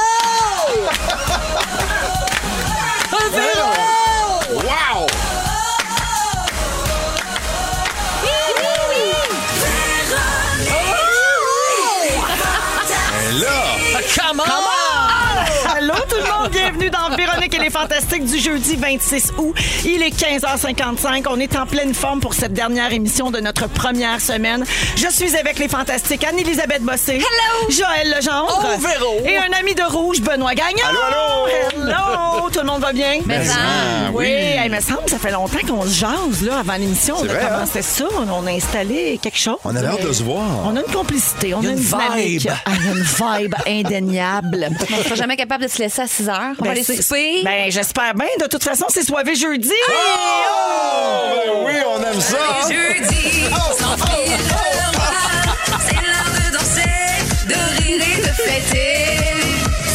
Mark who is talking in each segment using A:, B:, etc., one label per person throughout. A: Ah,
B: Allô tout le monde, bienvenue dans Véronique et les Fantastiques du jeudi 26 août. Il est 15h55, on est en pleine forme pour cette dernière émission de notre première semaine. Je suis avec les Fantastiques Anne-Elisabeth Bossé, Hello. Joël Legendre
C: Oh, Véro.
B: et un ami de rouge, Benoît Gagnon. Allô, allô. Hello, tout le monde va bien?
A: Mais ça,
B: Oui, hey, me semble que ça fait longtemps qu'on se jase là, avant l'émission. On a
A: vrai, hein?
B: commencé ça, on- on a installé quelque chose.
A: On avait hâte de se voir.
B: On a une complicité, on a
A: y a
B: une,
A: une
B: dynamique.
A: vibe.
B: Ah, il y a une vibe indéniable.
C: On sera jamais capable de se laisser à 6 heures. On va aller
B: c'est-
C: souper.
B: Ben, j'espère bien. De toute façon, c'est soivé jeudi.
A: Oh, ben oui, on aime ça.
D: Jeudi, sans fil de roi, c'est l'heure de danser, de rire et de fêter.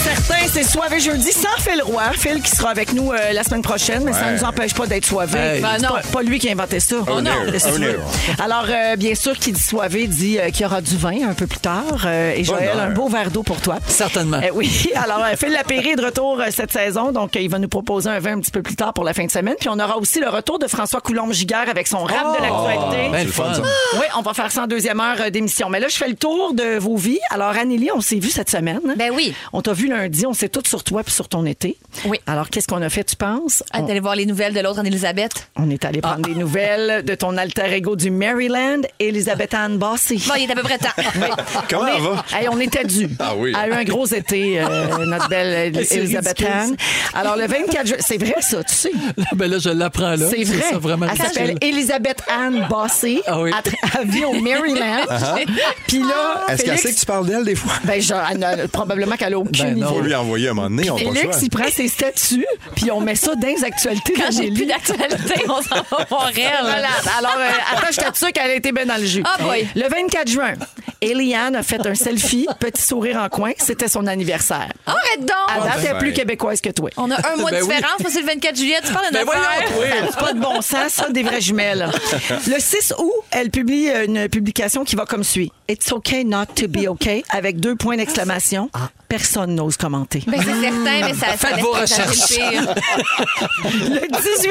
B: Certains, c'est soivé jeudi sans Phil Roy. Phil qui sera avec nous euh, la semaine prochaine, mais ça ne
A: Ouais.
B: nous empêche pas d'être soivé.
A: Hey.
C: Ben
B: C'est
C: non.
B: Pas, pas lui qui a inventé ça.
A: Oh non.
B: Qu'est-ce que tu veux?
A: Oh
B: Alors, euh, bien sûr, qui dit soivé dit euh, qu'il y aura du vin un peu plus tard. Euh, et Joël,
A: Bonheur.
B: un beau verre d'eau pour toi.
E: Certainement.
B: Euh, oui, alors euh, Phil Lapéry est de retour euh, cette saison, donc euh, il va nous proposer un vin un petit peu plus tard pour la fin de semaine. Puis on aura aussi le retour de François Coulombe-Giguère avec son rap de l'actualité.
E: Ben, le
A: fun,
E: fun.
A: ça.
B: Oui, on va faire ça en deuxième heure euh, d'émission. Mais là, je fais le tour de vos vies. Alors, Anneli, on s'est vu cette semaine.
C: Ben oui.
B: On t'a vu lundi, on s'est toutes sur toi puis sur ton été.
C: Oui.
B: Alors, qu'est-ce qu'on a fait, tu penses?
C: Hâte
B: On,
C: d'aller voir les nouvelles de l'autre Anne-Elisabeth. Ah.
B: on est allé prendre des nouvelles de ton alter ego du Maryland, Elisabeth Anne Bossy.
C: Bon, il est à peu près temps.
A: Comment elle va?
B: Hey, on était dû.
A: Ah oui.
B: A eu un gros été, euh, notre belle euh,
E: C'est
B: Elisabeth
E: ridicule,
B: Anne. Alors, le 24 juin, c'est vrai ça, tu sais.
E: Ben là, je l'apprends là.
B: C'est vrai.
E: ça, vraiment
B: elle s'appelle
E: ridicule.
B: Elisabeth Anne Bossy.
E: Ah oui. Ah,
B: Elle tra- Elle vit au Maryland. Puis là,
A: Ah. Est-ce qu'elle
B: Félix-
A: sait que tu parles d'elle des fois?
B: Ben, genre, elle n'a- probablement qu'elle a aucune
E: Ben non.
A: Faut
B: idée.
A: lui envoyer un moment donné, on n'a pas le
B: Félix,
A: choix.
B: il prend ses statuts, puis on met ça dans les actualités.
C: Quand j'ai
B: d'Amélie.
C: plus d'actualité, on s'en va voir elle.
B: Malade. Alors, euh, attends, je t'assure qu'elle a été bien dans le jus.
C: Ah boy.
B: Le 24 juin, Eliane a fait un selfie, petit sourire en coin. C'était son anniversaire.
C: Arrête donc!
B: Elle date, elle est
A: ben.
B: plus québécoise que toi.
C: On a un mois de
E: Ben oui.
C: différence, moi c'est le 24 juillet, tu parles de
E: Ben
C: notre
E: voyons, oui.
B: Ça n'a pas de bon sens, ça, des vraies jumelles. Le 6 août, elle publie une publication qui va comme suit. It's okay not to be okay, avec deux points d'exclamation.
A: Ah.
B: Personne n'ose commenter.
C: Ben, c'est certain, mais ça, ça
E: Faites vos
C: laisse présager
E: recherches.
C: le pire.
B: Le 18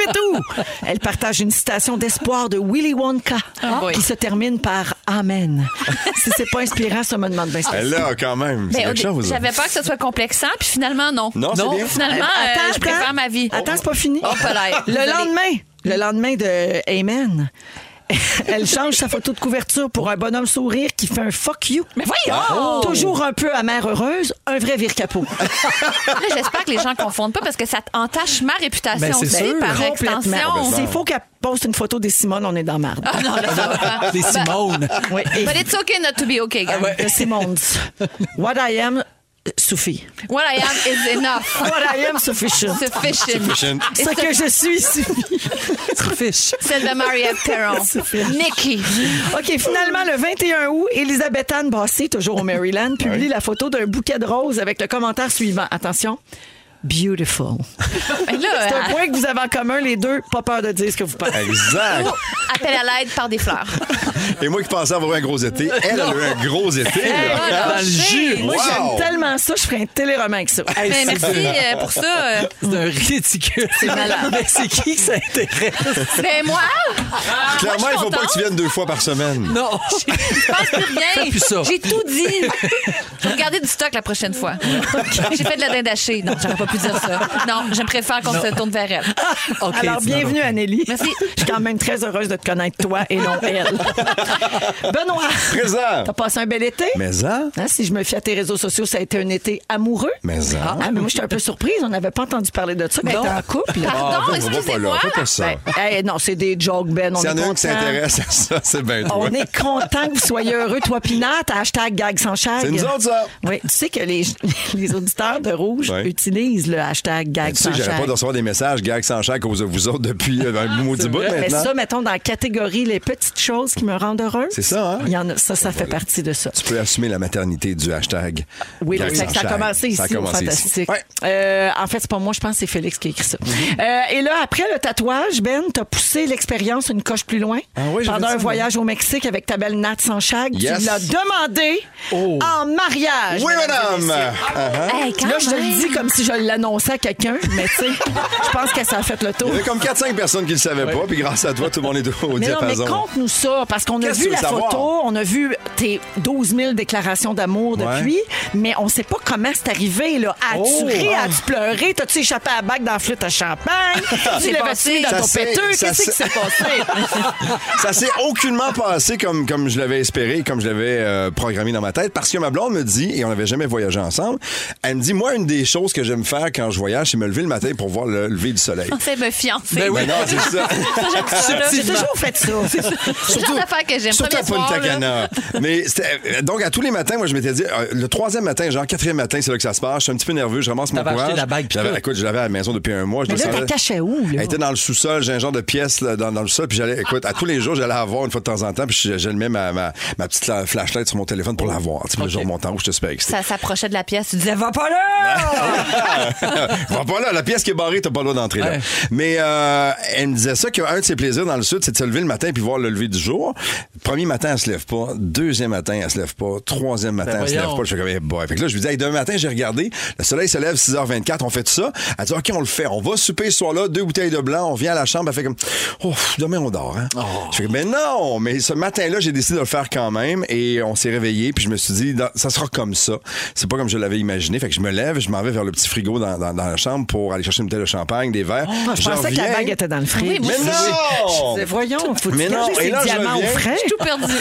B: août, elle partage une citation d'espoir de Willy Wonka
C: Ah, boy.
B: qui se termine par Amen. si c'est pas inspirant, ça me demande bien ça.
A: Elle là, quand même. C'est
C: Ben, au
A: quelque
C: dé-
A: chose. hein.
C: J'avais peur que ce soit complexant, puis finalement, non.
A: Non, c'est
E: Non.
A: bien.
C: Finalement, euh, je préfère ma vie.
B: Attends, c'est pas fini.
C: Oh, colère.
B: Eh, Le
C: Désolée.
B: lendemain, le lendemain de Amen. Elle change sa photo de couverture pour un bonhomme sourire qui fait un fuck you. Mais voyons! Toujours un peu amère heureuse, un vrai vire capot.
C: Là, j'espère que les gens confondent pas parce que ça entache ma réputation
E: Ben, c'est
C: aussi,
E: sûr.
C: par
B: Complètement. Ben,
C: extension.
B: S'il faut qu'elle poste une photo des Simone, on est dans marre.
C: Ah non, là, ça va pas.
E: Des
C: Ben,
E: Simone.
B: Oui, et Ah,
C: But it's okay not to be okay,
E: Ah,
C: guys.
B: de Simons. What I am euh, suffit.
C: What I am is enough.
B: What I am sufficient.
C: Sufficient.
A: Sufficient.
C: Et
B: Ce que je suis suffit.
E: Fiche.
C: Celle de Mariette Perron.
B: Sufficient.
C: Nikki.
B: OK, finalement, le 21 août, Elisabeth Anne Bossé, toujours au Maryland, publie la photo d'un bouquet de roses avec le commentaire suivant. Attention. beautiful.
C: Mais Ben là, euh,
B: C'est un
C: à-
B: point que vous avez en commun, les deux. Pas peur de dire ce que vous pensez.
C: Oh!
A: Exact.
C: appel à l'aide par des fleurs.
A: Et moi qui pensais avoir un gros été, elle a eu un gros été. là.
C: Ah,
E: Dans le jus.
C: j'ai-
B: Moi,
A: Wow.
B: j'aime tellement Ben, ça, je ferais un téléroman avec ça.
E: Hey,
C: Mais
E: c'est-
C: merci euh, pour ça. euh.
E: C'est un ridicule. C'est
C: malade.
E: Mais c'est qui que ça intéresse?
B: Ben,
C: Mais moi,
A: Clairement,
C: moi, je suis
A: il faut pas
C: contente.
A: que tu viennes deux fois par semaine.
E: Non.
C: je pense plus rien.
E: plus ça.
C: J'ai tout dit. Je vais regarder du stock la prochaine fois. J'ai fait de la dinde hachée. Non, j'aurais pas pu dire ça. Non, je préfère qu'on se tourne vers elle.
E: OK,
B: Alors,
E: tu
B: bienvenue, Anneli.
C: Merci.
B: Je suis quand même très heureuse de te connaître, toi, et non elle. Benoît,
A: Présent.
B: t'as passé un bel été?
A: Mais hein?
B: Hein, si je me fie à tes réseaux sociaux, ça a été un été amoureux.
A: Mais hein?
B: Ah, mais moi, j'étais un peu surprise. On n'avait pas entendu parler de ça. Mais Ben, t'es en couple.
A: Ah, va-
C: Pardon,
A: va pas là,
C: excusez-moi.
A: va pas ça.
B: Ben, hey, non, c'est des jokes, Ben. On
A: S'il y en
B: est
A: a un qui
B: content.
A: s'intéresse à ça, c'est bien toi.
B: On est content que vous soyez heureux, toi, Pinat. Hashtag gag sans chag.
A: C'est nous autres, ça.
B: Oui, tu sais que les, les auditeurs de Rouge
A: Ouais. Ben,
B: utilisent le hashtag gag
A: Tu
B: sans
A: sais, j'arrête
B: chag.
A: pas de recevoir des messages gag sans chèque à cause de vous autres depuis euh, un maudit bout
B: Mais
A: maintenant.
B: ça, mettons, dans la catégorie les petites choses qui me rendent heureuse.
A: C'est ça, hein?
B: Il y en a, ça, ça fait partie de ça.
A: Tu peux assumer la maternité du hashtag.
B: Oui,
A: gag
B: parce que
A: sans
B: ça a
A: chèque.
B: commencé ici,
A: Ça a commencé ici.
B: au Fantastique.
A: Ouais.
B: Euh, en fait, c'est pas moi, je pense que c'est Félix qui a écrit ça.
A: Mhm.
B: Euh, et là, après le tatouage, Ben, t'as poussé l'expérience une coche plus loin.
A: Ah oui, j'avais
B: pendant
A: dit
B: un
A: ça,
B: voyage au Mexique avec ta belle natte sans chag, tu
A: Yes. Oh.
B: l'as demandé en mariage.
A: Oui,
B: mesdames et
A: madame! Uh-huh.
C: Hey, quand
B: Là, je te le
C: même.
B: dis comme si je l'annonçais à quelqu'un, mais tu sais, je pense que ça a fait le tour.
A: Il y avait comme 4-5 personnes qui le savaient pas, puis grâce à toi, tout le monde est au
B: Mais non, mais
A: diapason.
B: compte-nous ça, parce qu'on a
A: Qu'est-ce que tu
B: vu la
A: veux savoir?
B: photo, on a vu tes 12 000 déclarations d'amour
A: Ouais. Oh!
B: depuis, mais on sait pas comment c'est arrivé. là. As-tu ri, as-tu pleuré, t'as-tu échappé à la bague dans la flûte à champagne, tu l'avais
C: passé?
B: tué dans
A: Ça
B: ton
A: s'est-
B: péteux,
A: ça
B: qu'est-ce qui
A: s'est-
B: s'est passé?
A: Ça s'est aucunement passé comme, comme je l'avais espéré, comme je l'avais euh, programmé dans ma tête, parce que ma blonde me dit, et on n'avait jamais voyagé ensemble, elle me dit, moi, une des choses que j'aime faire quand je voyage, c'est me lever le matin pour voir le lever du soleil.
C: C'est me fiancer.
E: Ben oui.
A: Ben non, c'est ça.
B: J'ai
E: Subtilement.
B: toujours fait ça.
C: C'est le genre d'affaire que j'aime.
A: Surtout à
C: Premier soir, là.
A: Punta Cana. Mais c'était- euh, donc, à tous les matins, moi, je m'étais dit, euh, le troisième matin, genre quatrième matin, c'est là que ça se passe. Je suis un petit peu nerveux, je ramasse mon
E: T'avais acheté
A: courage.
E: la bague, puis
A: J'avais-
E: tout.
A: écoute, je l'avais à la maison depuis un mois. Je
B: Mais
A: me
B: là, t'as
A: sentais-
B: caché où, là?
A: Elle était dans le sous-sol, j'ai un genre de pièce là, dans, dans le sol, puis j'allais, écoute, à tous les jours, j'allais la voir une fois de temps en temps, puis je- j'allumais ma, ma, ma petite la- flashlight sur mon téléphone pour la voir. Tu sais, le jour mon temps où je te super excité.
C: Ça s'approchait de la pièce. Tu disais, va pas là!
A: Va Ah! pas là, la pièce qui est barrée, t'as pas le droit d'entrer là. Mais euh, elle me disait ça qu'un de ses plaisirs dans le sud, c'est de se lever le matin puis voir le lever du jour. Premier matin, elle se lève pas. Deuxième matin, elle se lève pas. Troisième matin, elle se lève
E: voyons.
A: pas. Je suis comme, eh boy. Fait que là, je lui dis, hey, demain matin, j'ai regardé. Le soleil se lève 6h24. On fait tout ça. Elle dit, OK, on le fait. On va souper ce soir-là. Deux bouteilles de blanc. On vient à la chambre. Elle fait comme, oh, demain, on dort.
B: Oh.
A: Hein? Je fais comme, mais non. Mais ce matin-là, j'ai décidé de le faire quand même. Et on s'est réveillé. Puis je me suis dit, Dans- ça sera comme ça. C'est pas comme je l'avais imaginé. Fait que je me lève. Je m'en vais vers le petit frigo dans, dans- dans la chambre pour aller chercher une bouteille de champagne, des verres.
B: Oh, Je
A: J'en
B: pensais que la
A: reviens.
B: bague était dans le frigo.
C: Oui, moi
A: Mais
C: aussi.
A: non!
B: Mais Voyons, faut
A: Mais
B: que
A: non, et
B: ces
A: là, je
B: diamants au
A: reviens.
B: frais.
C: Tout perdu.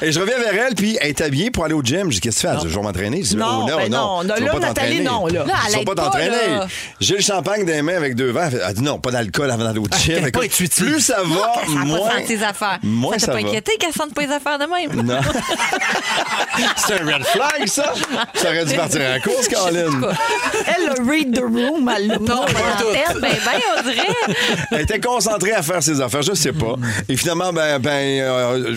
A: Et je reviens vers elle, puis elle est habillée pour aller au gym. Je dis, qu'est-ce que tu fais? Elle dit, je vais m'entraîner. Je dis,
B: Non,
A: oh,
B: ben non.
A: tu vas
B: Là,
A: pas t'entraîner.
B: Nathalie, non, là.
C: Là,
A: Ils
C: elle
A: sont
C: aide
A: pas
C: pas,
A: t'entraîner.
C: là.
A: J'ai le champagne dans les mains avec deux verres. Elle dit, non, pas d'alcool avant d'aller au
B: Ah,
A: gym.
E: Elle est pas
A: Écoute,
E: intuitive.
A: plus ça va,
C: Elle n'a
A: moins.
C: pas senti ses affaires.
A: Moins
C: ça
A: ça
C: t'a
A: va.
C: pas inquiété qu'elle sente pas les affaires de même.
A: Non. C'est un red flag, ça. Ça aurait dû partir en course, Caroline.
B: Elle a read the room, elle l'a pas.
C: En tête, ben, ben, on dirait.
A: Elle était concentrée à faire ses affaires, je sais pas. Et finalement, ben. ben euh, elle-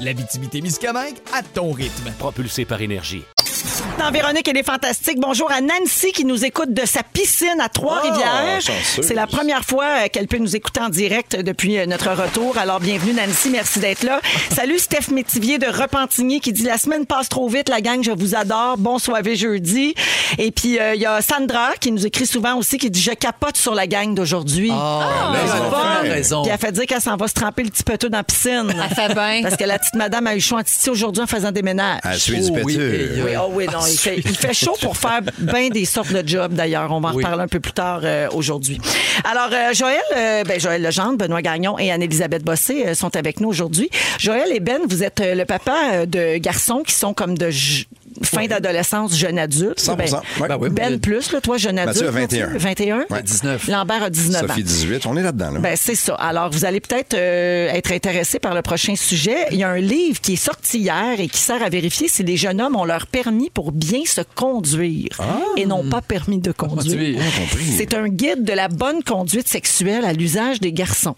F: L'Abitibi-Témiscamingue à ton rythme.
G: Propulsé par énergie.
B: Dans Véronique, elle est fantastique. Bonjour à Nancy qui nous écoute de sa piscine à Trois-Rivières.
A: Ah, chanceuse.
B: C'est la première fois euh, qu'elle peut nous écouter en direct depuis euh, notre retour. Alors, bienvenue Nancy, merci d'être là. Salut Steph Métivier de Repentigny qui dit « La semaine passe trop vite, la gang, je vous adore. Bon soirée jeudi. » Et puis, euh, il y a Sandra qui nous écrit souvent aussi qui dit « Je capote sur la gang d'aujourd'hui.
E: Ah,
A: ben,
B: Elle
A: ils
B: a
A: ont
B: pas.
A: vraiment
E: raison.
B: Puis elle fait dire qu'elle s'en va se tremper le petit peu dans la piscine.
C: Elle fait bien.
B: Parce que la petite madame a eu chaud en titi aujourd'hui en faisant des ménages.
A: À suivre Ah, du
E: Oh, oui,
A: péteux.
E: et, euh,
B: Oui, oh oui, non, il fait, il fait chaud pour faire bien des sortes de jobs, d'ailleurs. On va en
E: Oui.
B: reparler un peu plus tard euh, aujourd'hui. Alors, euh, Joël, euh, ben, Joël Legendre, Benoît Gagnon et Anne-Élisabeth Bossé euh, sont avec nous aujourd'hui. Joël et Ben, vous êtes euh, le papa euh, de garçons qui sont comme de j- fin d'adolescence, jeune adulte.
A: 100%,
B: Ben,
A: ouais.
E: Ben oui.
B: Ben plus, là, toi, jeune adulte.
A: Mathieu a 21.
B: Mathieu, 21?
A: Ouais.
E: 19.
B: Lambert a 19 ans.
A: Sophie 18, on est là-dedans. Là.
B: Ben, c'est ça. Alors, vous allez peut-être euh, être intéressé par le prochain sujet. Il y a un livre qui est sorti hier et qui sert à vérifier si les jeunes hommes ont leur permis pour bien se conduire et non pas permis de conduire.
E: Conduire. Ah,
A: Ah. compris.
B: C'est un guide de la bonne conduite sexuelle à l'usage des garçons.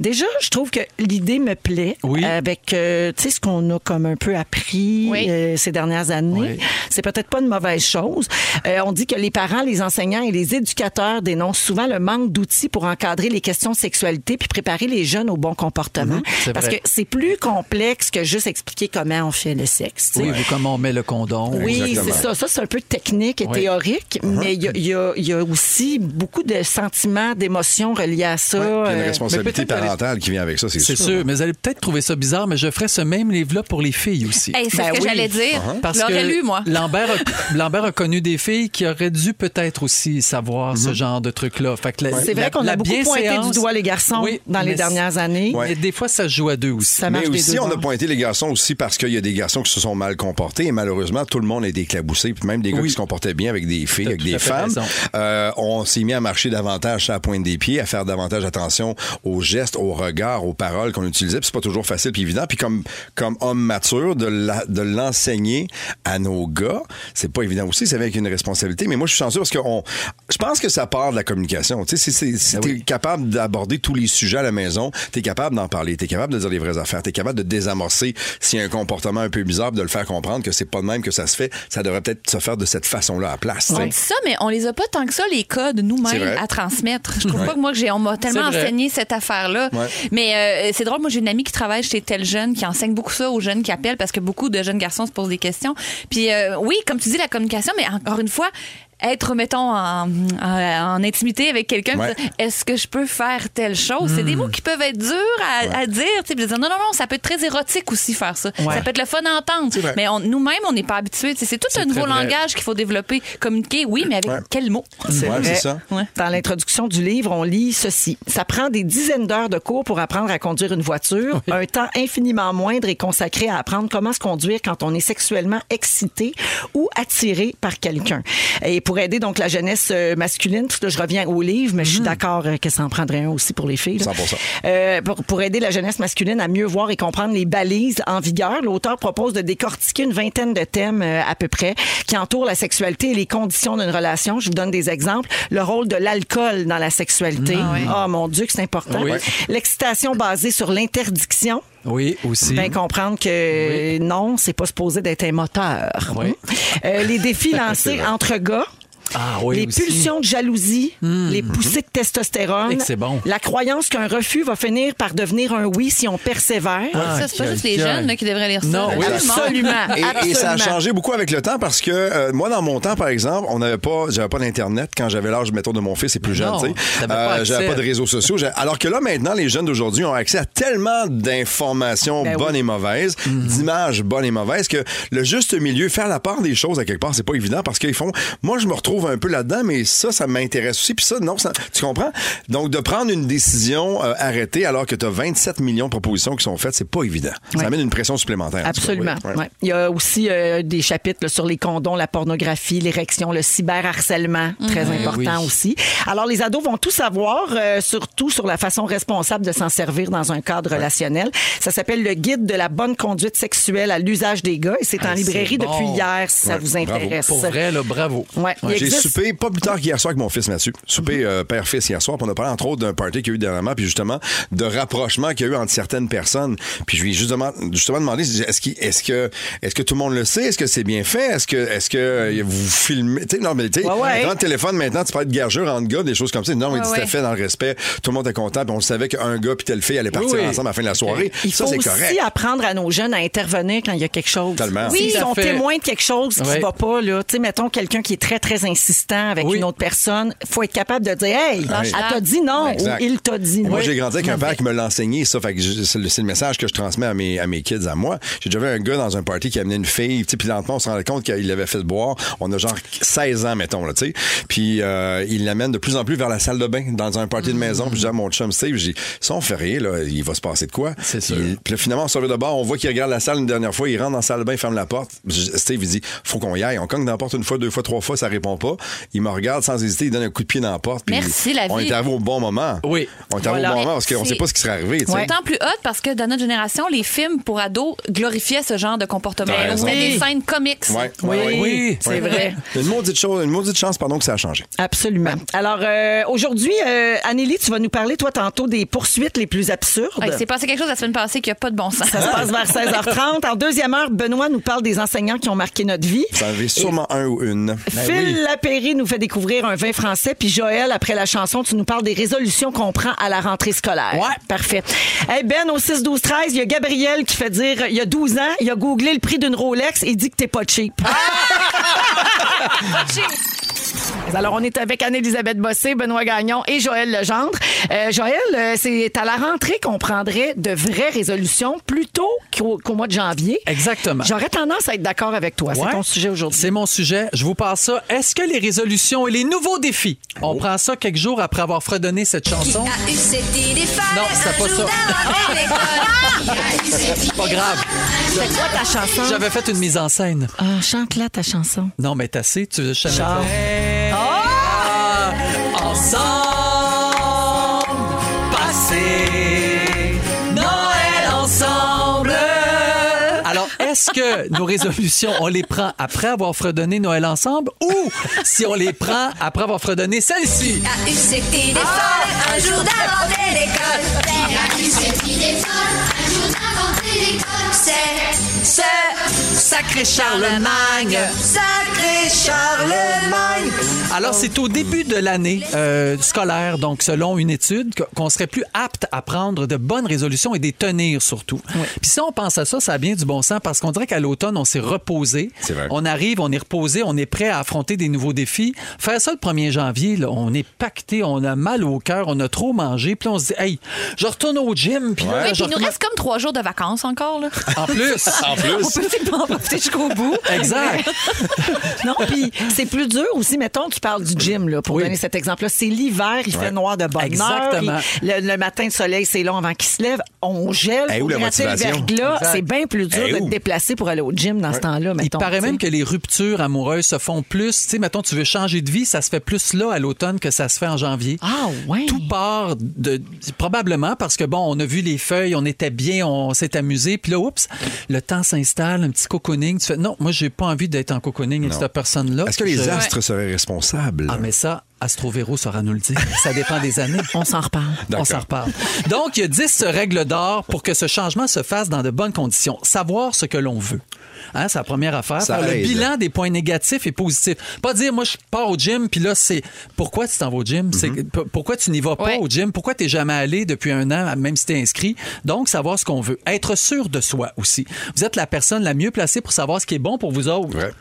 B: Déjà, je trouve que l'idée me plaît
E: Uh-huh. Oui.
B: avec euh, tu sais ce qu'on a comme un peu appris
C: Oui.
B: euh, ces dernières années années. C'est peut-être pas une mauvaise chose. Euh, on dit que les parents, les enseignants et les éducateurs dénoncent souvent le manque d'outils pour encadrer les questions de sexualité puis préparer les jeunes au bon comportement.
E: Mhm. c'est
B: Parce
E: vrai.
B: que c'est plus complexe que juste expliquer comment on fait le sexe. tu sais.
E: Oui, ou comment on met le condom.
B: Oui,
A: Exactement.
B: c'est ça. Ça, c'est un peu technique et
E: Oui. Uh-huh.
B: théorique, mais il y a- il y, a- il y a aussi beaucoup de sentiments, d'émotions reliés à ça.
A: Il y a une
B: Euh,
A: responsabilité
E: mais peut-être
A: parentale qui vient avec ça, c'est sûr. hein?
E: C'est sûr, mais vous allez peut-être trouver ça bizarre, mais je ferais ce même livre-là pour les filles aussi.
C: Hey, c'est
B: Ben
C: ce que
B: oui.
C: j'allais dire.
A: Uh-huh.
E: Parce
C: Je l'aurais
E: que
C: lu, moi.
E: Lambert a, Lambert a connu des filles qui auraient dû peut-être aussi savoir
A: Mm-hmm.
E: ce genre de truc-là. Fait que la-
B: C'est vrai
E: la-
B: qu'on a
E: la
B: beaucoup pointé du
E: bienséance-
B: doigt les garçons
E: Oui,
B: dans les
E: mais
B: dernières années.
E: Mais des fois, ça se joue à deux aussi.
B: Ça marche
A: mais
B: des
A: aussi,
B: deux
A: on a
B: bords.
A: pointé les garçons aussi parce qu'il y a des garçons qui se sont mal comportés et malheureusement, tout le monde est éclaboussé. Puis même des gars
E: Oui.
A: qui se comportaient bien avec des filles,
E: T'as
A: avec
E: tout
A: des
E: à fait
A: femmes,
E: raison.
A: euh, on s'est mis à marcher davantage à la pointe des pieds, à faire davantage attention aux gestes, aux regards, aux paroles qu'on utilisait. Puis c'est pas toujours facile puis évident. Puis comme, comme homme mature, de la- de l'enseigner à nos gars, c'est pas évident aussi. C'est avec une responsabilité. Mais moi, je suis chanceux parce que on- je pense que ça part de la communication. Tu sais, si, c'est- si
E: Ah
A: t'es
E: oui.
A: capable d'aborder tous les sujets à la maison, tu es capable d'en parler, tu es capable de dire les vraies affaires, tu es capable de désamorcer s'il y a un comportement un peu bizarre, de le faire comprendre que c'est pas de même que ça se fait, ça devrait peut-être se faire de cette façon-là à la place. tu sais.
C: On dit ça, mais on les a pas tant que ça, les codes,
A: C'est
C: nous-mêmes,
A: vrai.
C: à transmettre. Je trouve
A: Ouais.
C: pas que moi, que j'ai, on m'a tellement
E: C'est vrai.
C: enseigné cette affaire-là.
A: Ouais.
C: Mais euh, c'est drôle, moi, j'ai une amie qui travaille chez Tel Jeune, qui enseigne beaucoup ça aux jeunes qui appellent, parce que beaucoup de jeunes garçons se posent des questions. Puis euh, oui, comme tu dis, la communication, mais encore une fois, être, mettons, en, en- en intimité avec quelqu'un,
A: Ouais. Hmm.
C: puis dire, est-ce que je peux faire telle chose? C'est des mots qui peuvent être durs à, à dire. tu sais, puis de dire, non, non, non, ça peut être très érotique aussi faire ça. Ça peut être le fun à entendre.
A: vrai.
C: Mais on- nous-mêmes, on n'est pas habitués. Tu sais, C'est tout un nouveau
E: très vrai.
C: langage langage qu'il faut développer, communiquer, oui, mais avec
A: Ouais.
C: quel mot?
A: Ouais,
B: vrai.
A: c'est ça.
C: Ouais.
B: Dans l'introduction du livre, on lit ceci. Ça prend des dizaines d'heures de cours pour apprendre à conduire une voiture. Un temps infiniment moindre est consacré à apprendre comment se conduire quand on est sexuellement excité ou attiré par quelqu'un. Et pour aider donc la jeunesse euh, masculine, parce que je reviens au livre, mais je suis
E: Mm-hmm.
B: d'accord euh, que ça en prendrait un aussi pour les filles. là.
A: 100%.
B: Euh, pour, pour aider la jeunesse masculine à mieux voir et comprendre les balises en vigueur, l'auteur propose de décortiquer une vingtaine de thèmes euh, à peu près qui entourent la sexualité et les conditions d'une relation. Je vous donne des exemples. Le rôle de l'alcool dans la sexualité. Oh mon Dieu, que c'est important.
E: Oui.
B: L'excitation basée sur l'interdiction.
E: Oui, aussi.
B: Bien Ben, comprendre que non, c'est pas supposé d'être un moteur.
E: Oui.
B: Euh, les défis lancés entre gars.
E: Ah oui,
B: les
E: aussi. Hmm.
B: pulsions de jalousie, les poussées de
E: Et
B: testostérone,
E: que c'est bon.
B: la croyance qu'un refus va finir par devenir un oui si on persévère.
C: Ça, c'est pas juste les
E: aïe, aïe.
C: jeunes là, qui devraient lire ça.
E: Non,
C: là,
E: oui,
C: tout le monde.
B: Absolument.
A: Et, et ça a
B: absolument.
A: changé beaucoup avec le temps parce que euh, moi, dans mon temps, par exemple, on n'avait pas, j'avais pas d'internet quand j'avais l'âge, mettons, de mon fils et plus jeune.
E: Non,
A: tu sais. Euh,
E: t'avais pas accès.
A: j'avais pas de réseaux sociaux. J'ai- Alors que là, maintenant, les jeunes d'aujourd'hui ont accès à tellement d'informations
B: Ben oui.
A: bonnes et mauvaises, d'images bonnes et mauvaises, que le juste milieu, faire la part des choses à quelque part, c'est pas évident parce qu'ils font. Moi, je me retrouve un peu là-dedans, mais ça, ça m'intéresse aussi. Puis ça, non, ça- tu comprends? Donc, de prendre une décision euh, arrêtée alors que tu as 27 millions de propositions qui sont faites, c'est pas évident.
B: Ouais.
A: Ça amène une pression supplémentaire. en tout cas.
B: Absolument.
A: Oui. Ouais.
B: ouais. Il y a aussi euh, des chapitres là, sur les condons, la pornographie, l'érection, le cyberharcèlement, très important
E: oui.
B: aussi. Alors, les ados vont tout savoir, euh, surtout sur la façon responsable de s'en servir dans un cadre relationnel. Ça s'appelle le guide de la bonne conduite sexuelle à l'usage des gars et c'est en
E: Ah, c'est
B: librairie
E: bon.
B: depuis hier, si ça
A: Ouais,
B: vous
A: bravo.
B: intéresse.
E: Pour vrai, là, bravo.
B: Ouais, il
A: J'ai
B: existe- Mhm.
A: soupé pas plus tard qu'hier soir avec mon fils Mathieu. Soupé euh, père-fils hier soir. puis On a parlé entre autres d'un party qu'il y a eu dernièrement, puis justement de rapprochement qu'il y a eu entre certaines personnes. Puis je lui ai justement, justement demandé je dis, est-ce qu'il- est-ce que est-ce que tout le monde le sait, est-ce que c'est bien fait, est-ce que est-ce que euh, vous filmez, tu sais non mais tu sais
B: Ouais, ouais.
A: dans le téléphone maintenant tu peux être gargeur entre gars des choses comme ça. Non mais
C: Ouais,
A: c'était
C: ouais.
A: fait dans le respect, tout le monde est content, puis on savait qu'un gars puis telle fille allaient partir
E: oui.
A: ensemble à la fin de la soirée.
B: Il
A: ça
B: faut
A: c'est
B: aussi
A: correct.
B: apprendre à nos jeunes à intervenir quand il y a quelque chose.
A: Totalement.
B: S'ils
E: Oui,
B: sont
E: tout à fait.
B: témoins de quelque chose qui ne
E: Oui.
B: va pas, là, tu sais, mettons quelqu'un qui est très, très insistant avec
E: Oui.
B: une autre personne, faut être capable de dire Hey,
A: Oui.
B: elle t'a dit non ou
A: Exact.
B: il t'a dit
A: Et
B: non.
A: Moi, j'ai grandi avec un père qui me l'a enseigné, ça. Fait que je- c'est le, c'est le message que je transmets à mes, à mes kids, à moi. J'ai déjà vu un gars dans un party qui amenait une fille, tu sais, puis lentement, on se rendait compte qu'il l'avait fait boire. On a genre 16 ans, mettons, là, tu sais. Puis euh, il l'amène de plus en plus vers la salle de bain, dans un
C: Mm.
A: party de maison. Puis je dis à mon chum Steve, j'ai dit, ça, on fait rien, là, il va se passer de quoi?
E: C'est
A: Puis
E: sûr.
A: il- Puis là, finalement, on se revient de bord, on voit qu'il regarde la salle une dernière fois, il rentre dans la salle de bain, il ferme la porte. Je- Steve, il dit, faut qu'on y aille. On cogne dans la porte une fois, deux fois, trois fois, ça répond pas. pas. Il me regarde sans hésiter, il donne un coup de pied dans la porte. puis
C: Merci, la
A: On
C: vie.
A: est arrivé au bon moment.
E: Oui.
A: On est arrivé
B: Voilà.
A: au bon moment parce qu'on ne
C: C'est-
A: sait pas ce qui serait arrivé. tu sais.
C: C'est d'autant plus hot parce que dans notre génération, les films pour ados glorifiaient ce genre de comportement.
A: T'as
C: On
A: raison.
C: faisait
B: Oui.
C: des scènes comiques.
A: Ouais,
B: Oui,
A: ouais, ouais.
E: oui.
B: c'est
A: Ouais.
B: vrai.
A: Une maudite, chose, une maudite chance pardon, que ça a changé.
B: Absolument. Alors, euh, aujourd'hui, euh, Anneli, tu vas nous parler, toi, tantôt, des poursuites les plus absurdes.
C: Ouais, il s'est passé quelque chose la semaine passée qui n'a pas de bon sens.
B: Ça se passe vers 16h30. En deuxième heure, Benoît nous parle des enseignants qui ont marqué notre vie.
A: Ça en avait sûrement un ou une.
B: Ben
E: Ben
B: Phil Lapéry nous fait découvrir un vin français. Puis Joël, après la chanson, tu nous parles des résolutions qu'on prend à la rentrée scolaire.
E: Ouais.
B: Parfait. Hey ben, au 6-12-13, il y a Gabriel qui fait dire, il y a 12 ans, il a googlé le prix d'une Rolex et dit que t'es pas cheap.
E: Ah!
B: Alors, on est avec Anne-Elisabeth Bossé, Benoît Gagnon et Joël Legendre. Euh, Joël, euh, c'est à la rentrée qu'on prendrait de vraies résolutions plutôt qu'au qu'au mois de janvier.
E: Exactement.
B: J'aurais tendance à être d'accord avec toi.
E: Ouais.
B: C'est ton sujet aujourd'hui.
E: C'est mon sujet. Je vous passe ça. Est-ce que les résolutions et les nouveaux défis,
A: Oh.
E: on prend ça quelques jours après avoir fredonné cette chanson?
G: a eu cette idée folle
E: Non, c'est
G: un
E: pas
G: jour
E: ça. Ah!
G: dans l'école? Qui a eu cette idée
E: Pas grave.
B: C'est quoi ta chanson?
E: J'avais fait une mise en scène.
B: Ah, chante-la ta chanson.
E: Non, mais t'as assez, tu veux jamais
B: Chante. Oh!
E: Ah! Ensemble, passer Noël ensemble. Alors, est-ce que nos résolutions, on les prend après avoir fredonné Noël ensemble ou si on les prend après avoir fredonné celle-ci?
G: a eu cette idée folle
C: Ah!
G: un jour d'inventer l'école? Qui a eu cette idée folle un jour d'inventer l'école? C'est ce sacré Charlemagne, sacré Charlemagne.
E: Alors, c'est au début de l'année euh, scolaire, donc selon une étude, qu- qu'on serait plus apte à prendre de bonnes résolutions et des tenir surtout. Puis si on pense à ça, ça a bien du bon sens parce qu'on dirait qu'à l'automne, on s'est reposé.
A: C'est vrai.
E: On arrive, on est reposé, on est prêt à affronter des nouveaux défis. Faire ça le 1er janvier, là, on est pacté, on a mal au cœur, on a trop mangé, puis on se dit, hey, je retourne au gym, puis là,
C: Oui,
E: je
C: puis il nous
E: retourne-
C: reste comme trois jours de vacances encore. Là.
E: En plus,
A: En plus.
C: On peut pas en profiter jusqu'au bout.
E: exact.
B: Non, puis c'est plus dur aussi. Mettons, tu parles du gym, là, pour
E: Oui.
B: donner cet exemple-là. C'est l'hiver, il fait noir de bonne
E: Exactement.
B: heure. il- Le, le matin, le soleil, c'est long avant qu'il se lève. On gèle.
E: Eh,
A: Elle est où
B: pour
A: la
B: gratter le
A: motivation?
B: verglas.
E: Exact. Eh,
B: C'est bien plus dur
A: Elle est
B: de
A: où?
B: te déplacer pour aller au gym dans ce temps-là, mettons.
E: Il paraît
B: tu
E: même
B: sais.
E: que les ruptures amoureuses se font plus. Tu sais, mettons, tu veux changer de vie, ça se fait plus là à l'automne que ça se fait en janvier.
B: Ah, ouais.
E: Tout part de probablement parce que bon, on a vu les feuilles, on était bien, on s'est amusé, puis là, oups, le temps s'installe, un petit cocooning. Tu fais non, moi j'ai pas envie d'être en cocooning avec cette personne-là.
A: Est-ce que les
E: Je-
A: astres seraient responsables?
E: Ah mais ça, Astrovero saura nous le dire. Ça dépend des années.
B: On s'en reparle.
E: On
A: D'accord.
E: s'en reparle. Donc, il y a 10 règles d'or pour que ce changement se fasse dans de bonnes conditions. Savoir ce que l'on veut. Hein, c'est la première affaire.
A: Ça
E: Faire le
A: aide.
E: bilan des points négatifs et positifs. Pas dire, moi, je pars au gym, puis là, c'est pourquoi tu t'en vas au gym? C'est
A: Mhm.
E: que- p- Pourquoi tu n'y vas pas
C: Ouais.
E: au gym? Pourquoi tu n'es jamais allé depuis un an, même si tu es inscrit? Donc, savoir ce qu'on veut. Être sûr de soi aussi. Vous êtes la personne la mieux placée pour savoir ce qui est bon pour vous autres.
A: Vrai.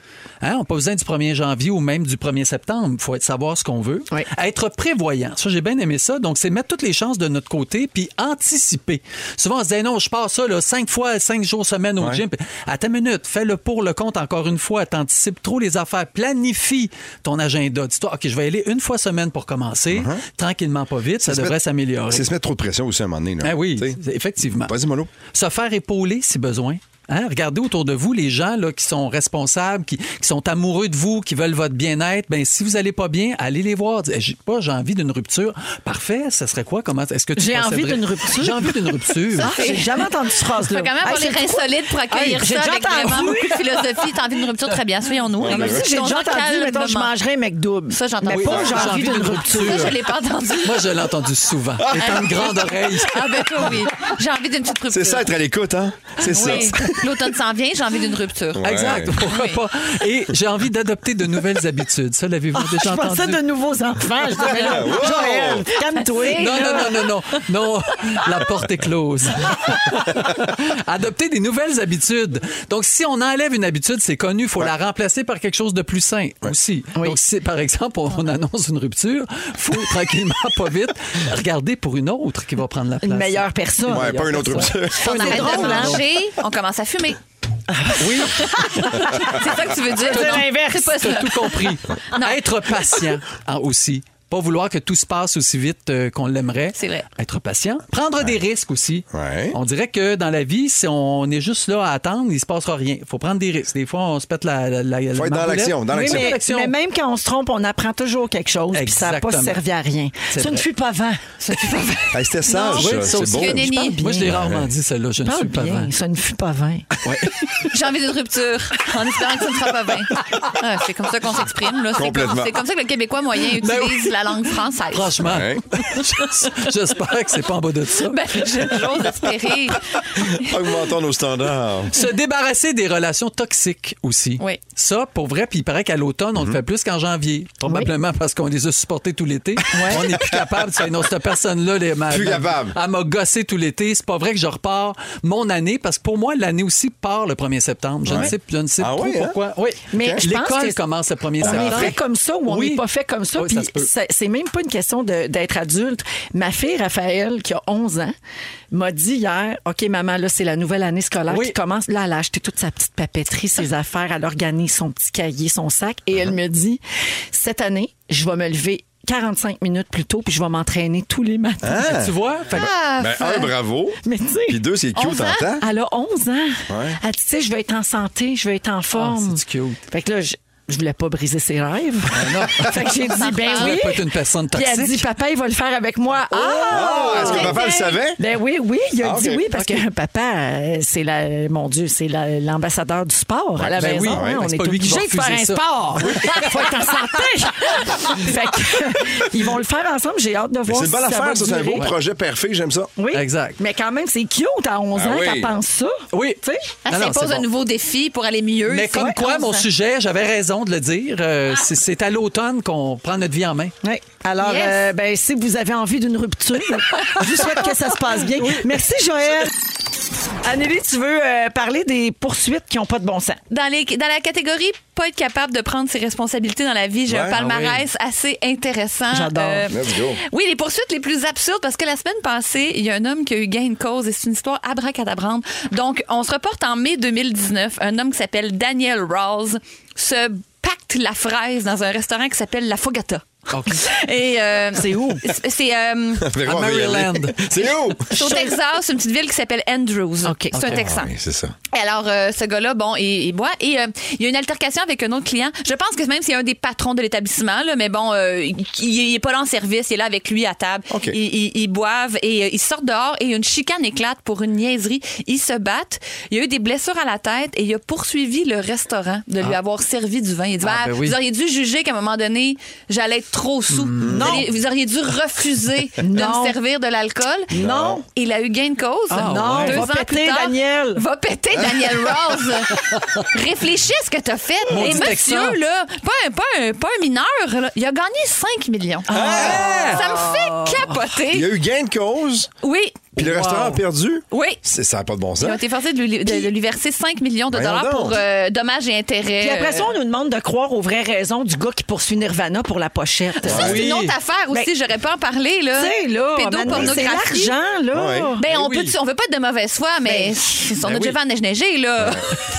E: Hein, on n'a pas besoin du 1er janvier ou même du 1er septembre. Il faut être savoir ce qu'on veut.
B: Oui.
E: Être prévoyant. Ça, j'ai bien aimé ça. Donc, c'est mettre toutes les chances de notre côté puis anticiper. Souvent, on se dit, Hey, non, je pars ça là, cinq fois, cinq jours semaine au
A: Ouais.
E: gym. Puis, Attends une minute. Fais-le pour le compte encore une fois. T'anticipes trop les affaires. Planifie ton agenda. Dis-toi, OK, je vais y aller une fois semaine pour commencer. Tranquillement, pas vite. Ça
A: Uh-huh. C'est se
E: devrait
A: mettre-
E: s'améliorer.
A: C'est se mettre trop de pression aussi à un moment donné. Là.
E: Ah oui,
A: Tu sais.
E: effectivement.
A: Vas-y, Molo.
E: Se faire épauler si besoin. Hein, regardez autour de vous les gens là, qui sont responsables, qui, qui sont amoureux de vous, qui veulent votre bien-être. Ben, si vous allez pas bien, allez les voir. Dites, Eh, J'ai pas, j'ai envie d'une rupture. Parfait, ça serait quoi? Comment est-ce que tu
B: J'ai envie
E: procéderais?
B: d'une rupture.
E: J'ai envie d'une rupture.
B: Ah, J'ai jamais entendu cette
C: Faut
B: phrase-là.
C: quand même avoir
B: Hey,
C: les
B: c'est
C: reins
B: trop-
C: solides pour accueillir
B: Hey, j'ai
C: ça
B: déjà
C: avec vraiment
B: entendu.
C: beaucoup de philosophie. T'as envie d'une rupture, très bien, soyons-nous.
A: Ouais,
C: Mais
A: mais
C: si
A: oui.
B: J'ai déjà
C: on
B: entendu,
C: calme
B: mettons, je
C: moment.
B: mangerais un McDouble.
C: Ça, j'ai
B: Mais
C: entendu.
B: pas,
C: Oui,
B: j'ai
C: j'ai
B: envie d'une
C: Ça,
B: rupture.
C: je l'ai pas entendu.
E: Moi, je l'ai entendu souvent. Étant une grande oreille.
C: Ah ben toi, oui. J'ai envie d'une petite rupture.
A: C'est ça, être à l'écoute, hein? C'est
C: Oui.
A: ça.
C: L'automne s'en vient, j'ai envie d'une rupture.
A: Ouais.
E: Exact, pourquoi
C: Oui.
E: pas. Et j'ai envie d'adopter de nouvelles habitudes. Ça, l'avez-vous
B: Ah, Je
E: déjà entendu?
B: pensais de nouveaux enfants. Je dirais, là,
A: Wow!
B: Joël, calme-toi.
E: Non, non, non, non, non. Non, la porte est close. Adopter des nouvelles habitudes. Donc, si on enlève une habitude, c'est connu, il faut la remplacer par quelque chose de plus sain aussi. Donc, si, par exemple, on, on annonce une rupture, faut tranquillement, pas vite, regarder pour une autre qui va prendre la place.
B: Une meilleure personne.
A: Ouais, pas une autre option.
C: On arrête de
B: drôle, hein?
C: manger, on commence à fumer.
E: Oui,
C: C'est ça que tu veux dire.
B: C'est
C: non?
B: l'inverse.
C: C'est pas
E: t'as
C: ça.
E: tout compris. Être patient hein, aussi. Pas vouloir que tout se passe aussi vite euh, qu'on l'aimerait.
C: C'est vrai.
E: Être patient. Prendre des risques aussi.
A: Ouais.
E: On dirait que dans la vie, si on est juste là à attendre, il se passera rien. faut prendre des risques. Des fois, on se pète la. la, la
A: Faut être dans l'action, dans
E: Oui,
A: l'action.
E: mais-
B: Mais, mais même quand on se trompe, on apprend toujours quelque chose, puis ça n'a pas
E: Exactement.
B: servi à rien.
E: C'est
B: Ça ne
E: vrai.
B: fut pas vent. Ça ne fut pas vent.
A: Hey, C'était sage,
E: Oui,
A: ça.
E: ça
A: C'est
E: aussi.
A: beau.
C: Que nenni.
E: Moi, je l'ai
C: Bien.
E: rarement dit, celle-là. Je ne
B: Parle
E: suis pas
B: bien,
E: vain.
B: ça ne fut pas vain.
C: J'ai envie d'une rupture, en espérant que ça ne sera pas vain. Ah, c'est comme ça qu'on s'exprime. là. C'est
A: Complètement.
C: comme- C'est comme ça que le Québécois moyen utilise
E: Ben
C: la langue française.
E: Franchement,
A: Ouais.
E: j'espère que c'est pas en bas de ça.
C: Ben,
B: Oh,
C: j'ose espérer.
A: Augmentons nos standards.
E: Se débarrasser des relations toxiques aussi.
C: Oui.
E: Ça, pour vrai, puis il paraît qu'à l'automne,
A: Mhm.
E: on le fait plus qu'en janvier. Probablement parce qu'on les a supportés tout l'été. On n'est plus capable. de dire, non, cette personne-là, les m'a-
A: Plus capable.
E: Elle m'a gossé tout l'été. C'est pas vrai que je repars mon année parce que pour moi, l'année aussi part le 1er septembre. Je ne
A: Ouais.
E: sais, je ne sais
A: Ah
E: trop
A: oui, hein?
E: pourquoi. Oui.
B: Mais je pense
E: L'école
B: que-
E: commence le 1er
B: On
E: septembre.
B: est fait comme ça ou on n'est
E: Oui.
B: pas fait comme ça.
E: Oui,
B: puis
E: ça se peut.
B: ça- c'est même pas une question de- d'être adulte. Ma fille, Raphaël, qui a 11 ans, m'a dit hier OK, maman, là, c'est la nouvelle année scolaire
E: Oui. Ah.
B: qui commence. Là, elle a acheté toute sa petite papeterie, ses affaires, elle organise son petit cahier, son sac. Et elle
E: Uh-huh.
B: me dit Cette année, je vais me lever 45 minutes plus tôt, puis je vais m'entraîner tous les matins.
A: Ah.
E: Tu vois? Fait que-
A: Ben, un, bravo.
B: Mais tu sais.
A: Puis deux, c'est cute,
B: 11 ans.
A: t'entends?
B: Elle a 11 ans.
A: Ouais.
B: Elle dit, tu sais, je veux être en santé, je veux être en forme.
E: c'est Ah, cute.
B: Fait que là, je, je voulais pas briser ses rêves.
E: Ben non.
B: fait que j'ai dit, ben
E: Tu
B: oui.
E: veux pas être une personne
B: Puis elle dit,
E: toxique.
B: papa, il va le faire avec moi.
E: Oh!
A: Ah,
B: Ah!
A: Est-ce que papa le savait?
B: Ben oui, oui, il a
A: Ah,
B: dit
A: ok.
B: oui parce que papa, euh, c'est la, mon Dieu, c'est la- l'ambassadeur du sport à la
E: ben
B: maison.
E: oui,
B: hein.
E: ouais,
B: on
E: c'est
B: est
E: pas lui qui va
B: obligé de faire un
E: refuser ça.
B: sport. Faut être en santé. fait que, euh, ils vont le faire ensemble. J'ai hâte de
A: Mais
B: voir.
A: C'est une bonne
B: si ça va
A: affaire, ça. C'est un
B: durer.
A: beau projet parfait, j'aime ça.
B: Oui.
E: Exact.
B: Mais quand même, c'est cute à 11
A: Ah
B: ans
A: oui.
B: qu'elle pense ça.
E: Oui.
B: Tu sais?
C: Elle
E: Non, non,
C: s'impose
E: c'est
C: un
E: bon.
C: nouveau défi pour aller mieux.
E: Mais
C: C'est
E: comme quoi, mon
C: 11 ans.
E: sujet, j'avais raison de le dire. euh, c'est- C'est à l'automne qu'on prend notre vie en main.
B: Oui. Alors,
C: Yes.
B: euh, ben, si vous avez envie d'une rupture, je vous souhaite que ça se passe bien. Merci, Joël. Anneli, tu veux euh, parler des poursuites qui n'ont pas de bon sens.
C: dans, les, dans la catégorie pas être capable de prendre ses responsabilités dans la vie, j'ai
A: Ouais,
C: un palmarès assez intéressant.
B: ah
C: euh,
B: J'adore.
A: Let's go.
C: Oui, les poursuites les plus absurdes parce que la semaine passée, il y a un homme qui a eu gain de cause et c'est une histoire abracadabrante. Donc, on se reporte en mai 2019, un homme qui s'appelle Daniel Rawls se pacte la fraise dans un restaurant qui s'appelle La Fogata. Et euh,
B: C'est où?
C: c'est- C'est euh,
A: Véro,
E: À
A: on va y aller.
E: Maryland.
A: C'est où?
C: c'est au Texas, une petite ville qui s'appelle Andrews.
B: OK.
C: C'est un Texan.
A: Ah oui, c'est ça.
C: Et Alors, euh, ce gars-là, bon, il, il boit et euh, il y a une altercation avec un autre client. Je pense que même c'est un des patrons de l'établissement, là, mais bon, euh, il, il est pas là en service, il est là avec lui à table.
A: OK.
C: Ils, ils- ils boivent et euh, ils sortent dehors et une chicane éclate pour une niaiserie. Ils se battent. Il y a eu des blessures à la tête et il a poursuivi le restaurant de lui avoir servi du vin. Il dit,
E: Ah,
C: Ah,
E: ben oui.
C: vous auriez dû juger qu'à un moment donné, j'allais être trop sous.
E: Mm.
C: Vous, auriez, vous auriez dû refuser de
B: Non.
C: me servir de l'alcool.
B: Non.
C: Il a eu gain de cause.
E: Ah, ouais.
C: Deux
B: Va
C: ans plus
B: péter,
C: tard,
B: Daniel.
C: Va péter, Daniel Rose. Réfléchis à ce que t'as fait.
E: Maudit
C: Et
E: Texan.
C: monsieur, là, pas un, pas un- pas un mineur, là, il a gagné 5 millions.
B: Ah!
C: Ça me fait
A: Il y
C: capoter.
A: a eu gain de cause,
C: Oui,
A: puis le restaurant a perdu.
C: oui.
A: C'est- Ça n'a pas de bon
C: Ils ont
A: sens.
C: été forcés de lui, de- de lui verser 5 millions de
A: Voyons
C: dollars
A: donc.
C: pour euh, dommages et intérêts.
B: Puis après ça, on nous demande de croire aux vraies raisons du gars qui poursuit Nirvana pour la pochette.
C: Ça, c'est
E: Oui.
C: une autre affaire aussi,
B: Ben,
C: j'aurais pas en parlé. Là.
B: Tu sais, là, c'est
C: Pédopornographie.
B: l'argent, là. Ben,
A: Ouais.
C: Ben, on,
E: oui.
C: peut, on veut pas être de mauvaise foi, mais on a
E: oui.
C: déjà fait en neige neiger, là.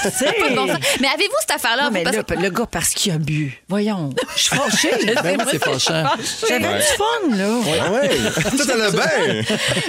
B: C'est
C: Pas de bon sens. Mais avez-vous cette affaire-là?
B: Non, mais
C: Parce
B: là,
C: que-
B: le gars, parce qu'il a bu. Voyons, je suis fâchée.
E: Ben oui, c'est fâchant.
B: J'avais
A: Ouais.
B: du fun, là.
A: Ah ouais, tout allait bien.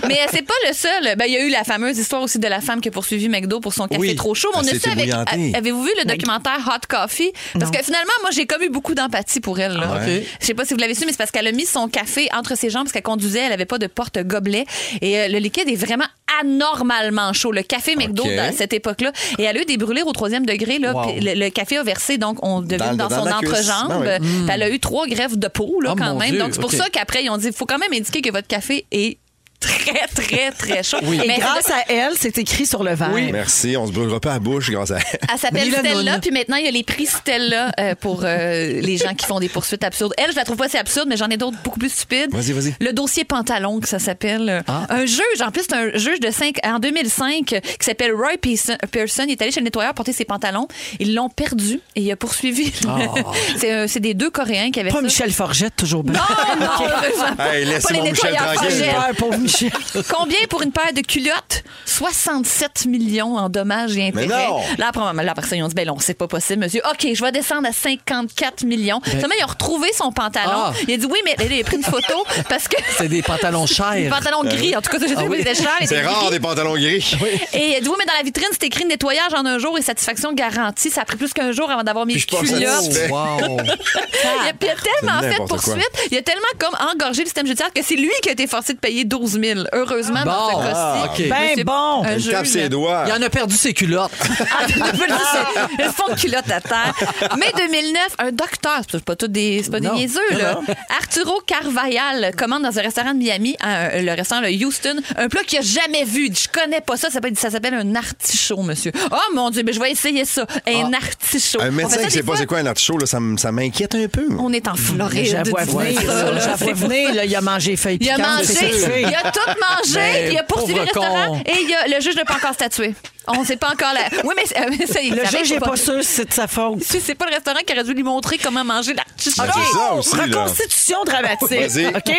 C: Mais euh, c'est pas le seul. Ben, il y a eu la fameuse histoire aussi de la femme qui a poursuivi McDo pour son café
E: Oui.
C: trop chaud. Mais
A: Elle
C: on a
A: s'est
C: su avec.
A: ébouillantée.
C: a- Avez-vous vu le documentaire Hot Coffee? Parce que finalement, moi, j'ai comme eu beaucoup d'empathie pour elle. là.
E: Ah, ouais.
C: Je sais pas si vous l'avez su, mais c'est parce qu'elle a mis son café entre ses jambes parce qu'elle conduisait, elle avait pas de porte-gobelet. Et euh, le liquide est vraiment anormalement chaud. Le café McDo
A: Ok.
C: à cette époque-là. Et elle a eu des brûlures au troisième degré. Là,
E: Wow.
C: Puis le, le café a versé, donc on devine
A: Dans
C: dans,
A: le- dans
C: son
A: la cuisse.
C: entrejambe.
A: Ben oui.
C: Puis Elle a eu trois greffes de peau là,
E: Ah,
C: quand
E: mon
C: même.
E: Dieu,
C: donc c'est pour
E: ok.
C: ça qu'après, ils ont dit il faut quand même indiquer que votre café est très, très, très chaud.
B: Et
C: Mais
B: grâce
C: elle-
B: à elle, c'est écrit sur le verre.
A: Merci, on se brûlera pas la bouche grâce à elle.
C: elle s'appelle
E: Mila Nune.
C: Stella, puis maintenant il y a les prix Stella euh, pour euh, les gens qui font des poursuites absurdes. Elle, je la trouve pas si absurde, mais j'en ai d'autres beaucoup plus stupides.
A: Vas-y, vas-y. Ah.
C: Le dossier pantalon, que ça s'appelle. Un juge, en plus, c'est un juge de 5 en 2005 euh, qui s'appelle Roy Pearson. Pearson. Il est allé chez le nettoyeur porter ses pantalons. Ils l'ont perdu et il a poursuivi.
A: Ah.
C: c'est euh, c'est des deux Coréens qui avaient
B: Pas
C: ça.
B: Michel Forgette, toujours bien.
C: Ah, Non, non, heureusement pas.
A: Hey,
C: Pas
A: laissez
C: les
A: mon Michel
C: nettoyeurs
A: tranquille.
C: Forgette.
B: Ouais, pauvre Je-
C: hein. Combien pour une paire de culottes? 67 millions en dommages et
A: Mais
C: intérêts.
A: non!
C: Là, après, la personne, ils ont dit, ben non, c'est pas possible, monsieur. OK, je vais descendre à 54 millions.
B: Ben
C: Seulement, ils ont retrouvé son pantalon.
E: Ah!
C: Il a dit, oui, mais elle a pris une photo parce que...
E: C'est des pantalons Ah
C: Des
E: chers.
C: pantalons gris, en tout cas, je sais pas, c'était cher, il était
A: C'est rare
C: gris.
A: des pantalons gris.
C: Et il a dit, oui, mais dans la vitrine, c'est écrit nettoyage en un jour et satisfaction garantie. Ça a pris plus qu'un jour avant d'avoir mes
A: Puis je pense à
C: culottes.
A: ça.
E: wow.
C: Il a, il a tellement
A: C'est
C: fait
A: n'importe quoi.
C: poursuite, il a tellement comme engorgé le système judiciaire que c'est lui qui a été forcé de payer 12 000. Heureusement, dans
E: Bon.
C: ce cas-ci.
E: Ah, OK.
B: Ben
C: Monsieur-
B: bon.
C: un
A: Il
C: juge-
A: tape ses doigts.
E: Il en a perdu ses culottes.
C: Ah, je peux le dire, c'est- Ils font de culotte à terre. Mai 2009, un docteur, c'est pas tout des, c'est pas des
E: Non.
C: niaiseux, là. Arturo Carvajal commande dans un restaurant de Miami, un- euh, le restaurant le Houston, un plat qu'il a jamais vu. Je connais pas ça, ça s'appelle, ça s'appelle un artichaut, monsieur. Oh mon Dieu, mais je vais essayer ça. Un artichaut.
A: Un
C: On fait
A: médecin
C: ça
A: qui
C: des
A: sait pas
C: fois,
A: c'est quoi un artichaut, là, ça m- ça m'inquiète un peu.
C: On est en Floride.
B: Je la vois
C: dis-moi
B: venir,
C: ça,
B: là. Je la
C: là.
B: vois venir, là. Il a mangé feuilles
C: Il a
B: piquantes,
C: mangé,
B: c'est sûr.
C: il a tout mangé,
A: Ben,
E: Mais
C: il a poursuivi le
E: pauvre
C: restaurant
E: con.
C: et il a- le juge n'a pas encore statué. On ne sait pas encore la. Oui, mais c'est- euh, mais ça, il
B: Le
C: savait
B: juge
C: qu'il
B: n'est
C: faut
B: pas sûr si c'est de sa faute.
C: Si c'est pas le restaurant qui aurait dû lui montrer comment manger la
A: Ah, c'est ça aussi, là.
B: Reconstitution
A: Vas-y.
B: dramatique. OK?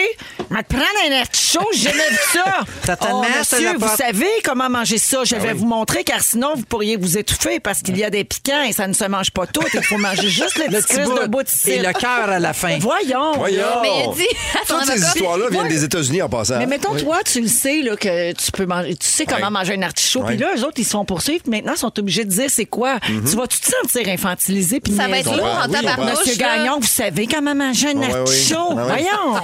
B: Je vais te prendre un artichaut, j'ai jamais vu ça.
H: Certainement,
B: Oh,
H: c'est
B: monsieur,
H: la
B: vous
H: porte.
B: savez comment manger ça.
A: Ah
B: Je vais vous montrer, car sinon, vous pourriez vous étouffer parce qu'il y a des piquants et ça ne se mange pas tout. Il faut manger juste le
E: Le
B: petit
E: petit
B: crisse de
E: bout
B: bout de
E: et
B: cire.
E: le cœur à la fin.
B: Voyons.
A: Voyons.
C: Mais il a dit à son
A: Toutes ces
C: avocat-
A: histoires-là viennent des États-Unis en passant.
B: Mais mettons, toi, tu le sais là, que tu peux manger, tu sais comment
A: Ouais.
B: manger un artichaut.
A: Ouais.
B: Puis là, eux autres, ils se font poursuivre. puis Maintenant, ils sont obligés de dire c'est quoi. Tu vas tu te sentir infantilisé. Puis
C: Ça va être
B: niaiseux.
C: lourd en
A: comprends, Mhm. oui, je comprends.
C: tabarnouche.
B: Monsieur
C: là.
B: Gagnon, vous savez comment manger un
A: Ouais, ouais, oui.
B: artichaut.
A: Ah, oui.
B: Voyons.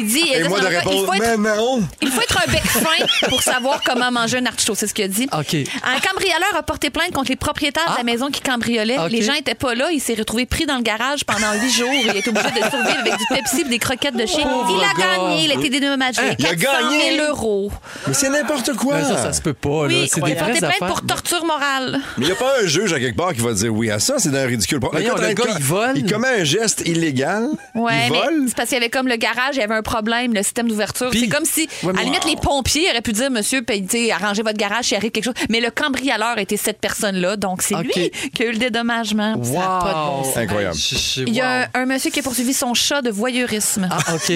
C: Il dit, il a dit
A: Et
C: à
A: moi
C: son
A: de
C: avocat, il
A: répondre,
C: faut être
A: mais non.
C: Il faut être un bec fin pour savoir comment manger un artichaut, c'est ce qu'il a dit.
E: OK. Ah.
C: Un cambrioleur a porté plainte contre les propriétaires de la maison qui cambriolait.
E: OK.
C: Les gens étaient pas là, il s'est retrouvé pris dans le garage pendant huit jours. Il est obligé de survivre avec du Pepsi et des croquettes de chien.
E: Pauvre
C: il a
E: gars.
C: gagné, il a été dédommagé
A: Hein? il a
C: 400
A: gagné.
C: 000 euros.
A: Mais c'est n'importe quoi.
E: Ben, ça, ça se peut pas. là.
C: Oui,
E: C'est
C: il
E: des
C: a porté
E: vraies
C: plainte
E: affaires.
C: pour torture morale.
A: Mais il n'y a pas un juge à quelque part qui va dire oui à ça, c'est d'un ridicule.
E: Voyons,
A: Quand
E: le
A: un
E: gars,
A: co-
E: il vole.
A: Il commet un geste illégal.
C: Ouais,
A: il
C: mais
A: vole.
C: c'est parce qu'il y avait comme le garage, il y avait un problème, le système d'ouverture.
E: Puis-
C: C'est comme si,
E: Ouais,
C: à
E: mais-
C: la limite, les pompiers auraient pu dire, monsieur, paye- t'sais, arrangez votre garage s'il arrive quelque chose. Mais le cambrioleur était cette personne-là, donc c'est
E: OK.
C: lui qui a eu le dédommagement. Ça a pas de bon sens.
E: Wow.
A: Incroyable.
C: Il y a un, un monsieur qui a poursuivi son chat de voyeurisme.
E: Ah, OK.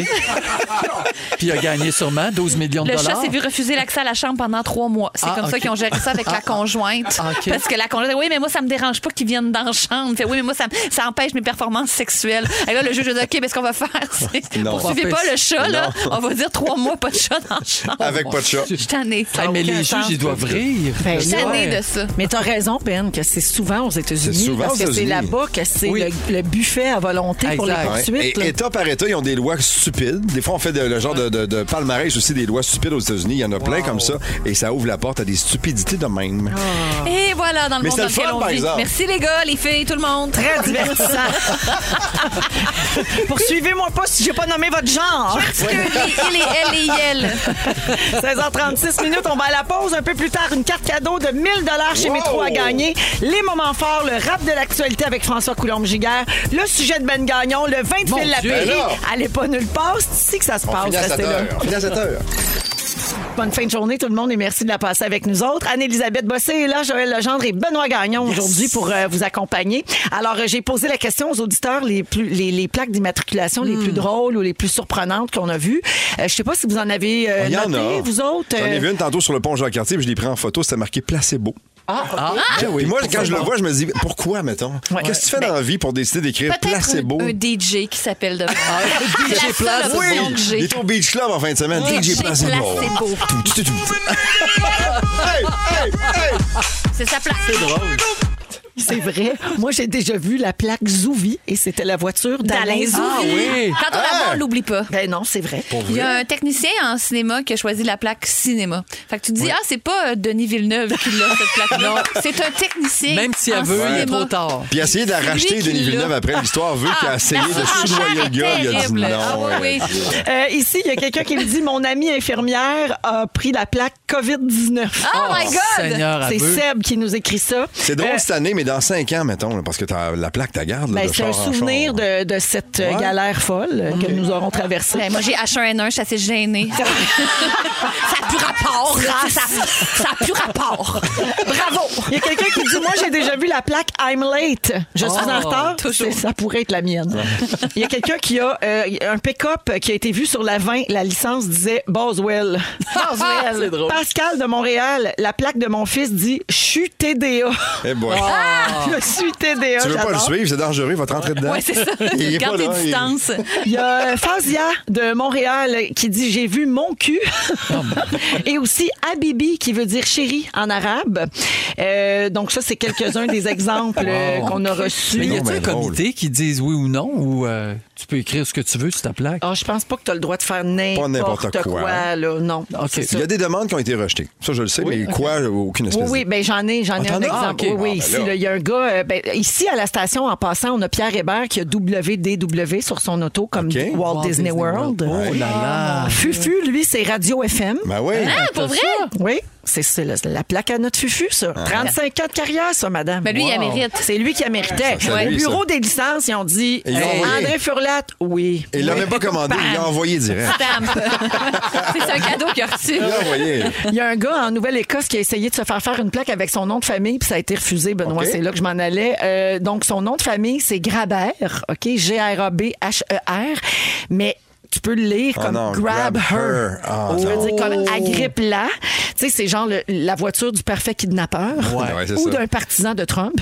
E: Puis il a gagné sûrement 12 millions de
C: Le chat
E: dollars.
C: s'est vu refuser l'accès à la chambre pendant trois mois. C'est
E: Ah,
C: comme ça
E: ok.
C: qu'ils ont géré ça avec la conjointe.
E: Ah, ok.
C: Parce que la conjointe, oui, mais moi, ça me dérange pas qu'ils viennent dans la chambre. Fait, oui, mais moi, ça, me- ça empêche mes performances sexuelles. Et là, le juge a dit, OK, mais ce qu'on va faire, c'est.
A: Non.
C: Poursuivez pas le chat, là. On va dire trois mois, pas de chat dans la chambre.
A: Avec pas de chat.
C: Je suis tannée.
E: Hey, Ah, mais les
B: sens.
E: juges, ils doivent rire.
B: Ben,
C: Je suis tannée
B: ouais.
C: de ça.
B: Mais t'as raison, Ben, que c'est souvent aux
A: C'est
B: États-Unis.
A: souvent
B: Parce
A: aux
B: que c'est
A: États-Unis.
B: là-bas que c'est
E: Oui.
B: le, le buffet à volonté pour les
E: Exact.
A: Ouais.
B: poursuites.
A: Et-
B: là.
A: État par État, ils ont des lois stupides. Des fois, on fait de- le genre de, de- de palmarès aussi des lois stupides aux États-Unis. Il y en a plein comme ça. Et ça ouvre la porte à des stupidités de même.
E: Ah.
C: Et voilà, dans le
A: Mais
C: monde
A: c'est
C: dans
A: le
C: lequel
A: fun,
C: on
A: par
C: vit.
A: exemple.
C: Merci, les gars, les filles, tout le monde.
E: Ah,
B: Très divertissant. Poursuivez-moi pas si j'ai pas nommé votre genre.
C: Parce que les- il et elle et elle.
B: 16h36 minutes, on va à la pause. Un peu plus tard, une carte cadeau de 1000 dollars chez Métro à gagner. Les moments forts, le rap de l'actualité avec François Coulombe-Giguerre, le sujet de Ben Gagnon, le 20 de
E: Mon
B: fil la
E: Dieu,
A: alors.
B: Allez pas nulle part, c'est ici que ça se
A: Ben On
B: passe.
A: finit à
B: Restez
A: 7
B: là.
A: heures. On finit à 7 heures.
B: Bonne fin de journée tout le monde et merci de la passer avec nous autres. Anne-Elisabeth Bossé est là, Joël Legendre et Benoît Gagnon aujourd'hui pour euh, vous accompagner. Alors, euh, j'ai posé la question aux auditeurs, les, plus, les, les plaques d'immatriculation les
A: Hmm.
B: plus drôles ou les plus surprenantes qu'on a vues. Euh, je sais pas si vous en avez euh,
A: Il y en
B: noté,
A: a.
B: vous autres.
A: J'en ai
B: euh,
A: vu une tantôt sur le pont Jean-Cartier, puis je l'ai pris en photo. C'était marqué placebo.
E: Ah,
A: Puis moi, quand je le vois, je me dis, pourquoi, mettons?
B: Ouais.
A: Qu'est-ce que tu fais dans la vie pour décider d'écrire
C: Peut-être
A: placebo?
C: un, un DJ qui s'appelle demain.
E: Ah, un
C: C'est la
E: DJ
C: seule
E: place.
C: option
A: Oui!
C: que
A: Il
C: j'ai.
A: est au Beach Club en fin de semaine.
C: Oui,
A: DJ
C: chez
A: placebo.
C: Placebo.
A: Tout, tout, tout, tout. Hey, hey, hey!
C: C'est sa place. C'est drôle.
B: C'est vrai. Moi, j'ai déjà vu la plaque Zouvi et c'était la voiture d'Alain
C: D'Alain
B: Zouvi.
E: Ah oui.
C: Quand on la voit, on l'oublie pas.
B: Ben non, c'est vrai.
C: Il y a un technicien en cinéma qui a choisi la plaque cinéma. Fait que tu te dis, ah, c'est pas euh, Denis Villeneuve qui l'a, cette plaque-là. C'est un technicien.
E: Même si
C: en
E: elle veut, il est
C: cinéma.
E: trop tard.
A: Puis essayer de la
C: C'est
A: racheter,
C: lui qui
A: Denis
C: l'a.
A: Villeneuve, après l'histoire, veut qu'il a
C: Ah,
A: essayé
C: la
A: de
C: surenchère
A: soudoyer le
C: est
A: gars. Il a dit
C: terrible.
A: non.
C: Ah oui, oui.
A: il a dit-
B: Euh, ici, il y a quelqu'un qui me dit mon amie infirmière a pris la plaque COVID-19.
C: Oh, my God!
E: Seigneur, à
B: C'est
E: deux.
B: Seb qui nous écrit ça.
A: C'est drôle
B: Euh,
A: cette année, mais dans 5 ans, mettons, là, parce que t'as la plaque, t'as garde. là,
B: ben,
A: de
B: c'est un
A: char en
B: souvenir
A: char.
B: de, de cette euh,
A: Ouais.
B: galère folle euh, que nous aurons traversée.
C: Ben, moi, j'ai H1N1, je suis assez gênée. Ça n'a plus rapport. là. Ça n'a plus rapport. Bravo.
B: Il y a quelqu'un qui dit Moi, j'ai déjà vu la plaque I'm late. Je suis
E: Oh,
B: en retard.
C: toujours.
B: C'est- Ça pourrait être la mienne. Il y a quelqu'un qui a euh, un pick-up qui a été vu sur la 20. La licence disait Boswell. Boswell.
E: C'est drôle.
B: Pascal de Montréal, la plaque de mon fils dit Je suis TDA.
A: Eh boy.
B: Je suis TDA.
A: tu veux pas le
B: j'adore.
A: suivre, c'est dangereux, il va te rentrer dedans.
C: Ouais, c'est ça.
A: Il est
C: Garde
A: pas
C: tes
A: là, il-
C: distances.
B: Il y a euh, Fazia de Montréal qui dit J'ai vu mon cul.
A: Oh
B: Et aussi Habibi qui veut dire chérie en arabe. Euh, donc, ça, c'est quelques-uns des exemples euh, qu'on a reçus.
E: Mais y a-t-il
A: mais
E: un
A: drôle.
E: comité qui dise oui ou non ou euh, tu peux écrire ce que tu veux sur ta plaque?
B: Ah, je pense pas que tu as le droit de faire n'importe
A: n'importe
B: quoi.
A: quoi.
B: là, non.
E: OK.
B: C'est ça.
A: Il y a des demandes qui ont été rejetées. Ça, je le sais, mais quoi, aucune
B: Oui,
A: espèce
B: oui, ben j'en ai, j'en ai
A: Ah,
B: un
A: t'en as?
B: exemple.
A: Ah, ok.
B: Oui, oui,
A: Ah, ben
B: ici,
A: là.
B: là, il y a un gars, euh, ben, ici à la station, en passant, on a Pierre Hébert qui a WDW sur son auto, comme
A: Ok.
B: Walt, Disney, World. Ah,
E: Oh là là.
B: Fufu, lui, c'est Radio FM.
A: Ben oui.
C: Ah, pour vrai?
B: Oui, c'est c'est la, la plaque à notre fufu, ça.
A: Ah.
B: 35 ans de carrière, ça, madame.
C: Mais Ben lui, il la
E: Wow.
C: mérite.
B: C'est lui qui la méritait.
A: Ça, c'est
B: Au
A: lui,
B: bureau des licences, ils ont dit
A: Et ils l'ont
B: Hey,
A: envoyé.
B: André Furlat, oui.
A: Il l'a même pas commandé, il l'a envoyé direct.
C: Stamp. C'est un cadeau qu'il a reçu.
A: Il l'a envoyé.
B: Il y a un gars en Nouvelle-Écosse qui a essayé de se faire faire une plaque avec son nom de famille, puis ça a été refusé, Benoît.
A: OK.
B: C'est là que je m'en allais. Euh, donc, son nom de famille, c'est Grabher, OK? G-R-A-B-H-E-R. E Mais tu peux le lire
A: Oh
B: comme
A: non,
B: grab,
A: grab
B: her.
A: her. Ah,
B: Ça veut
A: non.
B: dire comme agrippe-la. Tu sais, c'est genre le- la voiture du parfait kidnappeur
A: Ouais. Ouais, c'est
B: ou
A: ça.
B: d'un partisan de Trump.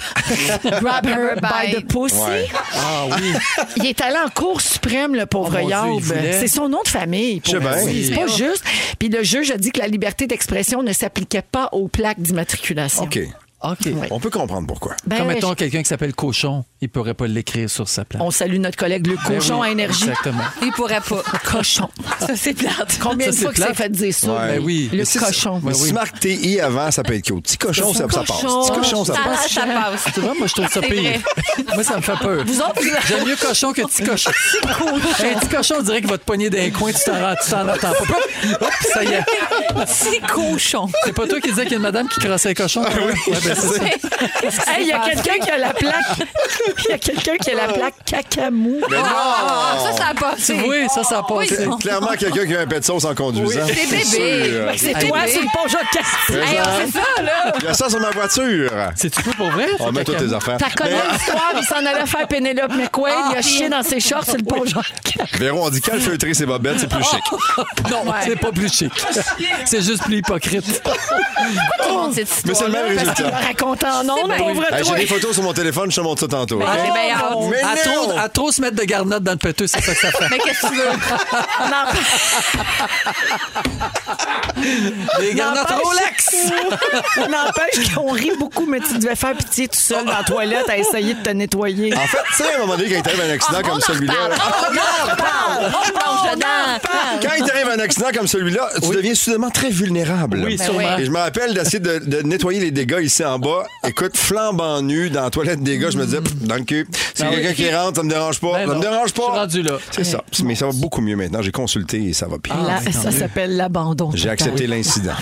B: grab her by the pussy.
A: Ouais.
E: Ah oui.
B: Il est allé en Cour suprême, le pauvre
E: Oh, mon Dieu,
B: Yaub.
E: il voulait.
B: C'est son nom de famille.
A: Je sais
B: pauvre
A: bien.
B: petit. C'est pas juste. Puis le juge a dit que la liberté d'expression ne s'appliquait pas aux plaques d'immatriculation.
A: OK.
E: OK.
A: On peut comprendre pourquoi.
B: Ben,
E: Comme mettons
B: je-
E: quelqu'un qui s'appelle Cochon, il pourrait pas l'écrire sur sa plaque.
B: On salue notre collègue le
E: Ben
B: cochon
E: oui,
B: à énergie.
E: Exactement.
C: Il pourrait pas.
B: Cochon.
C: Ça, c'est plate.
B: Combien
E: Ça,
B: de
E: c'est
B: fois que c'est
E: plate.
B: fait dire ça?
A: Ouais.
B: lui?
E: Ben oui.
B: Le
A: Mais si-
B: cochon.
A: Mais
E: Ben
A: si
E: oui.
A: tu marques TI avant, ça peut être cute. Petit cochon, ça, ça passe. Petit cochon, ça
C: Ça
A: passe.
C: passe, ça passe.
E: Tu vois, moi, je trouve ça
C: C'est
E: pire. Moi, ça me fait peur. Vous autres, J'aime mieux cochon que petit cochon. Un petit cochon, on dirait qu'il va te poigner d'un coin, tu t'en rends- tu t'en attends pas. Hop, ça y est.
C: Petit cochon.
E: C'est pas toi qui disais qu'il y a une madame qui crossait un
A: Ah
E: cochon. toi, hein? Ouais, ben, c'est ça.
B: Hey, il y a quelqu'un qui a la plaque. Il y a quelqu'un qui a la plaque cacamou.
C: Ah, ça, ça a
E: Tu
C: passé.
E: vois, Ben ça, ça a
C: Oui,
E: passé.
C: non.
A: Clairement, quelqu'un qui a un pet de sauce en conduisant.
C: C'est bébé.
A: sûr.
C: Ben,
B: C'est toi
C: bébé.
B: sur le pont Jacques.
C: Hey, on fait ça, là.
A: Il y a ça sur ma voiture.
E: C'est-tu peu pour vrai?
A: On
E: ça,
A: met toutes
E: caca?
A: tes affaires.
B: T'as connu l'histoire, il s'en allait faire Pénélope McQuaid,
C: Ah,
B: il a chié dans ses shorts sur le pont Jacques.
A: Véro, on dit calfeutrer ses bobettes, c'est plus chic.
C: Oh.
E: Non, c'est pas plus chic. C'est juste plus hypocrite.
C: Tout le monde sait cette
A: Mais c'est le
C: histoire-là.
A: même résultat.
B: Raconte en nom,
C: bien.
B: pauvre
A: Hey, Ben, J'ai
B: toi.
A: des photos sur mon téléphone, je te montre ça tantôt.
C: Ah,
A: OK?
C: j'ai bien hâte.
A: Mais
E: à,
A: non!
E: trop, à trop se mettre de garnottes dans le péteux, c'est ça que ça fait.
C: Mais qu'est-ce que tu veux?
E: Des garnottes
B: N'empêche-
E: Rolex!
B: N'empêche qu'on rit beaucoup, mais tu devais faire pitié tout seul dans la toilette à essayer de te nettoyer. Ah,
A: En fait, tu sais, à un moment donné, quand il t'arrive un accident comme celui-là,
C: On plonge dedans.
B: Ah.
A: quand il t'arrive un accident comme celui-là, tu deviens soudainement très vulnérable.
E: Oui,
B: Ben
E: sûrement.
A: Et je me rappelle d'essayer de, de nettoyer les dégâts ici en bas. Écoute, flambant nu dans la toilette des gars, je me disais, pff, dans le cul. Si
E: Ben
A: quelqu'un
E: oui.
A: qui rentre, ça me dérange pas.
E: Ben
A: ça
E: non,
A: me dérange
E: Je suis
A: pas.
E: rendu là.
A: C'est ça. Mais ça va beaucoup mieux maintenant. J'ai consulté et ça va pire.
E: Ah,
B: Là,
E: mais tant
B: ça
E: mieux.
B: s'appelle l'abandon.
A: J'ai
B: total.
A: accepté l'incident.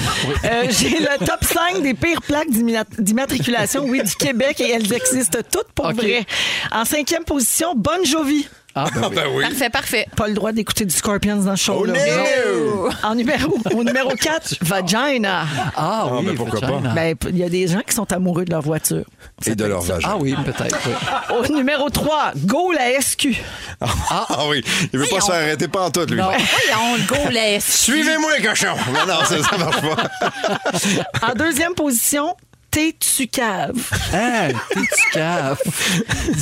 B: Euh, J'ai le top 5 des pires plaques d'immi- d'immatriculation, oui, du Québec, et elles existent toutes pour
E: OK.
B: vrai. En cinquième position, Bon Jovi.
E: Ah, ben oui.
C: Parfait, parfait.
B: Pas le droit d'écouter du Scorpions dans ce
A: Oh
B: show-là.
A: no!
B: En numéro, au numéro 4, Vagina.
E: Ah oui,
A: ben pourquoi
E: vagina.
B: Ben, il y a des gens qui sont amoureux de leur voiture.
A: Et de leur vagin.
E: Ah oui, peut-être. oui.
B: Au numéro 3, Go la SQ.
A: Ah, oui. Il veut pas se faire arrêter pas en tout, lui.
E: Non.
C: Voyons, le go, laisse.
A: Suivez-moi, les cochons! Non, non, ça, ça marche pas.
B: En deuxième position, T'es-tu cave?
E: Hey, Hein? t'es-tu cave?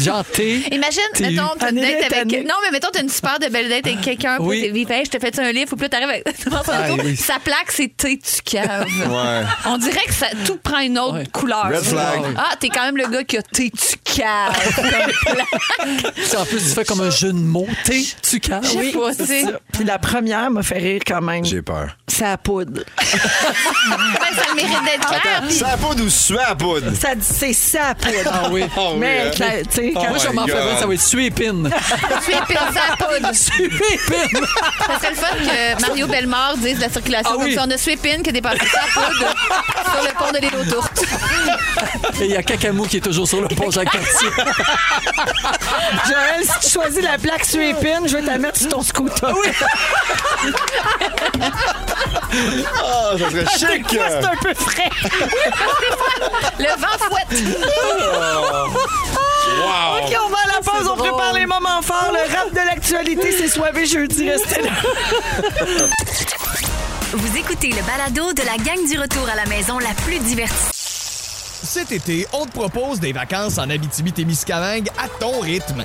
E: Genre, t'es.
C: Imagine, mettons, t'as une
B: Année
C: date avec.
B: d'année.
C: Non, mais mettons, t'as une super de belle date avec quelqu'un.
E: Oui.
C: Oui. Vite, hey, je te fais un livre. Ou puis là, t'arrives avec. tu commences à
E: Ah,
C: retour,
E: oui.
C: Sa plaque, c'est t'es tu cave.
A: Ouais.
C: On dirait que ça, tout prend une autre
E: Ouais.
C: couleur.
A: Red flag.
C: Ah, t'es quand même le gars qui a t'es tu Ben, cave. comme plaque.
E: t'es- En plus, tu fais comme un jeu de mots. T'es-tu cave?
C: Je sais pas, tu sais.
B: Puis la première m'a fait rire quand même.
A: J'ai peur.
B: C'est à poudre.
C: Ben, ça le mérite d'être clair.
A: Ça à poudre ou suer à poudre?
B: Ça dit c'est ça à poudre.
E: Ah oui. Ah,
A: Ah oui,
B: Mais
A: hein? Oh
B: ça- tu sais, quand
E: Moi, je
A: my
E: m'en ferais
A: God.
E: bien, ça va être suépine.
C: Tu es à poudre.
E: Suépine!
C: Ça serait le fun que Mario Bellemare dise de la circulation.
E: Ah oui.
C: Comme si on a Swipin qui a dépassé sa poudre sur le pont de l'île aux tourtes.
E: Et il y a Cacamou qui est toujours sur le pont Jacques-Cartier.
B: Joël, si tu choisis la plaque sur épine, je vais te la mettre sur ton scooter. Oui.
A: Ah, ça serait
B: C'est
A: chic!
B: quoi, c'est un peu frais.
C: Le vent fouette.
A: Wow!
B: OK, on va à
H: Ah,
B: la pause, on prépare les moments forts. Le rap de l'actualité, c'est soivé jeudi. Restez là.
D: Vous écoutez le balado de la gang du retour à la maison la plus divertie.
F: Cet été, on te propose des vacances en Abitibi-Témiscamingue à ton rythme.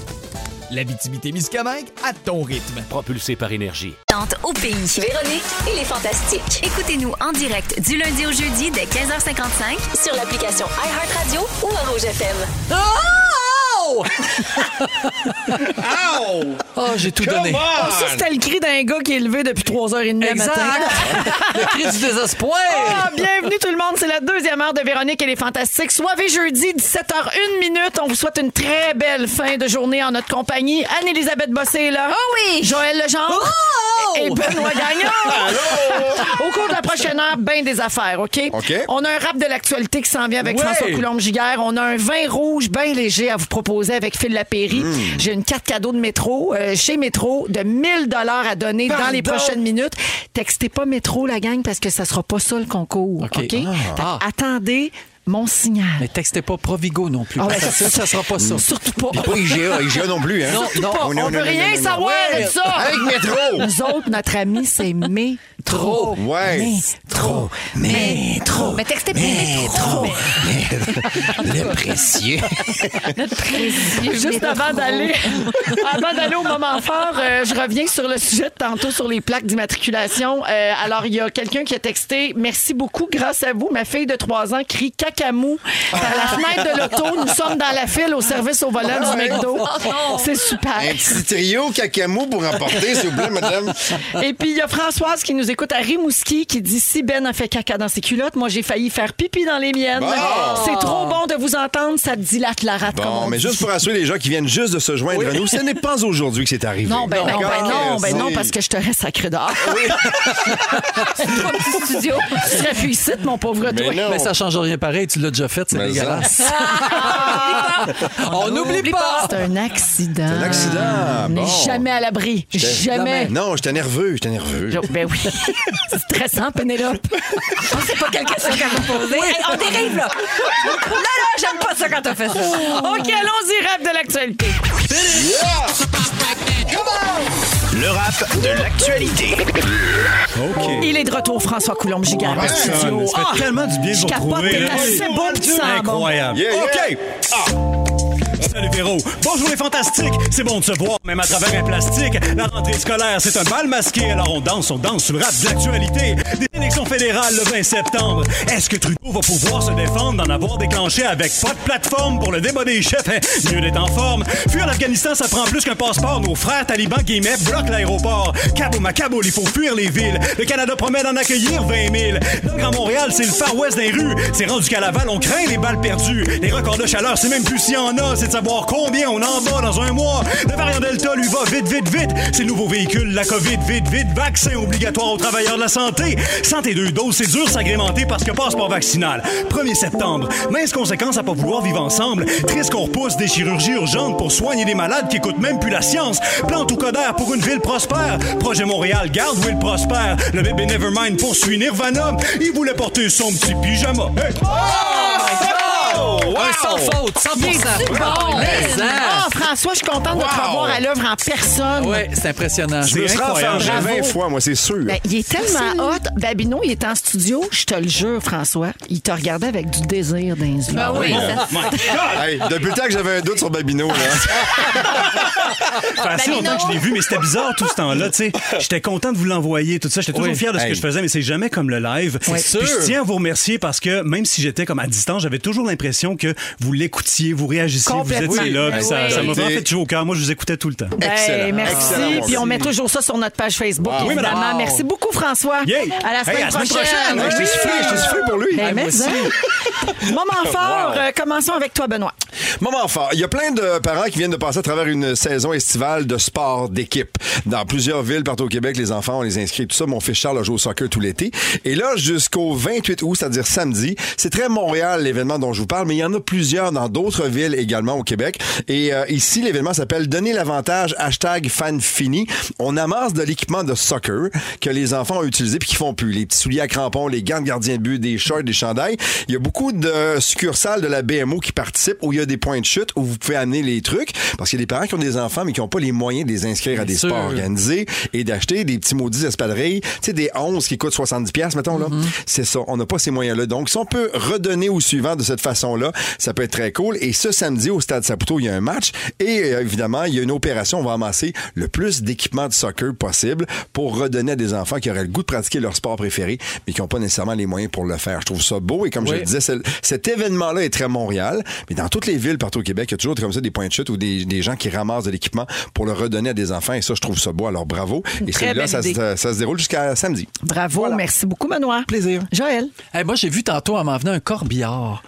F: L'Abitibi-Témiscamingue à ton rythme.
I: Propulsé par énergie.
D: Tente au pays. Véronique et les Fantastiques. Écoutez-nous en direct du lundi au jeudi dès 15h55 sur l'application iHeartRadio ou à Rouge FM.
E: Oh! Oh, j'ai tout donné.
B: Ça, c'était le cri d'un gars qui est levé depuis 3h30 le
E: Exact!
B: matin.
E: le cri du désespoir!
B: Ah, bienvenue tout le monde, c'est la deuxième heure de Véronique et les Fantastiques. Soivez jeudi, 17h01 minute. On vous souhaite une très belle fin de journée en notre compagnie. Anne-Élisabeth Bossé est là. Oh oui! Joël Legendre.
E: Oh!
B: Et Benoît Gagnon. Au cours de la prochaine heure, ben des affaires, OK?
A: OK.
B: On a un rap de l'actualité qui s'en vient avec
E: Ouais.
B: François Coulombe-Giguère. On a un vin rouge bien léger à vous proposer avec Phil Lapéry.
E: Mmh.
B: J'ai une carte cadeau de métro, euh, chez Métro, de 1000 dollars à donner dans les
E: Pardon?
B: prochaines minutes. Textez pas Métro, la gang, parce que ça sera pas ça le concours. OK?
E: OK. Ah.
B: Fait- Attendez mon signal.
E: Mais textez pas Provigo non plus.
B: Ah ouais,
E: parce que
B: c'est-
E: ça, ça sera pas ça.
B: Surtout pas.
A: Pas IGA, IGA non plus, hein?
E: Non, non.
B: On
A: On est- on est-
B: veut
A: on est-
B: rien
A: on est-
B: savoir de ça.
A: Avec métro!
B: Nous autres, notre ami, c'est Métro.
A: Ouais.
B: Métro. Métro.
C: Mais textez pas trop.
J: Le précieux.
B: Juste avant d'aller, avant d'aller au moment fort, euh, je reviens sur le sujet de tantôt sur les plaques d'immatriculation. Euh, alors, il y a quelqu'un qui a texté Merci beaucoup, grâce à vous, ma fille de 3 ans crie cacamou par la fenêtre de l'auto. Nous sommes dans la file au service au volant
A: Ah,
B: du McDo. C'est super.
A: Un petit trio cacamou pour emporter, s'il vous plaît, madame.
B: Et puis, il y a Françoise qui nous écoute à Rimouski qui dit Si Ben a fait caca dans ses culottes, moi, j'ai failli faire pipi dans les miennes.
A: Bon.
B: C'est trop bon de vous entendre, ça dilate la rate. comme
A: Bon,
B: on
A: mais
B: dit.
A: juste pour assurer les gens qui viennent juste de se joindre à nous, ce n'est pas aujourd'hui que c'est arrivé.
B: Non, ben non,
A: D'accord?
B: ben non, ben
A: C'est-
B: non, parce que je te reste sacré dehors.
C: Pas petit studio.
B: tu serais plus ici, mon pauvre
A: Mais
B: toi.
A: non.
E: Mais ça change rien pareil, tu l'as déjà fait, c'est
A: Mais
E: dégueulasse. On n'oublie pas!
B: C'est un accident.
A: un accident.
B: On n'est
A: Bon.
B: jamais à l'abri. Jamais.
A: Non, j'étais nerveux, j'étais nerveux.
B: Jo- Ben oui. C'est stressant, Pénélope.
H: C'est pas quelle question qu'elle va poser. Hey, on dérive, là. Là, là, j'aime pas ça quand t'as fait ça.
B: OK, allons-y, rêve de l'actualité.
I: Le rap de l'actualité.
A: OK.
B: Il est de retour, François Coulombe-Gigard. en studio.
K: Ça fait
B: Ah!
K: tellement du bien de
B: je
K: vous
B: capote,
K: retrouver.
B: t'es
K: là.
B: assez beau, pis ça sent bon.
K: Incroyable.
A: Yeah, yeah.
K: OK. Ah. Salut Véro. Bonjour les fantastiques. C'est bon de se voir, même à travers un plastique. La rentrée scolaire, c'est un bal masqué. Alors on danse, on danse sur le rap de l'actualité. Des élections fédérales le 20 septembre. Est-ce que Trudeau va pouvoir se défendre d'en avoir déclenché avec pas de plateforme pour le débat des chefs? Hein, Mieux d'être en forme. Fuir l'Afghanistan, ça prend plus qu'un passeport. Nos frères talibans guillemets bloquent l'aéroport. Kaboum à Kaboul, il faut fuir les villes. Le Canada promet d'en accueillir 20 000. Dans le Grand Montréal, c'est le Far West des rues. C'est rendu qu'à Laval, on craint les balles perdues. Les records de chaleur, c'est même plus s'il y en a. C'est de savoir combien on en va dans un mois. Le variant Delta, lui, va vite, vite, vite. Ces nouveaux véhicules, la COVID, vite, vite. Vaccin obligatoire aux travailleurs de la santé. Santé deux doses, c'est dur de s'agrémenter parce que passeport vaccinal. 1er septembre. Mince conséquence à pas vouloir vivre ensemble. Triste qu'on repousse des chirurgies urgentes pour soigner des malades qui écoutent même plus la science. Plan tout codère pour une ville prospère. Projet Montréal, garde Will Prosper. Le bébé Nevermind poursuit Nirvana. Il voulait porter son petit pyjama. Hey!
B: Oh,
E: Un Oh, sans faute, 100 Mais, hein.
B: Ah, François, je suis contente de te revoir à l'œuvre en personne.
E: Ouais, c'est impressionnant.
A: Je me
K: C'est
A: serais
K: incroyable.
A: enfermé
B: Bravo.
A: 20 fois, moi, c'est sûr.
B: Ben, il est tellement hot. Babino, il est en studio, je te le jure, François. Il te regardait avec du désir dans les yeux.
C: Ben oui, ça
K: Oh my God!
A: Ah Hey, depuis le temps que j'avais un doute sur Babino, là.
K: Ça fait
B: Ben,
K: assez longtemps que je l'ai vu, mais c'était bizarre tout ce temps-là. tu sais. J'étais content de vous l'envoyer, tout ça. J'étais toujours fier de ce
A: Hey.
K: que je faisais, mais c'est jamais comme le live. Puis
E: sûr.
K: Je tiens à vous remercier parce que même si j'étais comme à distance, j'avais toujours l'impression que vous l'écoutiez, vous réagissiez, vous
B: Complètement.
K: étiez là.
B: Oui.
K: puis Ça
B: Oui.
K: ça m'a vraiment fait chaud au cœur. Moi, je vous écoutais tout le temps.
B: Ben, merci. Puis on met toujours ça sur notre page Facebook,
K: Wow. Oui, madame.
B: évidemment.
K: Wow.
B: Merci beaucoup, François. À la semaine
K: Hey, à la semaine
B: prochaine.
K: prochaine. Hey, je t'ai soufflé, je t'ai soufflé
A: pour lui.
B: Ben,
A: Hey, moi
B: mais, hein. Moment fort,
A: Wow.
B: euh, commençons avec toi, Benoît.
A: Moment fort. Il y a plein de parents qui viennent de passer à travers une saison estivale de sport d'équipe. Dans plusieurs villes partout au Québec, les enfants, on les inscrit, tout ça. Mon fils Charles a joué au soccer tout l'été. Et là, jusqu'au 28 août, c'est-à-dire samedi, c'est très Montréal, l'événement dont je vous parle, mais il y en a plusieurs dans d'autres villes également au Québec. Et euh, ici, l'événement s'appelle Donner l'avantage, hashtag fan fini. On amasse de l'équipement de soccer que les enfants ont utilisé puis qu'ils font plus. Les petits souliers à crampons, les gants de gardien de but, des shorts, des chandails. Il y a beaucoup de succursales de la BMO qui participent où il y a des points de chute où vous pouvez amener les trucs parce qu'il y a des parents qui ont des enfants mais qui n'ont pas les moyens de les inscrire à des
E: sûr.
A: sports organisés et d'acheter des petits maudits espadrilles, tu sais, des 11 qui coûtent 70$, mettons, là.
E: Mm-hmm.
A: C'est ça. On n'a pas ces moyens-là. Donc, si on peut redonner au suivant de cette façon-là, ça peut être très cool. Et ce samedi, au Stade Saputo, il y a un match. Et euh, évidemment, il y a une opération. On va amasser le plus d'équipements de soccer possible pour redonner à des enfants qui auraient le goût de pratiquer leur sport préféré, mais qui n'ont pas nécessairement les moyens pour le faire. Je trouve ça beau. Et comme je
E: Oui.
A: le disais, c'est- cet événement-là est très Montréal. Mais dans toutes les villes partout au Québec, il y a toujours comme ça des points de chute ou des, des gens qui ramassent de l'équipement pour le redonner à des enfants. Et ça, je trouve ça beau. Alors, bravo. Et
B: Très
A: celui-là,
B: belle
A: ça, se-
B: idée.
A: ça se déroule jusqu'à samedi.
B: Bravo, merci beaucoup, Benoît.
A: Plaisir.
B: Joël. Ah.
E: Eh, moi, j'ai vu tantôt en m'en venant un corbillard.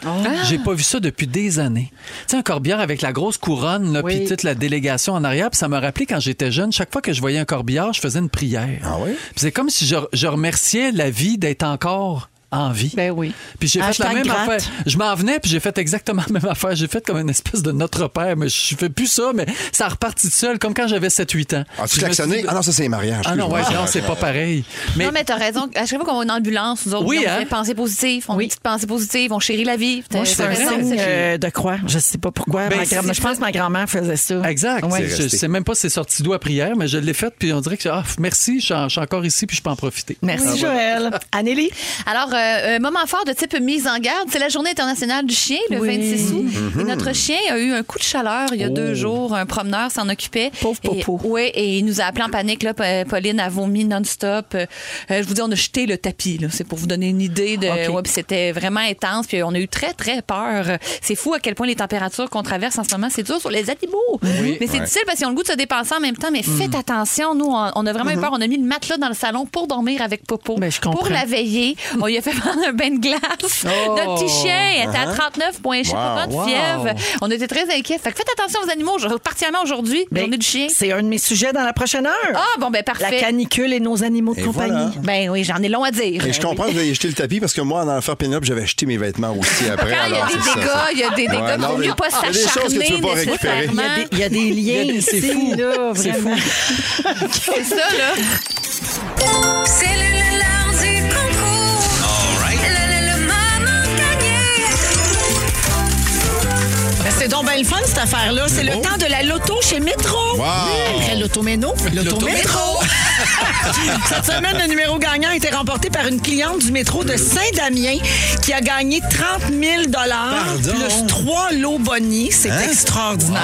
E: J'ai pas vu ça depuis des années. Tu sais, un corbillard avec la grosse couronne, là,
B: Oui.
E: puis toute la délégation en arrière. Puis ça me rappelait quand j'étais jeune, chaque fois que je voyais un corbillard, je faisais une prière.
A: Ah oui?
E: Puis c'est comme si je, je remerciais la vie d'être encore en vie.
B: Ben oui.
E: Puis j'ai fait la
B: Hashtag
E: même
B: gratte.
E: affaire. Je m'en venais, puis j'ai fait exactement la même affaire. J'ai fait comme une espèce de notre père, mais je fais plus ça, mais ça repartit tout seul, comme quand j'avais 7-8 ans.
A: As-tu
E: Puis je me
A: klaxonné?
E: suis dit-
A: Ah non, ça, c'est les mariages.
E: Ah non, ouais,
A: Excuse-moi.
E: non, c'est pas pareil. Mais
C: Non, mais t'as raison. À chaque fois qu'on va en ambulance, nous autres,
E: Oui,
C: on
E: hein?
C: fait pensée positive, on a une petite pensée positive, on chérit la vie.
B: Moi, je fais
C: T'as
B: un
C: raison,
B: signe
C: c'est-
B: euh, de croix. Je sais pas pourquoi.
E: Ben,
B: Ma
E: c'est-
B: grand- je pense que ma grand-mère faisait ça.
E: Exact.
B: Ouais.
E: Je sais même pas si c'est sorti d'où à prière, mais je l'ai faite, puis on dirait que ah, merci, je suis en- je suis encore ici, puis je peux en profiter. Ah,
B: Merci, Joël. Anélie?
C: Alors, euh, euh, moment fort de type mise en garde, c'est la journée internationale du chien, le 26 août. Et
B: Mm-hmm.
C: notre chien a eu un coup de chaleur il y a deux jours. Un promeneur s'en occupait.
B: Oh. Pauvre popo.
C: Oui, et il nous a appelé en panique. Là, Pa- Pauline a vomi non-stop. Euh, euh, je vous dis, on a jeté le tapis. là. C'est pour vous donner une idée. de.
E: Ok.
C: ouais, puis C'était vraiment intense. Puis on a eu très, très peur. C'est fou à quel point les températures qu'on traverse en ce moment, c'est dur sur les animaux. Mais c'est difficile parce qu'ils ont le goût de se dépenser en même temps. Mais
B: Hmm.
C: faites attention. Nous, on, on a vraiment eu peur. On a mis le matelas dans le salon pour dormir avec Popo.
B: Mhm. Ben, je
C: Pour
B: comprends.
C: la veillée. On lui a fait prendre un bain de glace.
E: Oh.
C: Notre petit chien était à
B: Uh-huh.
C: 39 points, je sais pas
A: Wow.
C: quoi, de fièvre. On était très inquiets. Fait que faites attention aux animaux, je- particulièrement aujourd'hui,
B: Ben,
C: journée du chien.
B: C'est un de mes sujets dans la prochaine heure.
C: Ah, bon, ben
B: la
C: parfait.
B: canicule et nos animaux de
A: Et
B: compagnie.
A: voilà.
C: Ben oui, j'en ai long à dire.
A: Et je comprends que vous avez jeté le tapis parce que moi, en allant faire pin-up, j'avais jeté mes vêtements aussi après.
C: Quand il y a
A: alors,
C: des
A: c'est ça, ça.
C: dégâts, il y a des dégâts,
A: Ouais,
C: il vaut
A: non,
C: mieux pas
A: il y a des choses que tu
C: s'acharner
A: peux pas récupérer.
C: nécessairement.
B: Il y, a des, il y a
E: Il
B: des
E: y a
B: liens
E: des- c'est
B: ici,
E: fou.
B: là,
E: C'est
B: vraiment.
C: C'est ça, là.
G: C'est le lard du concours. Le, le, le maman gagné.
B: Ben, c'est donc bien le fun, cette affaire-là. C'est le temps de la loto chez Métro.
A: Oh. Wow.
B: Après l'automéno, l'autométro. Cette semaine, le numéro gagnant a été remporté par une cliente du métro de Saint-Damien qui a gagné 30 000 plus trois lots bonnies. C'est
A: Hein?
B: extraordinaire.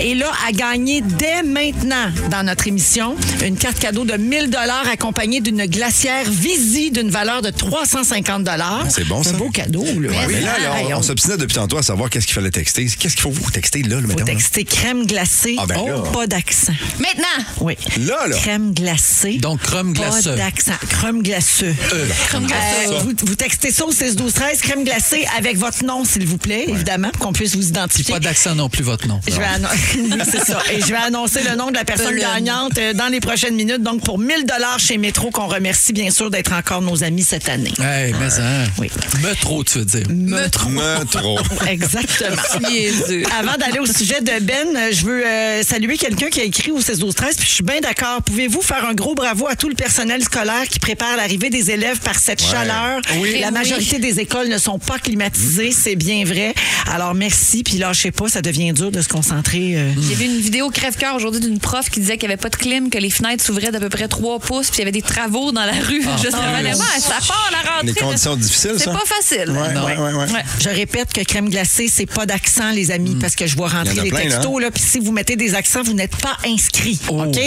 B: Et là, a gagné dès maintenant dans notre émission une carte cadeau de 1000 accompagnée d'une glacière Visi d'une valeur de 350
A: C'est bon,
B: C'est
A: ça.
B: un beau cadeau. Là.
A: Ouais, mais là, là,
B: Hey,
A: on,
B: on-
A: on s'obstinait depuis tantôt à savoir qu'est-ce qu'il fallait texter. Qu'est-ce qu'il faut vous texter là, le
B: faut
A: mettons, là?
B: texter crème glacée,
A: hein? Ah, ben là.
B: Oh, pas d'accent.
C: Maintenant,
B: Oui.
A: Là, là.
B: Crème glacée.
E: Donc, crème glacée.
B: Pas d'accent. Crème glacée. Euh,
C: crème glacée.
B: vous, vous textez ça au 6 12 13 crème glacée avec votre nom, s'il vous plaît, évidemment, pour qu'on puisse vous identifier.
E: Pas d'accent non plus, votre nom.
B: Je vais annon- Oui, c'est ça. Et je vais annoncer le nom de la personne
C: Belum.
B: gagnante euh, dans les prochaines minutes. Donc, pour 1000 dollars chez Métro, qu'on remercie bien sûr d'être encore nos amis cette année.
E: Hey, mais hein.
B: Oui.
E: Me trop, tu veux dire.
A: Me trop.
B: Exactement.
C: Niaiseux.
B: Avant d'aller au sujet de Ben, euh, je veux euh, saluer quelqu'un qui a écrit au 16 12 13 puis je suis bien d'accord. Pouvez-vous faire un gros bravo à tout le personnel scolaire qui prépare l'arrivée des élèves par cette chaleur?
C: Oui.
B: La
C: Oui.
B: majorité des écoles ne sont pas climatisées, c'est bien vrai. Alors merci, puis lâchez pas, ça devient dur de se concentrer. euh,
C: J'ai vu une vidéo crève-cœur aujourd'hui d'une prof qui disait qu'il n'y avait pas de clim, que les fenêtres s'ouvraient d'à peu près 3 pouces, puis il y avait des travaux dans la rue.
B: Ah.
C: Juste
A: Ah,
C: avant les mains. Ah, ça part la rentrée.
A: Les conditions difficiles,
C: C'est
A: ça.
C: pas facile.
A: Ouais, ouais, ouais, ouais.
B: Je répète que crème glacée, c'est pas d'accent. les amis, parce que je vois
A: Mm. Il y
B: rentrer
A: en a
B: les
A: plein,
B: textos.
A: là. hein. Oh.
B: Là. Puis si vous mettez des accents, vous n'êtes pas inscrit. OK?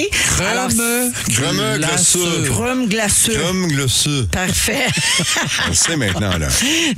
B: Alors,
A: Crème, crème glaceux.
B: Crème glaceux.
A: Crème glaceux.
B: Parfait.
A: On le sait maintenant, là.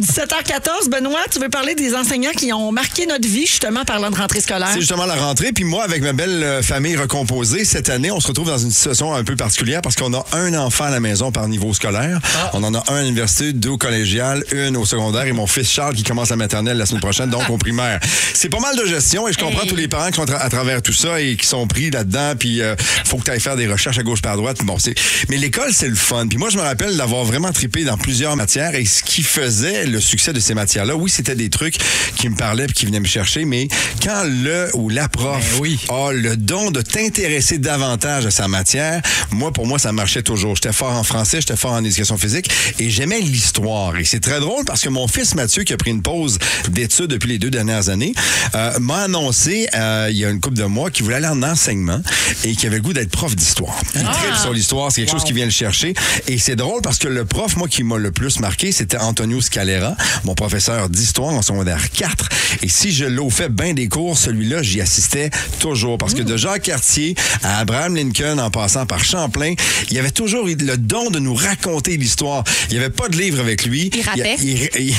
B: 17h14, Benoît, tu veux parler des enseignants qui ont marqué notre vie, justement, parlant de rentrée scolaire.
A: C'est justement la rentrée. Puis moi, avec ma belle euh, famille recomposée, cette année, on se retrouve dans une situation un peu particulière parce qu'on a un enfant à la maison par niveau scolaire. On en a un à l'université, deux au collégial, une au secondaire et mon fils Charles qui commence la maternelle la semaine prochaine, donc au primaire. C'est pas mal de gestion et je comprends tous les parents qui sont tra- à travers tout ça et qui sont pris là-dedans. Puis euh, faut que tu ailles faire des recherches à gauche par droite. Bon, c'est... Mais l'école, c'est le fun. Puis moi, je me rappelle d'avoir vraiment trippé dans plusieurs matières et ce qui faisait le succès de ces matières-là, oui, c'était des trucs qui me parlaient puis qui venaient me chercher, mais quand le ou la prof a le don de t'intéresser davantage à sa matière, moi, pour moi, ça marchait toujours. J'étais fort en français, j'étais fort en éducation physique et j'aimais l'histoire. Et c'est très drôle parce que mon fils Mathieu, qui a pris une pause d'études depuis les deux dernières années, euh, m'a annoncé, euh, il y a une couple de mois, qu'il voulait aller en enseignement et qu'il avait le goût d'être prof d'histoire. Il trippe sur l'histoire, c'est quelque chose qui vient le chercher. Et c'est drôle parce que le prof, moi, qui m'a le plus marqué, c'était Antonio Scalera, mon professeur d'histoire en secondaire 4. Et si je l'ai fait bien des cours, celui-là, j'y assistais toujours. Parce que de Jacques Cartier à Abraham Lincoln, en passant par Champlain, il y avait toujours le don de nous raconter l'histoire. Il n'y avait pas de livre avec lui.
C: Il rappait.
A: Il, il- il-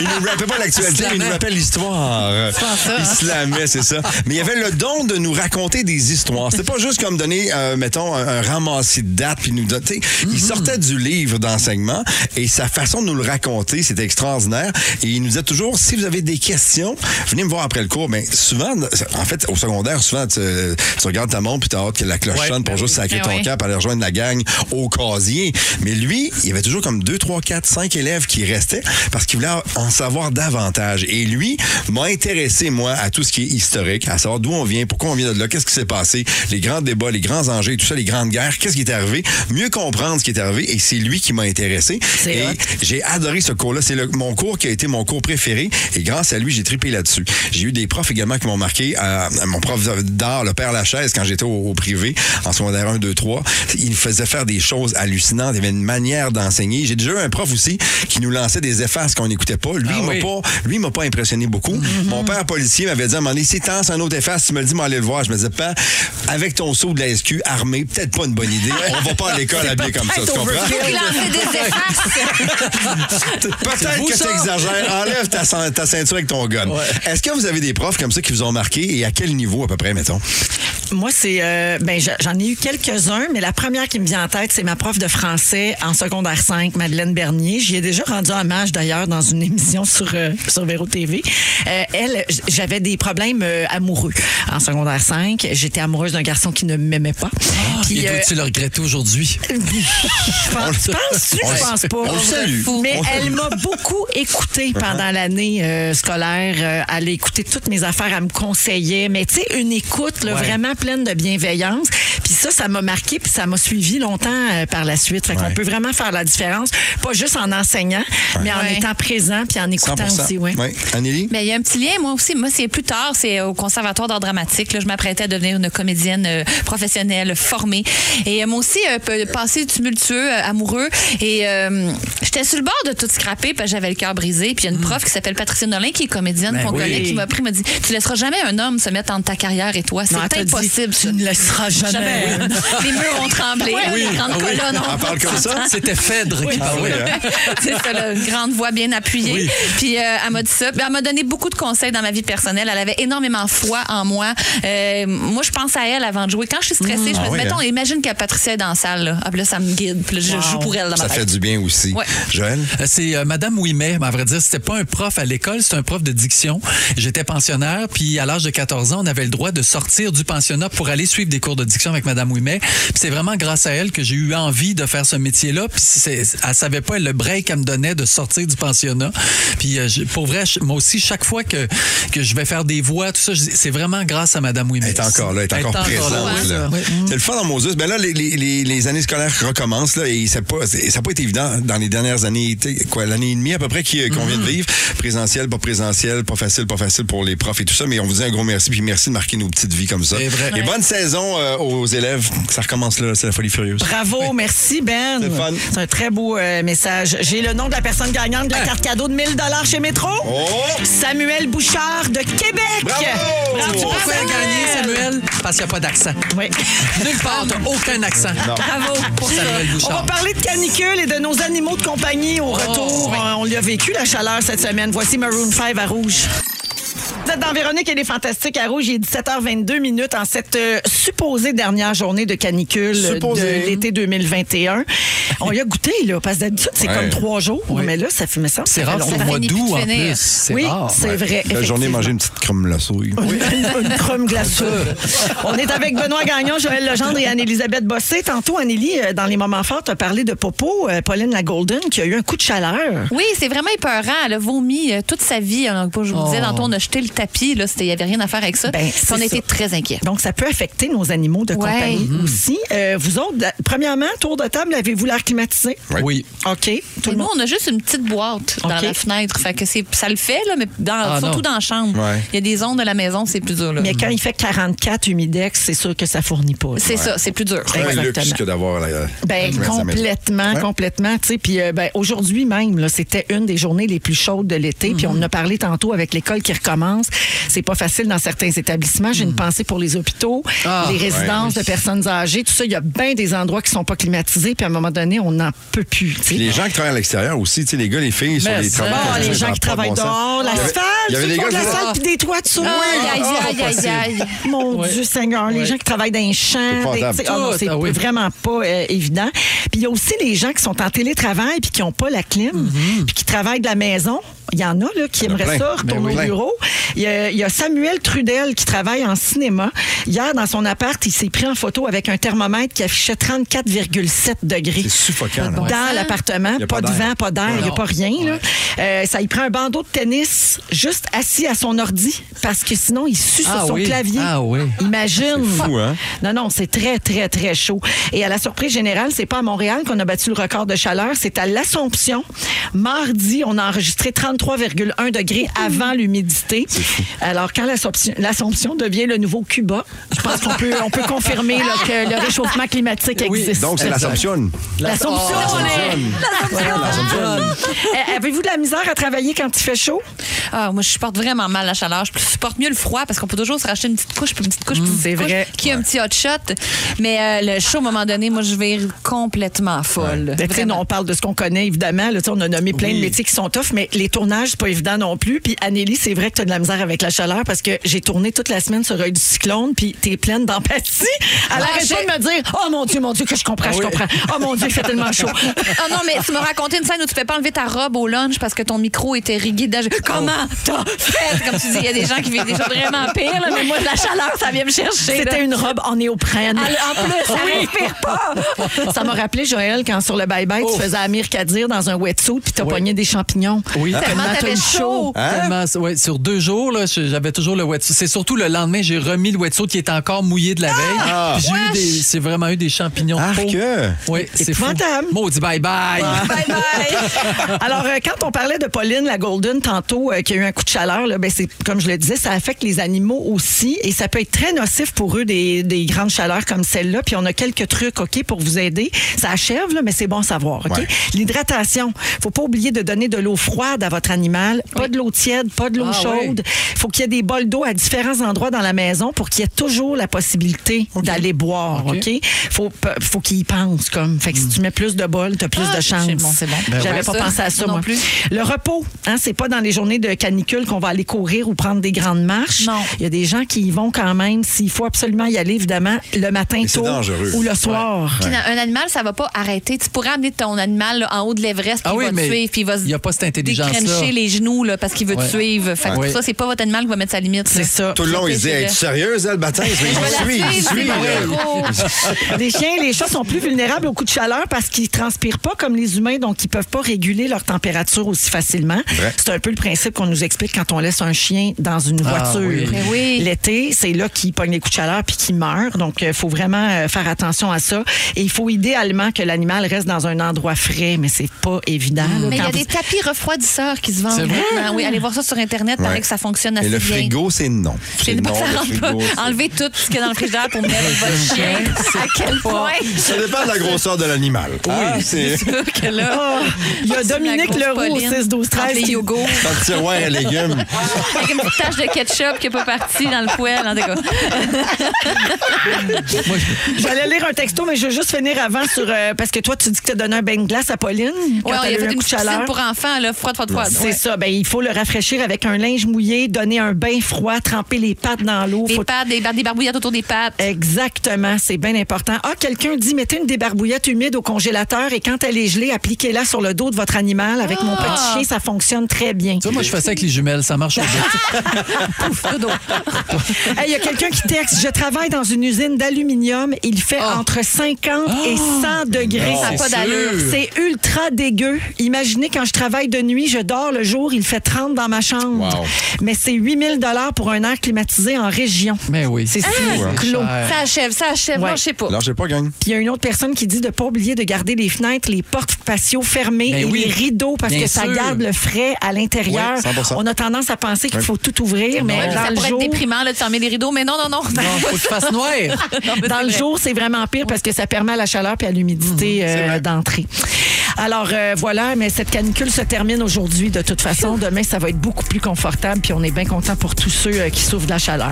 A: il nous rappelait pas l'actualité, mais il nous rappelait l'histoire.
C: ça, hein?
A: Il se lamait, c'est ça. Mais il y avait le don de nous raconter des histoires. C'était pas juste comme donner, euh, mettons, un, un ramassis de dates puis nous donner. tu sais, Il
C: Mm-hmm.
A: sortait du livre d'enseignement et sa façon de nous le raconter, c'était extraordinaire. Et il nous disait toujours, si vous avez des questions, venez me voir après le cours. Mais souvent, en fait, au secondaire, souvent, tu, tu regardes ta montre puis t'as hâte que la cloche
K: Ouais.
A: sonne pour juste sacrer
K: Eh
A: ton
K: ouais.
A: camp, aller rejoindre la gang au casier. Mais lui, il y avait toujours comme 2, 3, 4, 5 élèves qui restaient parce qu'il voulait en savoir davantage. Et lui m'a intéressé, moi, à tout ce qui est historique, à savoir d'où on vient, pourquoi on vient de là, qu'est-ce qui s'est passé, les grands débats, les grands enjeux, tout ça, les grandes guerres, qu'est-ce qui est arrivé, mieux comprendre ce qui est arrivé. Et c'est lui qui m'a intéressé. Et j'ai adoré ce cours-là. C'est le- mon cours qui a été mon cours préféré. Et grâce à lui, j'ai trippé là-dessus. J'ai eu des profs également qui m'ont marqué. euh, mon prof d'art, le père Lachaise, quand j'étais au, au privé, en secondaire 1, 2, 3, il faisait faire des choses hallucinantes. Il y avait une manière d'enseigner. J'ai déjà eu un prof aussi qui nous lançait des effaces qu'on n'écoutait pas. Lui, il m'a pas, lui, il m'a pas impressionné beaucoup. Mon père policier m'avait dit, à un moment donné, si t'en un autre efface, tu me le dis, m'en aller le voir. Je me disais, pas avec ton saut de la SQ armé, peut-être pas une bonne idée. On va pas à l'école habillé comme ça, tu comprends? Peut-être que tu exagères. Enlève ta, cin- ta ceinture avec ton gun. Est-ce que vous avez des profs comme ça qui vous ont marqué et à quel niveau à peu près, mettons?
B: Moi, c'est. euh, ben, j'a- j'en ai eu quelques-uns, mais la première qui me vient en tête, c'est ma prof de français en secondaire 5, Madeleine Bernier. J'y ai déjà rendu hommage, d'ailleurs, dans une émission sur, euh, sur Véro TV. Euh, elle, j- j'avais des problèmes euh, amoureux en secondaire 5. J'étais amoureuse d'un garçon qui ne m'aimait pas. Puis,
E: Ah, Et
B: euh,
E: dois-tu le regretter aujourd'hui?
B: je pense, tu penses-tu?
E: On le-
B: Je pense pas.
E: on le salue.
B: Mais
E: On le
B: elle
E: salue.
B: m'a beaucoup écoutée pendant l'année euh, scolaire. Euh, elle a écouté toutes mes affaires, elle me conseillait. Mais tu sais, une écoute là,
L: Ouais.
B: vraiment pleine de bienveillance. Puis ça, ça m'a marqué, puis ça m'a suivi longtemps euh, par la suite. Fait qu'on
A: Ouais.
B: peut vraiment faire la différence, pas juste en enseignant, mais en étant présent puis en écoutant
A: 100%.
B: aussi. Ouais.
A: Oui. Anneli?
C: Mais il y a un petit lien, moi aussi. Moi, c'est plus tard, c'est au Conservatoire d'art dramatique. Là, je m'apprêtais à devenir une comédienne euh, professionnelle, formée. Et euh, moi aussi, euh, pe- passé tumultueux, euh, amoureux. Et euh, j'étais sur le bord de tout scraper parce que j'avais le cœur brisé. Puis il y a une prof qui s'appelle Patricia Nolin, qui est comédienne
B: Mm. Ben
C: qu'on
B: oui.
C: connaît, qui m'a pris, m'a dit Tu laisseras jamais un homme se mettre entre ta carrière et toi. C'est
B: Non, elle t'a dit,
C: impossible.
B: Tu ne laisseras jamais.
C: Jamais. Les murs ont tremblé.
B: Ouais.
C: les grandes
E: ah oui.
C: colonnes ont
E: Elle parle comme ça? C'était Phèdre qui parlait, hein?
C: C'est ça, là, une grande voix bien appuyée. Puis euh, elle m'a dit ça. Puis elle m'a donné beaucoup de conseils dans ma vie personnelle. Elle avait énormément foi en moi. Euh, moi, je pense à elle avant de jouer. Quand je suis stressée, je
A: Ah
C: me dis,
A: oui,
C: mettons,
A: hein?
C: imagine que Patricia est dans la salle. Là. Ah, puis là, ça me guide. Puis là, je joue pour elle dans
A: Ça
C: ma tête.
A: fait du bien aussi.
C: Ouais.
A: Joël?
E: Euh, C'est euh, Madame Ouimet, mais à vrai dire, c'était pas un prof à l'école, c'était un prof de diction. J'étais pensionnaire, puis à l'âge de 14 ans, on avait le droit de sortir du pensionnat pour aller suivre des cours de diction avec Madame Ouimet. Puis c'est vraiment grâce à elle que j'ai eu envie de faire ce métier-là. Puis c'est- elle savait pas le break qu'elle me donnait de sortir du pensionnat. Puis euh, je- pour vrai, je- moi aussi, chaque fois que, que je vais faire des voix, tout ça, je dis- c'est vraiment grâce à Madame Ouimet.
A: Elle est encore là, elle est encore présente. là.
E: Oui.
A: C'est le fun en Moses. Ben là, les, les- les- les années scolaires recommencent là, et ça n'a pas, c'est- ça a pas été évident dans les dernières années, tu sais, quoi, l'année et demie à peu près qui- qu'on
B: Mhm.
A: vient de vivre. Présentiel, pas présentiel, pas facile, pas facile pour les profs et tout ça. Mais on vous dit un gros merci, puis merci de marquer nos petites vies comme ça.
E: C'est vrai.
A: Et bonne saison euh, aux élèves, ça recommence là, c'est la folie furieuse.
B: Bravo, merci Ben.
A: C'est le fun.
B: C'est un très beau euh, message. J'ai le nom de la personne gagnante de la carte cadeau de 1000 chez Métro. Samuel Bouchard de Québec. Bravo,
E: Pourquoi
B: Samuel.
E: gagner, Samuel? Parce qu'il n'y a pas d'accent.
B: Oui.
E: Nulle part, t'as aucun accent.
B: Bravo pour ça.
E: Samuel
B: On va
E: Bouchard. Oh,
B: parler de canicule et de nos animaux de compagnie au retour. Euh, On lui a vécu la chaleur cette semaine. Voici Maroon 5 à rouge. Vous êtes dans Véronique et les Fantastiques à Rouge. Il est 17h22 minutes en cette euh, supposée dernière journée de canicule euh,
A: Supposée.
B: de l'été 2021. On y a goûté, là, parce que d'habitude, c'est
A: Ouais.
B: comme trois jours. Mais là, ça fait, me semble,
E: C'est
B: ça fait
E: rare
B: longtemps.
E: pour le mois d'août, en plus. C'est
B: Oui,
E: rare.
B: c'est vrai.
A: La journée, manger une petite crème la souille.
B: une, une crème glacée. On est avec Benoît Gagnon, Joël Legendre et Anne-Élisabeth Bossé. Tantôt, Annélie, euh, dans les moments forts, tu as parlé de Popo, euh, Pauline la Golden, qui a eu un coup de chaleur.
C: Oui, c'est vraiment épeurant. Elle a vomi euh, toute sa vie. Alors, je vous disais,
E: Oh.
C: tantôt, on a jeté le tapis. là, c'était- Il n'y avait rien à faire avec ça.
B: Ben,
C: Puis
B: c'est
C: on était
B: ça.
C: très inquiets.
B: Donc, ça peut affecter nos animaux de
C: Ouais. Mhm.
B: compagnie aussi. Euh, vous autres, la- premièrement, tour de table, avez-vous l'air climatisé?
E: Oui.
B: OK. Tout
C: Mais
B: le
C: nous,
B: monde.
C: on a juste une petite boîte dans
B: OK.
C: la fenêtre. Fait que c'est- ça le fait, là, mais dans,
E: Ah,
C: surtout
E: non.
C: dans la chambre.
A: Ouais.
C: Il y a des ondes à la maison, c'est plus dur. là.
B: Mais quand il fait 44 humidex, c'est sûr que ça fournit pas. là.
C: C'est ça, c'est plus dur.
A: C'est un luxe
B: Exactement.
A: que d'avoir la.
B: Ben,
A: la- la-
B: complètement,
A: Ouais.
B: complètement. Tu sais, puis euh, ben, aujourd'hui même, là, c'était une des journées les plus chaudes de l'été. Puis on en a parlé tantôt avec l'école qui recommence. C'est pas facile dans certains établissements. J'ai une pensée pour les hôpitaux,
E: Ah,
B: les résidences
A: ouais.
B: de personnes âgées, tout ça. Il y a bien des endroits qui sont pas climatisés. Puis à un moment donné, on n'en peut plus. tu sais.
A: Puis les gens qui travaillent à l'extérieur aussi, tu sais, les gars, les filles, sur
E: Mais
A: les
E: ça.
A: travaux.
B: Ah, les gens qui travaillent dehors, l'asphalte,
A: Il y avait
B: ceux
A: des
B: qui font
A: gars
B: de Ah,
A: qui
B: la
A: disaient,
B: salle puis des toitures.
C: Aïe, aïe, aïe, aïe, aïe.
B: Mon Dieu Seigneur, les gens qui travaillent dans les
A: C'est
B: champs, des-
A: épouvantable.
B: tu sais, ah non,
E: Tout,
B: c'est
E: ah oui.
B: vraiment pas euh, évident. Puis il y a aussi les gens qui sont en télétravail puis qui n'ont pas la clim, puis qui travaillent de la maison. Il y en a là, qui
A: Il y en a
B: aimeraient
A: plein.
B: ça, retourner
A: Ben oui.
B: au bureau. Il y, a, il y a Samuel Trudel qui travaille en cinéma. Hier, dans son appart, il s'est pris en photo avec un thermomètre qui affichait 34,7 degrés
A: C'est suffocant, là.
B: dans l'appartement.
A: Y a pas
B: Pas, de
A: d'air.
B: vent, pas d'air, il n'y a
E: Non.
B: pas rien. là. Euh, ça, il prend un bandeau de tennis juste assis à son ordi parce que sinon, il sue
E: Ah
B: sur son
E: oui.
B: clavier.
E: Ah oui.
B: Imagine.
A: C'est fou, hein?
B: Non, non, c'est très, très, très chaud. Et à la surprise générale, c'est pas à Montréal qu'on a battu le record de chaleur, c'est à l'Assomption. Mardi, on a enregistré 33,1 degrés avant l'humidité. Alors, quand l'Assomption- l'Assomption devient le nouveau Cuba, je pense qu'on peut, on peut confirmer là, que le réchauffement climatique
E: Oui,
B: existe.
A: Donc, c'est l'Assomption.
B: L'Assomption, on est-
E: John.
B: Euh, Avez-vous de la misère à travailler quand il fait chaud?
C: Ah, moi, je supporte vraiment mal la chaleur. Je supporte mieux le froid parce qu'on peut toujours se racheter une petite couche, puis une petite couche, puis une petite
B: Mm, c'est
C: couche,
B: vrai.
C: Qui a un petit hot shot. Mais euh, le chaud, à un moment donné, moi, je vais complètement folle.
B: Ben, tu sais, nous,
C: Vraiment.
B: on parle de ce qu'on connaît, évidemment. Là, tu sais, on a nommé plein de
E: Oui.
B: métiers qui sont tough, mais les tournages, c'est pas évident non plus. Puis, Anélie, c'est vrai que tu as de la misère avec la chaleur parce que j'ai tourné toute la semaine sur Œil du Cyclone, puis tu es pleine d'empathie. Elle
C: Ah,
B: arrête pas
C: j'ai-
B: de me dire Oh mon Dieu, mon Dieu, que je
E: Ah
B: comprends, je comprends. Oh mon Dieu, il fait tellement chaud.
C: Ah non, mais tu m'as raconté une scène où tu ne pas enlever ta robe au lunch parce que ton micro était rigué dedans. J'ai-
B: Oh.
C: Comment t'as fait? Comme tu dis, il y a des gens qui vivent des choses vraiment pires, là, mais moi, la chaleur, ça vient me chercher. là.
B: C'était une robe en néoprène.
C: Elle- En plus, ça respire pas.
B: Ça m'a rappelé, Joël, quand sur le bye-bye,
E: Oh.
B: tu faisais Amir Kadir dans un wetsuit, puis t'as pogné des champignons.
E: Oui. Hein?
C: Tellement
B: Tellement
C: t'avais
B: t'as eu
C: chaud.
B: chaud.
E: Tellement- ouais, sur deux jours, là, je- j'avais toujours le wetsuit. C'est surtout le lendemain, j'ai remis le wetsuit qui était encore mouillé de la
C: Ah!
E: veille. Puis j'ai eu des, c'est vraiment eu des champignons. de
A: Arc!
E: peau. Oui, c'est fou.
B: Épouvantable.
E: Maudit bye bye.
C: Ah,
E: Ah
B: Alors, euh, quand on parlait de Pauline, la Golden, tantôt, euh, qui a eu un coup de chaleur, là, ben, c'est, comme je le disais, ça affecte les animaux aussi et ça peut être très nocif pour eux, des, des grandes chaleurs comme celle-là. Puis on a quelques trucs, OK, pour vous aider. Ça achève, là, mais c'est bon à savoir, OK?
A: Ouais.
B: L'hydratation. faut pas oublier de donner de l'eau froide à votre animal. Pas de l'eau tiède, pas de l'eau
E: Ah,
B: chaude. faut qu'il y ait des bols d'eau à différents endroits dans la maison pour qu'il y ait toujours la possibilité d'aller boire, OK?
E: OK.
B: Faut, faut qu'il y pense, comme. Fait que si tu mets plus de bols, t'as plus
C: Hmm. Ah,
B: de chance.
C: c'est bon, c'est bon. Ben
B: J'avais
C: ouais.
B: pas
C: Ça,
B: pensé à ça,
C: non
B: moi.
C: plus.
B: Le repos, hein, c'est pas dans les journées de canicule qu'on va aller courir ou prendre des grandes marches.
C: Non.
B: Il y a des gens qui y vont quand même. S'il faut absolument y aller, évidemment, le matin
A: Mais c'est
B: tôt
A: dangereux.
B: ou le soir.
C: Puis un animal, ça va pas arrêter. Tu pourrais amener ton animal là, en haut de l'Everest, puis
E: Ah
C: il
E: oui,
C: va te
E: mais
C: suivre, puis il va se
E: il y a pas cette intelligence-là.
C: décrencher les genoux là, parce qu'il veut
E: Ouais.
C: te suivre. Fait que
E: Ouais.
C: pour ça, c'est pas votre animal qui va mettre sa limite.
B: C'est
C: là.
B: ça.
A: Tout le long, il se dit Hey, Es-tu sérieuse, elle, baptême
C: la
A: Je suis,
C: suivre,
A: je
C: c'est
A: suis.
C: mon héros.
B: les chiens et les chats sont plus vulnérables aux coups de chaleur parce qu'ils transpirent pas comme les humains, donc ils peuvent pas réguler leur température aussi facilement.
A: Vrai.
B: C'est un peu le principe qu'on nous explique quand on laisse un chien dans une
A: Ah,
B: voiture.
E: oui.
C: Mais oui.
B: L'été, c'est là qu'il pogne les coups de chaleur puis qu'il meurt. Donc, il faut vraiment euh, faire attention à ça. Et il faut idéalement que l'animal reste dans un endroit frais, mais c'est pas évident. là,
C: Mais il y
B: quand
C: a
B: vous-
C: des tapis refroidisseurs liqueurs qui se vendent.
A: C'est vrai?
C: maintenant. Oui, allez voir ça sur Internet. Paraît
A: Ouais.
C: que ça fonctionne assez
A: Et le
C: bien.
A: frigo, c'est non.
C: C'est
A: non,
C: pas ça
A: le
C: rentre
A: frigo,
C: pas. Enlevez tout ce qu'il y a dans le frigidaire pour mettre votre chien. À quel point?
A: Ça dépend de la grosseur de l'animal. Ah, c'est-
C: sûr que là.
B: Oh, Il y a
C: Oh, c'est la
B: Dominique
C: grosse
B: Leroux au
C: Pauline.
B: 6 12 13
C: Entre les
B: qui-
C: yogos.
A: Dans le tiroir à légumes.
C: Avec une petite tache de ketchup qui n'est pas partie dans le poêle. En tout cas.
B: J'allais lire un texto, mais je veux juste finir avant sur. euh, parce que toi, tu dis que tu as donné un bain de glace à Pauline. quand
C: Ouais, il
B: elle eu
C: a
B: un
C: fait une
B: coup de chaleur.
C: piscine pour enfants, là, froide, froide, froide.
B: C'est ça. Ben, il faut le rafraîchir avec un linge mouillé, donner un bain froid, tremper les pattes dans l'eau.
C: Des
B: Faut-
C: pattes, des, bar- des barbouillettes autour des pattes.
B: Exactement, c'est bien important. Ah, quelqu'un dit, mettez une débarbouillette humide au congélateur et quand elle est gelée, appliquez-la sur le dos de votre animal. Avec
C: Ah!
B: mon petit chien, ça fonctionne très bien.
E: Tu vois, moi, je fais ça avec les jumelles. Ça marche au bout.
B: Hey, Il y a quelqu'un qui texte, je travaille dans une usine d'aluminium. Il fait entre 50 et 100 degrés.
C: Non, Ça a pas c'est d'allure. sûr.
B: C'est ultra dégueu. Imaginez quand je travaille de nuit, je dors le jour, il fait 30 dans ma chambre.
E: Wow.
B: Mais c'est 8000 dollars pour un air climatisé en région.
E: Mais oui.
B: C'est clos.
C: Ça achève, ça achève.
B: Ouais.
C: Non, je sais pas.
A: Non, j'ai pas gagné.
B: Puis il y a une autre personne qui dit de ne pas oublier de garder les fenêtres, les portes patio fermées
E: Ben
B: et
E: oui.
B: les rideaux parce
E: Bien
B: que ça
E: sûr.
B: garde le frais à l'intérieur.
A: Oui, 100%.
B: On a tendance à penser qu'il faut tout ouvrir, mais
C: Ouais,
B: dans
C: ça
B: le
C: pourrait
B: jour-
C: être déprimant là, de fermer les rideaux, mais non, non, non.
E: Non, faut que tu fasses noir.
B: Dans le jour, c'est vraiment pire parce que ça permet à la chaleur et à l'humidité
A: Mhm,
B: euh, d'entrer. Alors euh, voilà, mais cette canicule se termine aujourd'hui de toute façon. Demain, ça va être beaucoup plus confortable puis on est bien content pour tous ceux euh, qui souffrent de la chaleur.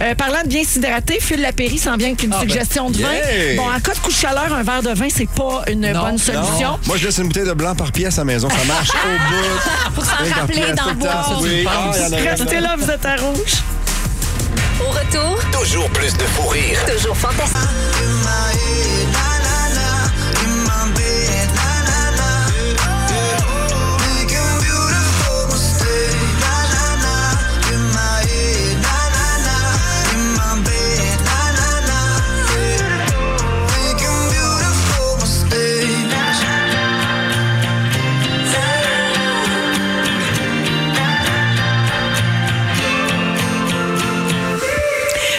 B: Euh, parlant de bien s'hydrater, Phil Lapéry s'en vient avec une suggestion de vin.
A: Ah, ben, Yeah!
B: Bon, en cas de coup de chaleur, un verre de vin, c'est pas une
E: Non,
B: bonne solution.
A: Non. Moi, je laisse une bouteille de blanc par pièce à la maison. Ça marche au bout.
C: Pour s'en
A: Hey, quand il y
C: rappeler
A: a
C: d'en
A: tout le temps,
C: boire.
A: oui. Ah, il y en a
B: Restez
A: vraiment.
B: là, vous êtes à rouge.
D: Au retour,
I: Toujours plus de fou rire.
D: toujours fantastique.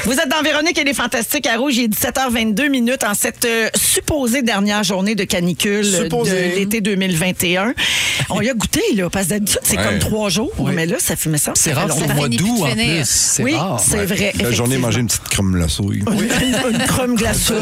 B: Vous êtes dans Véronique et les Fantastiques à Rouge. Il est 17h22 minutes en cette euh, supposée dernière journée de canicule euh,
A: Supposée.
B: de l'été 2021. On y a goûté, là, parce que d'habitude, c'est
A: Ouais.
B: comme trois jours. Mais là, ça fait, me semble,
E: C'est
B: ça
E: rare pour
B: fait
E: le
B: longtemps.
E: mois
C: finit
E: d'août,
C: plus de
E: en
C: finir.
E: plus. C'est
B: Oui,
E: rare.
B: c'est vrai.
A: La journée,
B: effectivement.
A: manger une petite crème la souille.
B: une, une crème glacée.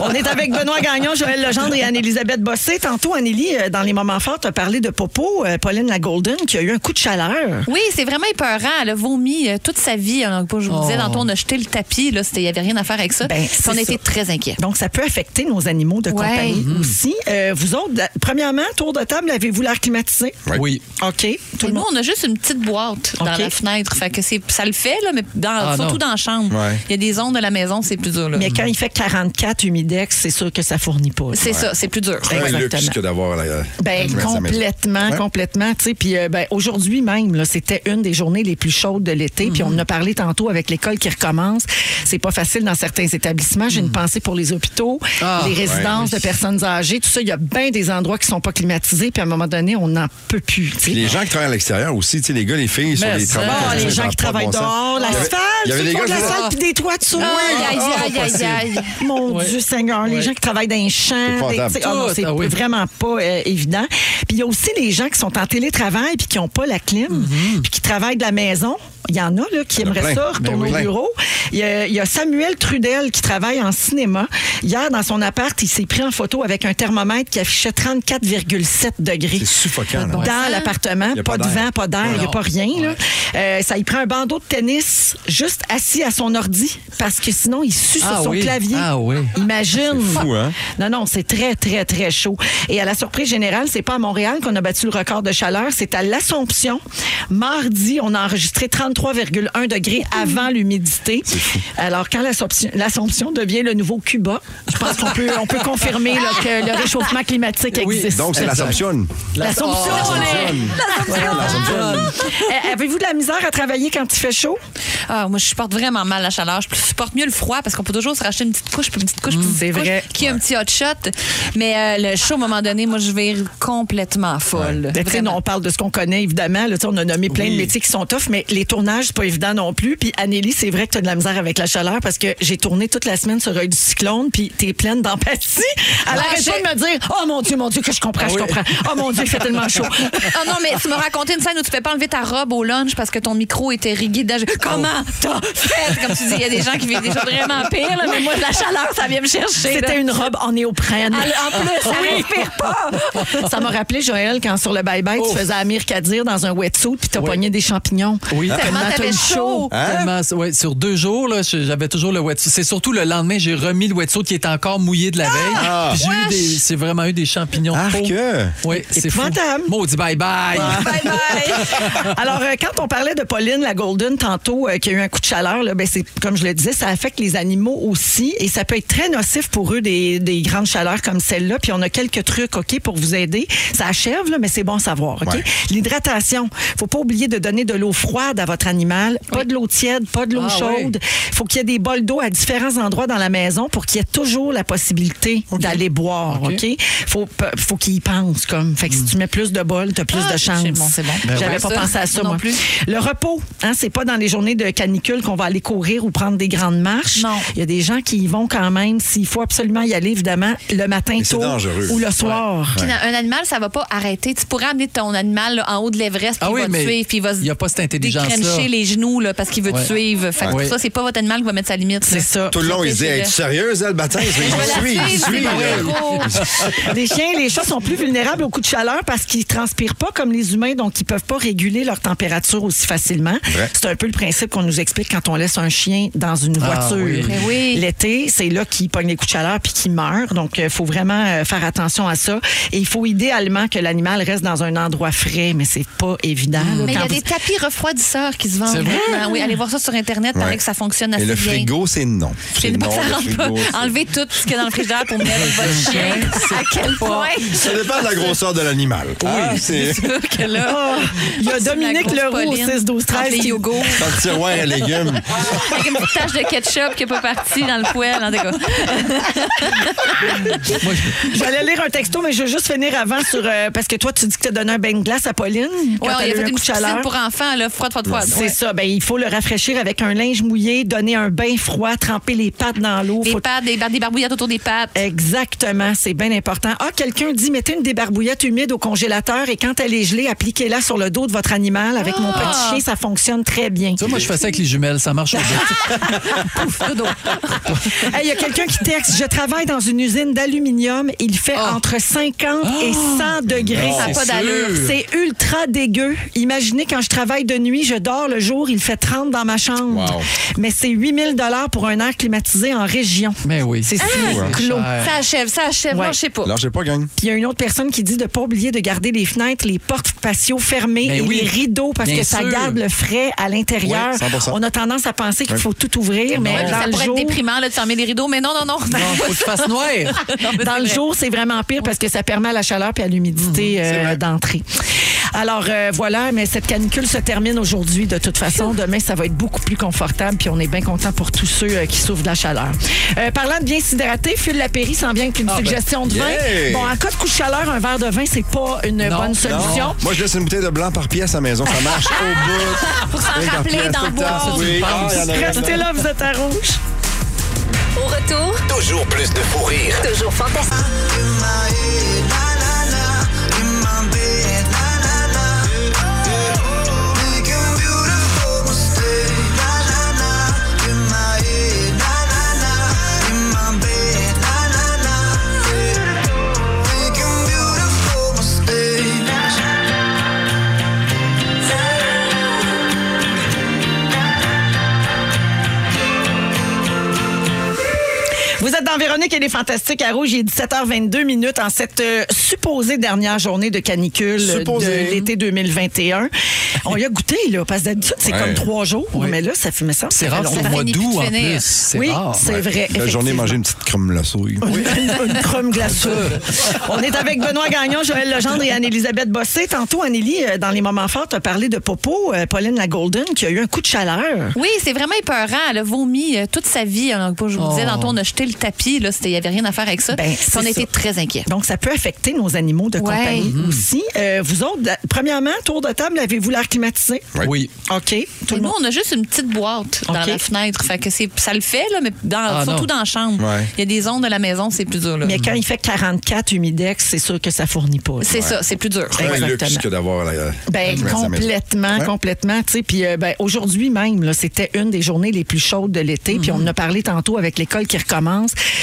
B: On est avec Benoît Gagnon, Joël Legendre et Anne-Élisabeth Bossé. Tantôt, Annélie, euh, dans les moments forts, tu as parlé de Popo, euh, Pauline la Golden, qui a eu un coup de chaleur.
C: Oui, c'est vraiment épeurant. Elle a vomi euh, toute sa vie. Alors, je vous disais,
E: Oh.
C: tantôt, on a jeté le tapis. là, c'était- Il n'y avait rien à faire avec ça.
B: Ben,
C: Puis on
B: c'est
C: était
B: ça.
C: très inquiets.
B: Donc, ça peut affecter nos animaux de
C: Ouais. Mm-hmm.
B: compagnie
E: Mm.
B: aussi. Euh, vous autres, la- premièrement, tour de table, avez-vous l'air climatisé?
E: Oui.
B: OK. Tout
C: Et
B: le
C: nous,
B: monde.
C: on a juste une petite boîte dans
B: OK.
C: la fenêtre. Fait que c'est- ça le fait, là, mais dans-
E: Ah,
C: surtout
E: non.
C: dans la chambre.
A: Ouais.
C: Il y a des ondes de la maison, c'est plus dur. là.
B: Mais quand il fait 44 humidex, c'est sûr que ça fournit pas.
C: C'est ça, c'est plus dur.
A: C'est un luxe
B: Exactement.
A: que d'avoir la.
B: Ben,
A: la- la-
B: complètement,
A: Ouais.
B: complètement. Tu sais, puis euh, ben, aujourd'hui même, là, c'était une des journées les plus chaudes de l'été.
C: Mm-hmm.
B: Puis on en a parlé tantôt avec l'école qui recommence. C'est pas facile dans certains établissements.
C: Mm-hmm.
B: J'ai une pensée pour les hôpitaux,
E: Ah,
B: les résidences
E: ouais.
B: de personnes âgées, tout ça. Il y a bien des endroits qui sont pas climatisés. Puis à un moment donné, on n'en peut plus. tu sais.
A: Puis les gens qui travaillent à l'extérieur aussi, tu sais, les gars, les filles, sur
E: Mais
A: les
E: ça,
A: travaux.
B: Ah,
E: Ah,
B: les
E: ça
B: gens
E: n'a
B: qui
A: pas de
B: travaillent
A: bon sens. Il
B: dehors,
A: y avait-
B: l'asphalte,
A: il y avait
B: ceux
A: des
B: qui
A: gars
B: font de
A: qui
B: la
A: disaient,
B: salle puis des toitures.
C: Aïe,
E: Ah,
C: aïe, aïe, aïe,
E: possible.
C: aïe.
B: Mon
E: Ouais.
B: Dieu Seigneur, les
E: Ouais.
B: gens qui travaillent dans
A: C'est
B: les champs, des-
A: épouvantable.
B: tu sais, ah non,
E: Tout,
B: c'est
E: ah oui.
B: vraiment pas euh, évident. Puis il y a aussi les gens qui sont en télétravail puis qui n'ont pas la clim,
E: Mm-hmm.
B: puis qui travaillent de la maison. Il y en a là, qui
A: Il y en a
B: aimeraient
A: plein.
B: ça, retourner
A: Ben oui.
B: au bureau. Il y, a, il y a Samuel Trudel qui travaille en cinéma. Hier, dans son appart, il s'est pris en photo avec un thermomètre qui affichait 34,7 degrés.
A: C'est
E: Ah,
A: suffocant, là.
B: Dans Ah, l'appartement,
A: Il y a
B: pas,
A: pas
B: de
A: d'air.
B: vent, pas d'air, il n'y a pas rien. là. Euh, ça, il prend un bandeau de tennis juste assis à son ordi parce que sinon, il sue
E: Ah
B: sur son
E: oui.
B: clavier.
E: Ah oui.
B: Imagine.
A: C'est fou, hein?
B: Non, non, c'est très, très, très chaud. Et à la surprise générale, c'est pas à Montréal qu'on a battu le record de chaleur, c'est à l'Assomption. Mardi, on a enregistré 33,1 degrés avant l'humidité. Alors, quand l'Assomption- l'Assomption devient le nouveau Cuba, je pense qu'on peut, on peut confirmer là, que le réchauffement climatique
E: Oui,
B: existe.
A: Donc, c'est l'Assomption.
B: L'Assomption,
E: Oh,
B: l'Assomption. Euh, Avez-vous de la misère à travailler quand il fait chaud?
C: Ah, moi, je supporte vraiment mal la chaleur. Je supporte mieux le froid parce qu'on peut toujours se racheter une petite couche, puis une petite couche, puis une petite
B: Mm, c'est
C: couche,
B: vrai.
C: Qui a un petit hot shot. Mais euh, le chaud, à un moment donné, moi, je vais complètement folle.
B: Ben, tu sais,
C: Vraiment.
B: nous, on parle de ce qu'on connaît, évidemment. Là, tu sais, on a nommé plein de métiers qui sont tough, mais les tournages, c'est pas évident non plus. Puis, Anélie, c'est vrai que tu as de la misère avec la chaleur parce que j'ai tourné toute la semaine sur Œil du Cyclone, puis t'es pleine d'empathie. Elle
C: Ah,
B: arrête
C: j'ai-
B: pas de me dire Oh mon Dieu, mon Dieu, que je comprends, je comprends. Oh mon Dieu, il fait tellement chaud.
C: Ah non, mais tu me racontes raconter une scène où tu fais pas enlever ta robe au lunch parce que ton micro était rigué dedans.
E: Ah,
C: Je- Comment
E: oh.
C: t'as fait? Comme tu dis, il y a des gens qui vivent des choses vraiment pires, là, mais moi, la chaleur, ça vient me chercher. là.
B: C'était une robe en néoprène.
C: Ah, en plus, ça
B: Oui.
C: respire pas.
B: Ça m'a rappelé, Joël, quand sur le bye-bye, tu faisais Amir Kadir dans un wetsuit puis t'as pogné des champignons.
E: Oui.
B: Tellement
E: Tellement
B: t'as eu
C: t'avais
B: chaud.
E: Hein? Tellement- ouais, sur deux jours, là, je- j'avais toujours le wetsuit. C'est surtout le lendemain, j'ai remis le wetsuit qui était encore mouillé de la veille. Puis j'ai eu des, c'est vraiment eu des champignons. de peau. Oui, c'est fou.
B: Épouvantable.
E: Maudit bye bye.
B: Alors, euh, quand on parlait de Pauline, la Golden, tantôt, euh, qui a eu un coup de chaleur, là, ben, c'est, comme je le disais, ça affecte les animaux aussi et ça peut être très nocif pour eux, des, des grandes chaleurs comme celle-là. Puis on a quelques trucs, OK, pour vous aider. Ça achève, là, mais c'est bon à savoir, OK? L'hydratation. faut pas oublier de donner de l'eau froide à votre animal. Pas de l'eau tiède, pas de l'eau
E: Ah,
B: chaude. faut qu'il y ait des bols d'eau à différents endroits dans la maison pour qu'il y ait toujours la possibilité d'aller boire, OK?
E: OK.
B: Faut, faut qu'il y pense, comme. Fait que si tu mets plus de bols, t'as plus
C: Ah,
B: de chance.
C: c'est bon, c'est bon. Ben
B: J'avais
C: ouais.
B: pas
C: Ça,
B: pensé à ça,
C: moi non
B: moi.
C: plus.
B: Le repos, hein, c'est pas dans les journées de canicule qu'on va aller courir ou prendre des grandes marches.
C: Non.
B: Il y a des gens qui y vont quand même. S'il faut absolument y aller, évidemment, le matin
A: Mais c'est
B: tôt
A: dangereux.
B: ou le soir.
C: Puis un animal, ça va pas arrêter. Tu pourrais amener ton animal là, en haut de l'Everest, puis
E: Ah oui,
C: il va
E: mais
C: te suivre, puis il va se
E: il y a pas cette intelligence-là.
C: décrencher les genoux là, parce qu'il veut
E: Ouais.
C: te suivre. Fait que
E: Ouais.
C: pour ça, c'est pas votre animal qui va mettre sa limite.
B: C'est
C: là.
B: ça.
A: Tout le long, il se dit
C: C'est
A: Hey,
C: vrai.
A: tu sérieuse, là, le matin Je
C: Je vais la
A: suis,
E: Ah,
C: suivre,
A: je
C: c'est
A: suis.
C: mon
A: là.
C: héros.
B: les chiens et les chats sont plus vulnérables aux coups de chaleur parce qu'ils transpirent pas comme les humains, donc ils peuvent pas réguler leur température aussi facilement.
A: Vrai.
B: C'est un peu le principe qu'on nous explique quand on laisse un chien dans une
E: Ah,
B: voiture.
E: oui.
C: Mais oui.
B: L'été, c'est là qu'il pogne les coups de chaleur puis qu'il meurt. Donc, il faut vraiment euh, faire attention à ça. Et il faut idéalement que l'animal reste dans un endroit frais, mais c'est pas évident. là,
C: Mais il y
B: quand
C: a
B: vous-
C: des tapis refroidisseurs qui se vendent.
E: C'est vrai?
C: maintenant. Oui, allez voir ça sur Internet. Paraît
A: Ouais.
C: que ça fonctionne assez
A: Et le
C: bien.
A: frigo, c'est non.
C: C'est
A: non,
C: pas que ça
A: le
C: rentre
A: frigo, c'est-
C: pas. Enlevez tout ce qu'il y a dans le frigidaire pour mettre votre chien. À
B: Oh.
C: quel point?
A: Ça dépend de la grosseur de l'animal. Oui, c'est
C: Sûr que là, Oh,
B: Ah, il y a
C: c'est la
B: Dominique
C: grosse
B: Leroux au
C: Pauline.
B: 6 12
C: Entre
B: 13
C: Les
B: qui
C: yogos.
A: dans le tiroir à légumes.
C: Avec une petite tache de ketchup qui n'est pas partie dans le poêle. En tout cas.
E: Moi, je-
B: J'allais lire un texto, mais je veux juste finir avant sur. euh, parce que toi, tu dis que tu as donné un bain de glace à Pauline. Quand
C: Ouais,
B: elle
C: il a
B: eu
C: fait
B: un
C: une
B: coup de
C: piscine
B: chaleur.
C: pour enfants, là, froide, froide, froide.
B: C'est
C: Ouais.
B: ça. Ben, il faut le rafraîchir avec un linge mouillé, donner un bain froid, tremper les pattes dans l'eau.
C: Des
B: Faut-
C: pattes, des, bar- des barbouillettes autour des pattes.
B: Exactement, c'est bien important. Ah, quelqu'un dit mettez une débarbouillette humide au congélateur et quand elle est gelée, appliquez-la sur le dos de votre animal. Avec mon
C: Ah!
B: petit chien, ça fonctionne très bien.
E: ça, moi, je fais ça avec les jumelles. Ça marche au bout.
B: Hey, Il y a quelqu'un qui texte Je travaille dans une usine d'aluminium. Il fait entre 50 et 100 degrés.
C: Ça a pas
E: Ah. c'est
C: d'allure.
E: sûr.
B: C'est ultra dégueu. Imaginez quand je travaille de nuit, je dors le jour, il fait 30 dans ma chambre.
A: Wow.
B: Mais c'est 8000 dollars pour un air climatisé en région.
E: Mais oui. Ah,
B: C'est si clos.
E: cher.
C: Ça achève, ça achève.
B: Ouais.
C: Moi, je sais pas.
A: Non, j'ai pas gagné.
B: Puis il y a une autre personne qui dit de pas oublier de garder les fenêtres, les portes patio fermées
E: Ben
B: et
E: oui.
B: les rideaux parce
E: Bien
B: que ça
E: sûr.
B: garde le frais à l'intérieur.
A: Oui, 100%.
B: On a tendance à penser qu'il faut tout ouvrir, mais
C: Ouais,
B: dans
C: ça
B: le
C: pourrait
B: jour,
C: être déprimant là, de fermer les rideaux, mais non, non, non.
E: Non, faut que tu fasses noir.
B: dans le jour, c'est vraiment pire parce que ça permet à la chaleur et à l'humidité euh, d'entrer. Alors euh, voilà, mais cette canicule se termine aujourd'hui de toute façon. Demain, ça va être beaucoup plus confortable, puis on est bien content pour tous ceux euh, qui souffrent de la chaleur. Euh, parlant de bien s'hydrater, Phil Lapéry s'en vient avec une suggestion de vin.
A: yeah!
B: Bon, en cas de coup de chaleur, un verre de vin, c'est pas une
E: Non,
B: bonne solution.
A: Moi, je laisse une bouteille de blanc par pièce à la maison. Ça marche au bout.
C: Pour s'en
A: Une par
C: rappeler
A: pièce,
C: dans
A: tout
C: le
A: le temps.
C: bois.
A: Oui. Ah, il y en a-
B: Restez là, vous êtes à rouge.
D: Au retour,
I: Toujours plus de fou rire.
D: toujours fantastique.
B: Vous êtes dans Véronique et les Fantastiques à Rouge. Il est 17h22 minutes en cette euh, supposée dernière journée de canicule euh,
A: Supposée.
B: de l'été 2021. On y a goûté, là, parce que d'habitude, c'est
A: Ouais.
B: comme trois jours.
E: Ouais.
B: Mais là, ça fait, me semble,
E: C'est
B: ça
E: rare
B: fait
E: pour
C: Ça
E: le mois
C: finit plus
E: d'août,
C: de
E: en
C: finir.
E: plus. C'est
B: Oui,
E: rare.
B: c'est
A: La
B: vrai.
A: journée,
B: effectivement.
A: manger une petite crème la souille.
B: une, une crème glacée. On est avec Benoît Gagnon, Joël Legendre et Anne-Élisabeth Bossé. Tantôt, Annélie, euh, dans les moments forts, tu as parlé de Popo, euh, Pauline la Golden, qui a eu un coup de chaleur.
C: Oui, c'est vraiment épeurant. Elle a vomi euh, toute sa vie. Alors, je vous disais,
E: Oh.
C: tantôt, on a jeté le le tapis. là, c'était- Il n'y avait rien à faire avec ça.
B: Ben,
C: Puis on
B: c'est
C: a été
B: ça.
C: très inquiets. Mm-hmm.
B: Donc, ça peut affecter nos animaux de compagnie aussi. Euh, vous autres, la- premièrement, tour de table, avez-vous l'air climatisé?
E: Oui.
B: OK. Tout le
C: Nous,
B: monde.
C: on a juste une petite boîte dans
B: OK.
C: la fenêtre. Fait que c'est- ça le fait, là, mais dans-
B: Ah,
C: surtout
B: non.
C: dans la chambre.
B: Ouais.
C: Il y a des ondes de la maison, c'est plus dur. Là.
B: Mais quand il fait 44 humidex, c'est sûr que ça fournit pas.
C: C'est ça, c'est plus dur.
A: C'est un luxe que d'avoir la.
B: Ben,
A: la- la-
B: complètement,
A: Ouais.
B: complètement. Tu sais, puis euh, ben, aujourd'hui même, là, c'était une des journées les plus chaudes de l'été. Puis on en a parlé tantôt avec l'école qui recommence.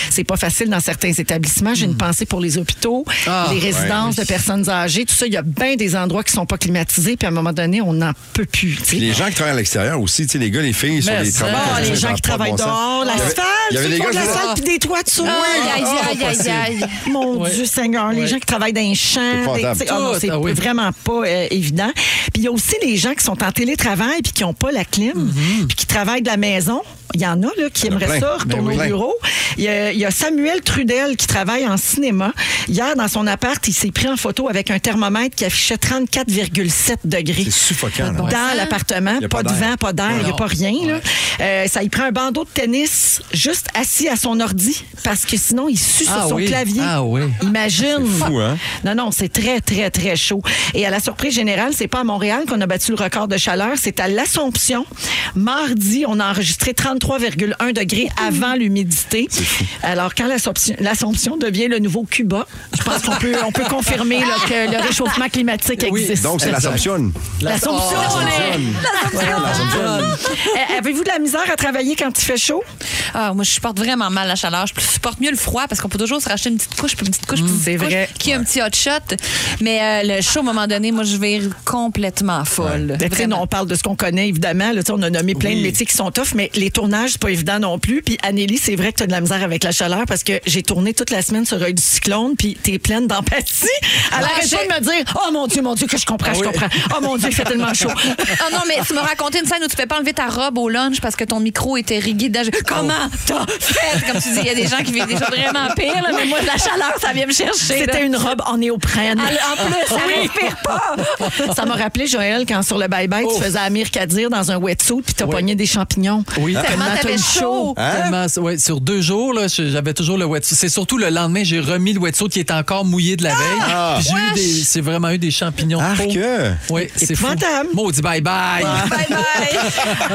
B: C'est pas facile dans certains établissements.
C: Mm.
B: J'ai une pensée pour les hôpitaux,
L: Ah,
B: les résidences
L: ouais.
B: de personnes âgées, tout ça. Il y a bien des endroits qui sont pas climatisés. Puis à un moment donné, on n'en peut plus. tu sais.
A: Puis les gens qui travaillent à l'extérieur aussi, tu sais, les gars, les filles, sur
B: Mais
A: les
B: ça.
A: travaux.
B: Ah, les gens qui travaillent dehors, l'asphalte,
A: Il y avait
B: ceux
A: des
B: qui
A: gars
B: font de
A: je
B: la
A: disais,
B: salle puis des toitures.
A: Oui, aïe,
B: Ah,
A: aïe,
B: pas
A: aïe,
B: possible.
A: aïe.
B: Mon Dieu Seigneur, les gens qui travaillent dans les
A: C'est
B: champs, des-
A: épouvantable.
B: tu sais, ah non,
A: Tout,
B: c'est
A: ah oui.
B: vraiment pas euh, évident. Puis il y a aussi les gens qui sont en télétravail puis qui n'ont pas la clim, puis qui travaillent de la maison. Il y en a là, qui
L: Il y en a
B: aimeraient
L: plein.
B: ça,
L: Ben
B: retourner
L: oui.
B: au bureau. Il y, a, il y a Samuel Trudel qui travaille en cinéma. Hier, dans son appart, il s'est pris en photo avec un thermomètre qui affichait 34,7 degrés. C'est
A: suffocant.
B: Dans
A: là.
E: Hein?
B: l'appartement,
A: Il y a
B: pas,
A: pas
B: de
A: d'air.
B: vent, pas d'air, il n'y a
A: Non.
B: pas rien. Là. Euh, ça, il prend un bandeau de tennis juste assis à son ordi parce que sinon, il sue
E: Ah
B: sur son
E: oui.
B: clavier.
E: Ah oui.
B: Imagine.
E: C'est fou, hein?
B: Non, non, c'est très, très, très chaud. Et à la surprise générale, c'est pas à Montréal qu'on a battu le record de chaleur, c'est à l'Assomption. Mardi, on a enregistré 33,1 degrés avant l'humidité. Alors, quand l'Assomption- l'Assomption devient le nouveau Cuba, je pense qu'on peut, on peut confirmer là, que le réchauffement climatique
A: Oui,
B: existe.
A: donc c'est l'Assomption.
B: L'Assomption,
A: Oh,
B: les-
A: l'Assomption. Ouais, l'Assomption.
B: Euh, Avez-vous de la misère à travailler quand il fait chaud?
C: Ah, moi, je supporte vraiment mal la chaleur. Je supporte mieux le froid parce qu'on peut toujours se racheter une petite couche, puis une petite
B: Mm,
C: couche, puis une petite couche, qui a un petit hot shot. Mais euh, le chaud, à un moment donné, moi, je vais complètement folle.
B: Ben, tu sais,
C: Vraiment.
B: nous, on parle de ce qu'on connaît, évidemment. Là, tu sais, on a nommé plein de
C: Oui.
B: métiers qui sont tough, mais les tournages, c'est pas évident non plus. Puis, Anélie, c'est vrai que tu as de la misère avec la chaleur parce que j'ai tourné toute la semaine sur Œil du Cyclone, puis t'es pleine d'empathie. Elle
C: Ah,
B: arrête pas
C: j'ai-
B: de me dire Oh mon Dieu, mon Dieu, que je comprends,
C: Ah
B: je
C: oui.
B: comprends. Oh mon Dieu, il fait tellement chaud.
C: Ah non, mais tu m'as raconté une scène où tu fais pas enlever ta robe au lunch parce que ton micro était rigué dedans.
B: Oh.
C: J'ai- Comment t'as fait? Comme tu dis, il y a des gens qui vivent des choses vraiment pires, là, mais moi, de la chaleur, ça vient me chercher.
B: C'était une robe en néoprène. Ah
C: Elle- en plus, ça
B: Oui.
C: respire pas.
B: Ça m'a rappelé, Joël, quand sur le bye-bye, tu faisais Amir Kadir dans un wetsuit, puis t'as pogné des champignons.
E: Oui.
B: t'as eu
E: Hein? Tellement, ouais, sur deux jours, là, je- j'avais toujours le wetsuit. C'est surtout le lendemain, j'ai remis le wetsuit qui était encore mouillé de la veille.
A: Ah!
E: Puis J'ai eu des, c'est vraiment eu des champignons. de peau. Oui, c'est fou. Maudit bye bye.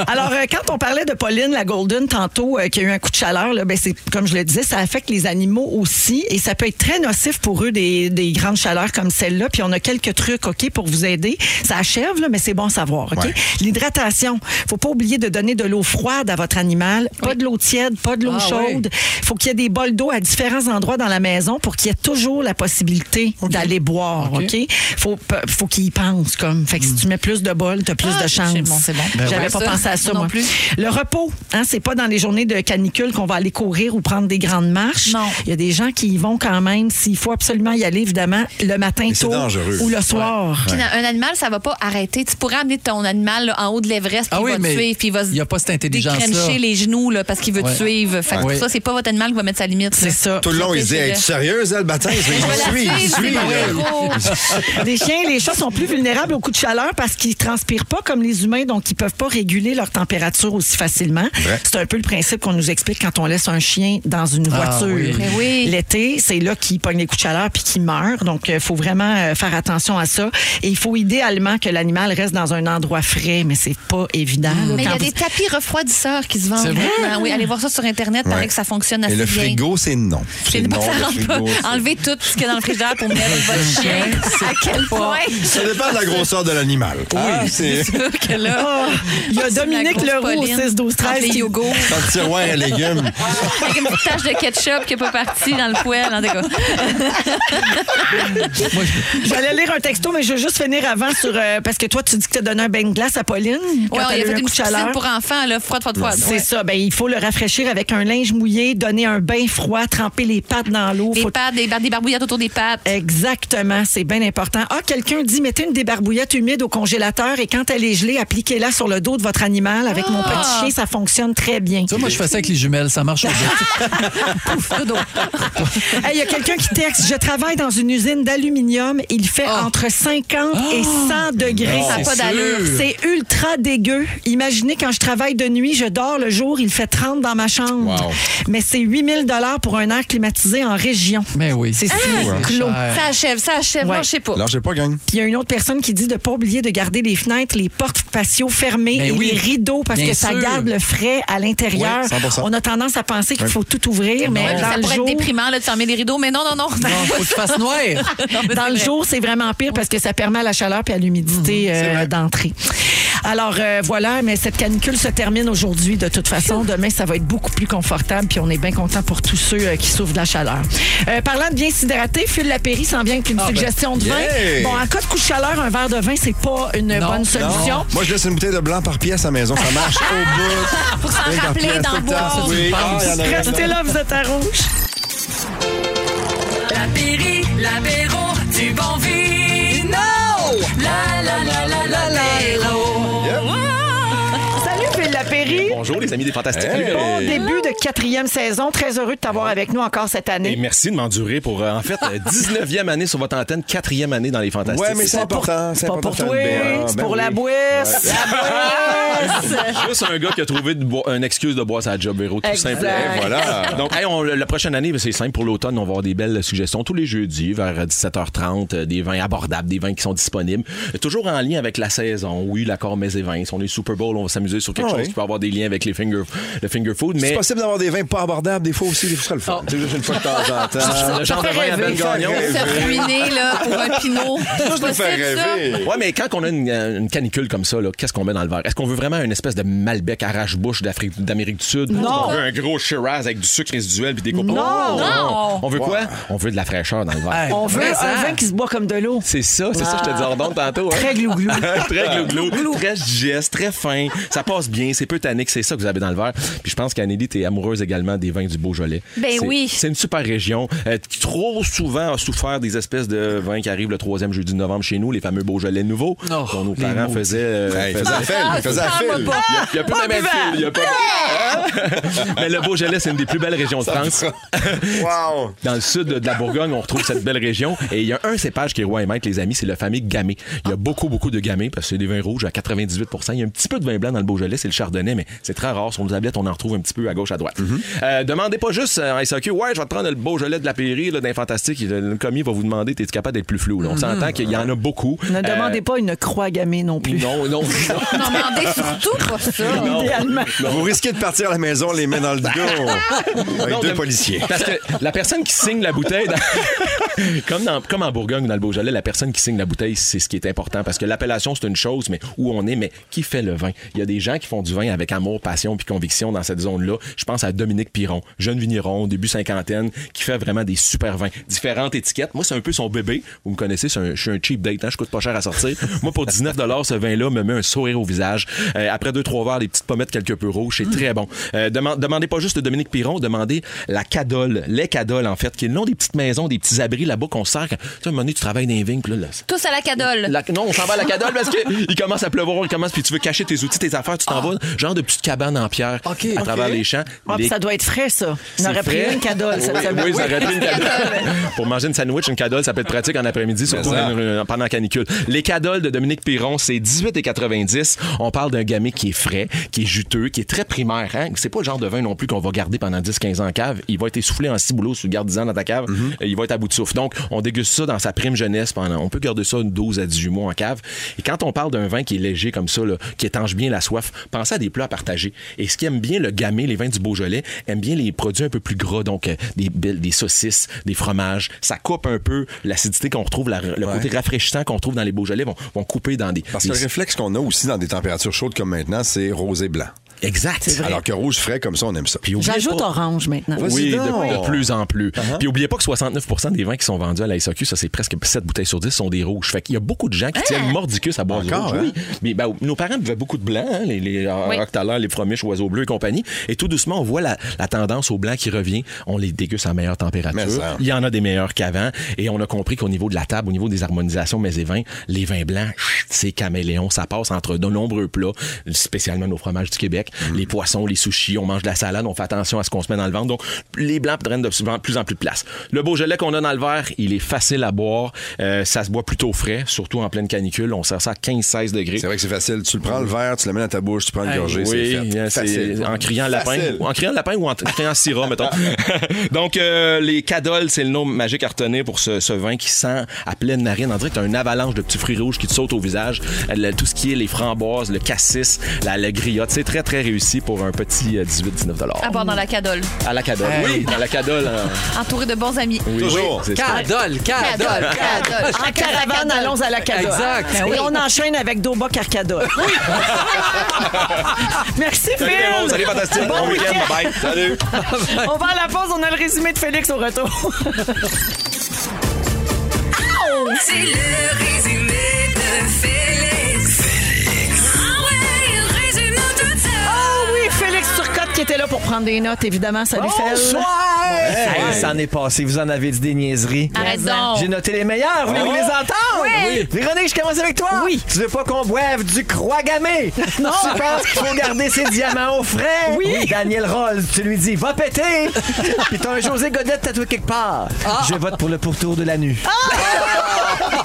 B: Alors, euh, quand on parlait de Pauline, la Golden, tantôt, euh, qui a eu un coup de chaleur, là, ben, c'est, comme je le disais, ça affecte les animaux aussi et ça peut être très nocif pour eux, des, des grandes chaleurs comme celle-là. Puis on a quelques trucs, OK, pour vous aider. Ça achève, là, mais c'est bon à savoir, OK?
L: Ouais.
B: L'hydratation. faut pas oublier de donner de l'eau froide à votre animal. Pas de l'eau tiède, pas de l'eau
L: Ah,
B: chaude. faut qu'il y ait des bols d'eau à différents endroits dans la maison pour qu'il y ait toujours la possibilité d'aller boire, OK? Faut, faut qu'il y pense, comme. Fait que si tu mets plus de bols, t'as plus
C: Ah,
B: de chance.
C: c'est bon, c'est bon. Ben
B: J'avais
C: ouais.
B: pas
C: Ça,
B: pensé à ça,
C: moi non
B: moi.
C: plus.
B: Le repos, hein, c'est pas dans les journées de canicule qu'on va aller courir ou prendre des grandes marches. Il y a des gens qui y vont quand même. S'il faut absolument y aller, évidemment, le matin
A: c'est
B: tôt
A: dangereux.
B: ou le soir.
C: Puis un animal, ça va pas arrêter. Tu pourrais amener ton animal là, en haut de l'Everest, puis
E: Ah oui,
C: il va
E: mais
C: te suivre, puis il va se
E: il n'y a pas cette intelligence-là.
C: décrencher les genoux là, parce qu'il veut
E: Ouais.
C: te suivre. Fait que
E: Ouais.
C: tout ça, c'est pas votre animal qui va mettre sa limite. C'est
B: ça.
A: Tout le long, il se dit Es-tu sérieuse, elle, le matin Je
C: Je vais la
A: suis,
C: suivre,
A: je
C: c'est
A: suis.
C: mon héros.
B: les chiens et les chats sont plus vulnérables aux coups de chaleur parce qu'ils transpirent pas comme les humains, donc ils peuvent pas réguler leur température aussi facilement.
L: Vrai.
B: C'est un peu le principe qu'on nous explique quand on laisse un chien dans une
L: Ah
B: voiture.
L: oui. Mais
B: L'été, c'est là qu'il pogne les coups de chaleur puis qu'il meurt. Donc, il faut vraiment euh, faire attention à ça. Et il faut idéalement que l'animal reste dans un endroit frais, mais c'est pas évident. là,
C: Mais il y
B: quand
C: a
B: vous-
C: des tapis refroidisseurs qui se vendent.
B: C'est vrai?
C: maintenant. Oui, allez voir ça sur Internet. Il paraît
A: Ouais.
C: que ça fonctionne
A: Et
C: assez
A: le
C: bien.
A: frigo, c'est non.
C: C'est
A: non,
C: pas que ça
A: le
C: rentre pas.
A: frigo, c'est-
C: Enlevez tout ce qu'il y a dans le frigidaire pour mettre votre chien. À quel point?
A: Ça dépend de la grosseur de l'animal. Ah, c'est-
C: sûr que là.
B: Ah, il y a
C: c'est la
B: Dominique
C: grosse
B: Leroux au
C: Pauline.
B: 6 12 13
C: Entre les
B: qui-
C: yogos.
A: Dans le tiroir à légumes.
C: Avec une petite tache de ketchup qui n'est pas partie dans le poêle, en tout cas.
B: J'allais lire un texto, mais je veux juste finir avant sur. euh, parce que toi, tu dis que tu as donné un bain de glace à Pauline. quand
C: Ouais,
B: elle
C: il a
B: eu
C: fait
B: un
C: une
B: coup de
C: petite
B: chaleur.
C: piscine pour enfants, là, froide, froide, froide.
B: C'est
C: Ouais.
B: ça. Ben, il faut le rafraîchir avec un linge mouillé, donner un bain froid, tremper les pattes dans l'eau. Des
C: pattes, des, barbouillettes autour des pattes.
B: Exactement. C'est bien important. Ah, quelqu'un dit, mettez une débarbouillette humide au congélateur et quand elle est gelée, appliquez-la sur le dos de votre animal. Avec mon
C: Ah!
B: petit chien, ça fonctionne très bien.
E: Tu vois, moi, je fais ça avec les jumelles. Ça marche au bout.
B: Hey, Il y a quelqu'un qui texte Je travaille dans une usine d'aluminium. Il fait
C: Ah!
B: entre 50 et
E: Ah!
B: 100 degrés.
L: non, Ça a pas c'est d'allure. sûr.
B: C'est ultra dégueu. Imaginez quand je travaille de nuit, je dors dollars le jour, il fait 30 dans ma chambre.
E: Wow.
B: Mais c'est 8000 dollars pour un air climatisé en région.
E: Mais oui.
B: C'est
E: Ah,
B: signé
E: c'est
B: Clos.
E: cher.
C: Ça achève, ça achève. Moi,
B: Ouais.
C: je sais pas.
A: Lâchez pas, gang.
B: Puis il y a une autre personne qui dit de ne pas oublier de garder les fenêtres, les portes patio fermées
E: Ben
B: et
E: oui.
B: les rideaux parce
E: Bien
B: que ça
E: sûr.
B: garde le frais à l'intérieur.
E: Oui, 100%.
B: On a tendance à penser qu'il
E: Oui.
B: faut tout ouvrir, mais
C: Ouais, puis
B: dans
C: ça
B: le
C: pourrait
B: jour...
C: être déprimant là, de fermer les rideaux, mais non, non, non.
E: Non, faut qu'il fasse noir.
C: Non, mais
B: Dans
C: c'est
B: le
C: vrai.
B: jour, c'est vraiment pire parce que ça permet à la chaleur et à
A: Mhm,
B: l'humidité euh, d'entrer. Alors euh, voilà, mais cette canicule se termine aujourd'hui de toute façon. Demain, ça va être beaucoup plus confortable puis on est bien content pour tous ceux euh, qui souffrent de la chaleur. Euh, parlant de bien s'hydrater, Phil Lapéry s'en vient avec une suggestion de vin.
A: Ah, ben, Yeah!
B: Bon, en cas de coup de chaleur, un verre de vin, c'est pas une
E: Non,
B: bonne solution.
A: Moi, je laisse une bouteille de blanc par pièce à la maison. Ça marche Oh, au bout.
C: Pour s'en
A: Une par
C: rappeler
A: pièce,
C: dans
A: tout
C: le
A: le temps.
C: bois.
A: Oui. Ah, il y en a un.
B: Restez là, vous êtes à rouge.
G: La Péri, l'apéro du bon vino. La la la la la l'apéro.
A: Ah.
B: Salut Phil Lapéry.
L: Bonjour les amis des Fantastiques.
A: Hey.
B: Bon début de quatrième saison. Très heureux de t'avoir avec nous encore cette année.
L: Et merci de m'endurer pour, euh, en fait, euh, 19e année sur votre antenne, 4e année dans les Fantastiques.
A: Ouais, mais c'est
L: pas
A: important. C'est
B: C'est pas
A: important
B: pour
A: de faire
B: toi,
A: une belle-
B: c'est
A: Ben
B: pour la
A: oui.
B: bouisse. La bouisse.
L: Juste un gars qui a trouvé de boire- une excuse de boire sa job, Véro, tout
B: Exact.
L: simple.
A: Eh, Voilà.
L: Donc, hey, on- la prochaine année, ben, c'est simple. Pour l'automne, on va avoir des belles suggestions tous les jeudis vers 17h30, euh, des vins abordables, des vins qui sont disponibles. Euh, Toujours en lien avec la saison. Oui, l'accord Mets et Vins. On est Super Bowl, on va s'amuser sur quelque
A: Ah
L: chose
A: oui.
L: qui peut avoir des liens avec les finger, le finger food.
A: C'est
L: Mais
A: possible d'avoir des vins pas abordables des fois aussi, des fois, ça serait le fun. Tu sais, juste une fois de temps en temps.
L: le genre de vin à Ben Gagnon.
C: Se ruiner là, pour un pinot.
A: Ça, je me
C: C'est
A: fais
C: possible, ça?
A: rêver.
L: Ouais, mais quand on a une, euh, une canicule comme ça, là, qu'est-ce qu'on met dans le verre? Est-ce qu'on veut vraiment une espèce de Malbec arrache-bouche d'Afrique- d'Amérique du Sud?
B: Non.
L: On veut un gros Shiraz avec du sucre résiduel puis des compos.
B: Non.
C: Non.
L: On veut quoi? On veut de la fraîcheur dans le verre.
E: Hey,
B: On veut
E: mais ça-
B: un vin qui se boit comme de l'eau.
L: C'est ça, c'est ça, je te dis ordonne tantôt. hein.
B: Très glouglou.
L: très glou très geste, très fin. Ça passe bien, c'est peu tannique, c'est ça que vous avez dans le verre. Puis je pense qu'Anélie, t'es amoureuse également des vins du Beaujolais.
C: Ben
L: C'est-
C: oui.
L: C'est une super région euh, qui trop souvent a souffert des espèces de vins qui arrivent le troisième jeudi de novembre chez nous, les fameux Beaujolais nouveaux,
E: Oh,
L: dont nos
E: les
L: parents
E: maudits. Ah,
L: faisaient... euh,
A: Hey, il
L: faisaient-
A: faisait
G: Ah,
A: la file, il faisait la
C: Parle-moi
A: file.
C: pas.
L: il y a- il y a plus de même
B: buvable.
L: fil, Ah, il y a pas- Hein? Mais le Beaujolais, c'est une des plus belles régions de France.
A: Wow.
L: Dans le sud de la Bourgogne, on retrouve cette belle région. Et il y a un cépage qui est roi et maître, les amis, c'est le fameux Gamay. Il y a beaucoup, beaucoup de Gamay parce que c'est des vins rouges à 98 Il y a un petit peu de vin blanc dans le Beaujolais, c'est le Chardonnay, mais c'est très rare. Sur nos tablettes, on en retrouve un petit peu à gauche, à droite. Euh, demandez pas juste euh, en SAQ, ouais, je vais te prendre le Beaujolais de la Pairie, là, d'un fantastique. Le, le commis va vous demander, t'es-tu capable d'être plus flou? là? On s'entend qu'il y en a beaucoup.
B: Ne
L: Euh,
B: demandez pas une croix gammée non plus.
L: Non, non, non.
C: Non, mais on est surtout pas ça.
L: non.
B: Idéalement.
A: Vous risquez de partir à la maison, les mains dans le dos. Avec
L: Non,
A: deux
L: de-
A: policiers.
L: Parce que la personne qui signe la bouteille, dans- comme, dans- comme en Bourgogne ou dans le Beaujolais, la personne qui signe la bouteille, c'est ce qui est important. Parce que l'appellation, c'est une chose, mais où on est, mais qui fait le vin? Il y a des gens qui font du vin avec amour, passion puis conviction dans cette zone-là. Je pense à Dominique Piron, jeune vigneron, début cinquantaine, qui fait vraiment des super vins. Différentes étiquettes. Moi, c'est un peu son bébé. Vous me connaissez, c'est un- je suis un cheap date, hein, je coûte pas cher à sortir. Moi, pour 19 ce vin-là me met un sourire au visage. Euh, après deux, trois verres, des petites pommettes quelque peu rouges, c'est très bon. Euh, deman- demandez pas juste le Dominique Piron, demandez la cadole, les cadoles, en fait, qui est le nom des petites maisons, des petits abris là-bas qu'on sert. quand- Tu sais, à un moment donné, tu travailles dans les vignes, puis là, là,
C: Tous à la cadole.
L: la- non, on s'en va à la cadole parce qu'il commence à pleuvoir, il commence, puis tu veux cacher tes outils, tes affaires, tu t'en vas, genre de petite cabane en pierre
E: Ok.
L: à travers les champs.
B: Ah, puis
L: Les-
B: Ça doit être frais, ça. On
L: c'est
B: aurait pris
L: frais.
B: une cadole cette
L: oui,
B: semaine.
L: oui, ça aurait pris une cadole. Pour manger une sandwich, une cadole, ça peut être pratique en après-midi, surtout
A: ça.
L: en- euh, pendant la canicule. Les cadoles de Dominique Piron, c'est 18,90. On parle d'un gamay qui est frais, qui est juteux, qui est très primaire. Hein? C'est pas le genre de vin non plus qu'on va garder pendant 10-15 ans en cave. Il va être essoufflé en ciboulot sous le garde-disant dans ta cave. et Il va être à bout de souffle. Donc, on déguste ça dans sa prime jeunesse pendant. On peut garder ça une 12 à 18 mois en cave. Et quand on parle d'un vin qui est léger comme ça, là, qui étanche bien la soif, pensez à des plats à partager. Et ce qui aime bien le gamay, les vins du Beaujolais, aime bien les produits un peu plus gras, donc euh, des, belles- des saucisses, des fromages. Ça coupe un peu l'acidité qu'on retrouve, la- le côté rafraîchissant qu'on retrouve dans les Beaujolais vont, vont couper dans des.
A: Parce que le
L: des-
A: réflexe qu'on a aussi dans des températures chaudes comme maintenant, c'est rosé blanc.
L: Exact.
A: Alors que rouge frais, comme ça, on aime ça.
L: Puis oubliez
B: J'ajoute
L: pas-
B: orange maintenant.
A: Vas-y
L: Oui, de,
A: donc. Ah
L: de plus en plus. Puis oubliez pas que 69 des vins qui sont vendus à la SAQ, ça c'est presque 7 bouteilles sur 10 sont des rouges. Fait qu'il y a beaucoup de gens qui tiennent mordicus à boire du
A: Encore, hein?
L: rouge. Oui. Mais ben, nos parents buvaient beaucoup de blanc, hein, les, les euh,
C: Oui.
L: Octaleurs, les fromiches, oiseaux bleus et compagnie. Et tout doucement, on voit la, la tendance au blanc qui revient. On les déguste à meilleure
A: Mais
L: température.
A: ça.
L: Il y en a des meilleurs qu'avant. Et on a compris qu'au niveau de la table, au niveau des harmonisations mais et vins, les vins blancs, chut, c'est caméléon. Ça passe entre de nombreux plats, spécialement nos fromages du Québec. Québec.
A: Mm.
L: Les poissons, les sushis, on mange de la salade, on fait attention à ce qu'on se met dans le ventre. Donc, les blancs prennent de plus en plus, en plus de place. Le Beaujolais qu'on a dans le verre, il est facile à boire. Euh, ça se boit plutôt frais, surtout en pleine canicule. On sert ça à 15-16 degrés.
A: C'est vrai que c'est facile. Tu le prends le verre, tu l'amènes à ta bouche, tu prends une
L: Hey.
A: gorgée,
L: Oui, hein,
A: c'est fait.
L: c'est-
A: Facile.
L: en criant lapin,
A: Facile.
L: en criant lapin ou en t- criant syrah, mettons. Donc, euh, les cadoles, c'est le nom magique à retenir pour ce, ce vin qui sent à pleine narine. On dirait que t'as une avalanche de petits fruits rouges qui te sautent au visage. Euh, le- tout ce qui est les framboises, le cassis, la, la griotte, c'est très, très réussi pour un petit euh, 18-19 dollars.
C: À part dans la cadole.
L: À la cadole,
C: Hey.
L: oui, à la cadole. hein.
C: Entouré de bons amis.
L: Oui, Toujours. oui, c'est ça.
E: Cadole,
C: cadole, cadole.
B: En caravane, allons à la cadole.
E: Exact.
B: Et
E: Ben oui.
B: on enchaîne avec Doba Carcadole. Merci, Phil.
L: Salut, les bons, salut, fantastique. Bon week-end,
B: week-end.
L: bye-bye. Salut.
B: On va à la pause, on a le résumé de Félix au retour.
G: C'est le résumé de Félix. Félix. Ah ouais, il résume tout ça.
B: Oh oui, Félix Turcotte qui était là pour prendre des notes, évidemment. Salut, Félix.
M: Hey, Eh, ça en est passé. Vous en avez dit des niaiseries.
B: Arrête donc.
M: J'ai noté les meilleurs. Voulez-vous
B: Oh.
M: les entendre?
B: Oui.
M: Véronique, je commence avec toi. Oui. Tu veux pas qu'on boive du croix gammé?
G: Non.
M: Tu penses qu'il faut garder ses diamants au frais?
G: Oui.
M: Daniel Rolls, tu lui dis, va péter. Puis t'as un José Godette tatoué quelque part. Je vote pour le pourtour de la nuit.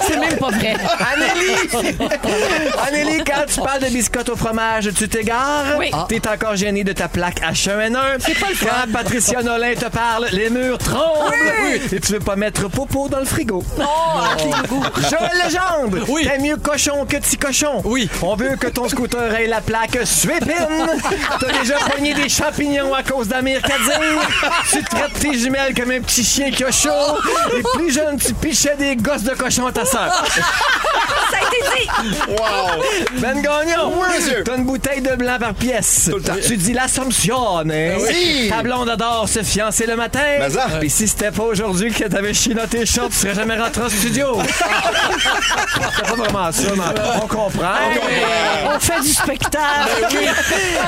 G: C'est même pas vrai.
M: Anélie! Anélie, quand tu parles de biscotte au fromage, tu t'égares.
G: Oui. Ah.
M: T'es encore gêné de ta plaque H1N1. C'est pas le Quand Patricia Nolin te parle, les murs tremblent.
G: Oui. Oh,
M: Et tu veux pas mettre Popo dans le frigo.
G: Non.
M: Joël Legendre! Oui. T'aimes mieux cochon que petit cochon. Oui. On veut que ton scooter ait la plaque suépine. T'as déjà pogné des champignons à cause d'Amir Kadir. tu traites tes jumelles comme un petit chien qui a chaud. Et plus jeune, tu pichais des gosses de cochon à ta sœur.
G: Ça a été dit.
M: Ben Gagnon!
G: Oui, monsieur.
M: T'as une bouteille de blanc par pièce. Tu dis l'Assomption, hein?
G: Ben Oui. Si.
M: Ta blonde adore se fiancer le matin.
G: Mais ça.
M: Puis si c'était pas aujourd'hui que t'avais chinoté tes shorts, tu serais jamais rentré au studio. C'est pas vraiment ça, mais on comprend.
G: Hey, Ah,
M: comprend.
B: on fait du spectacle.
M: Ben oui.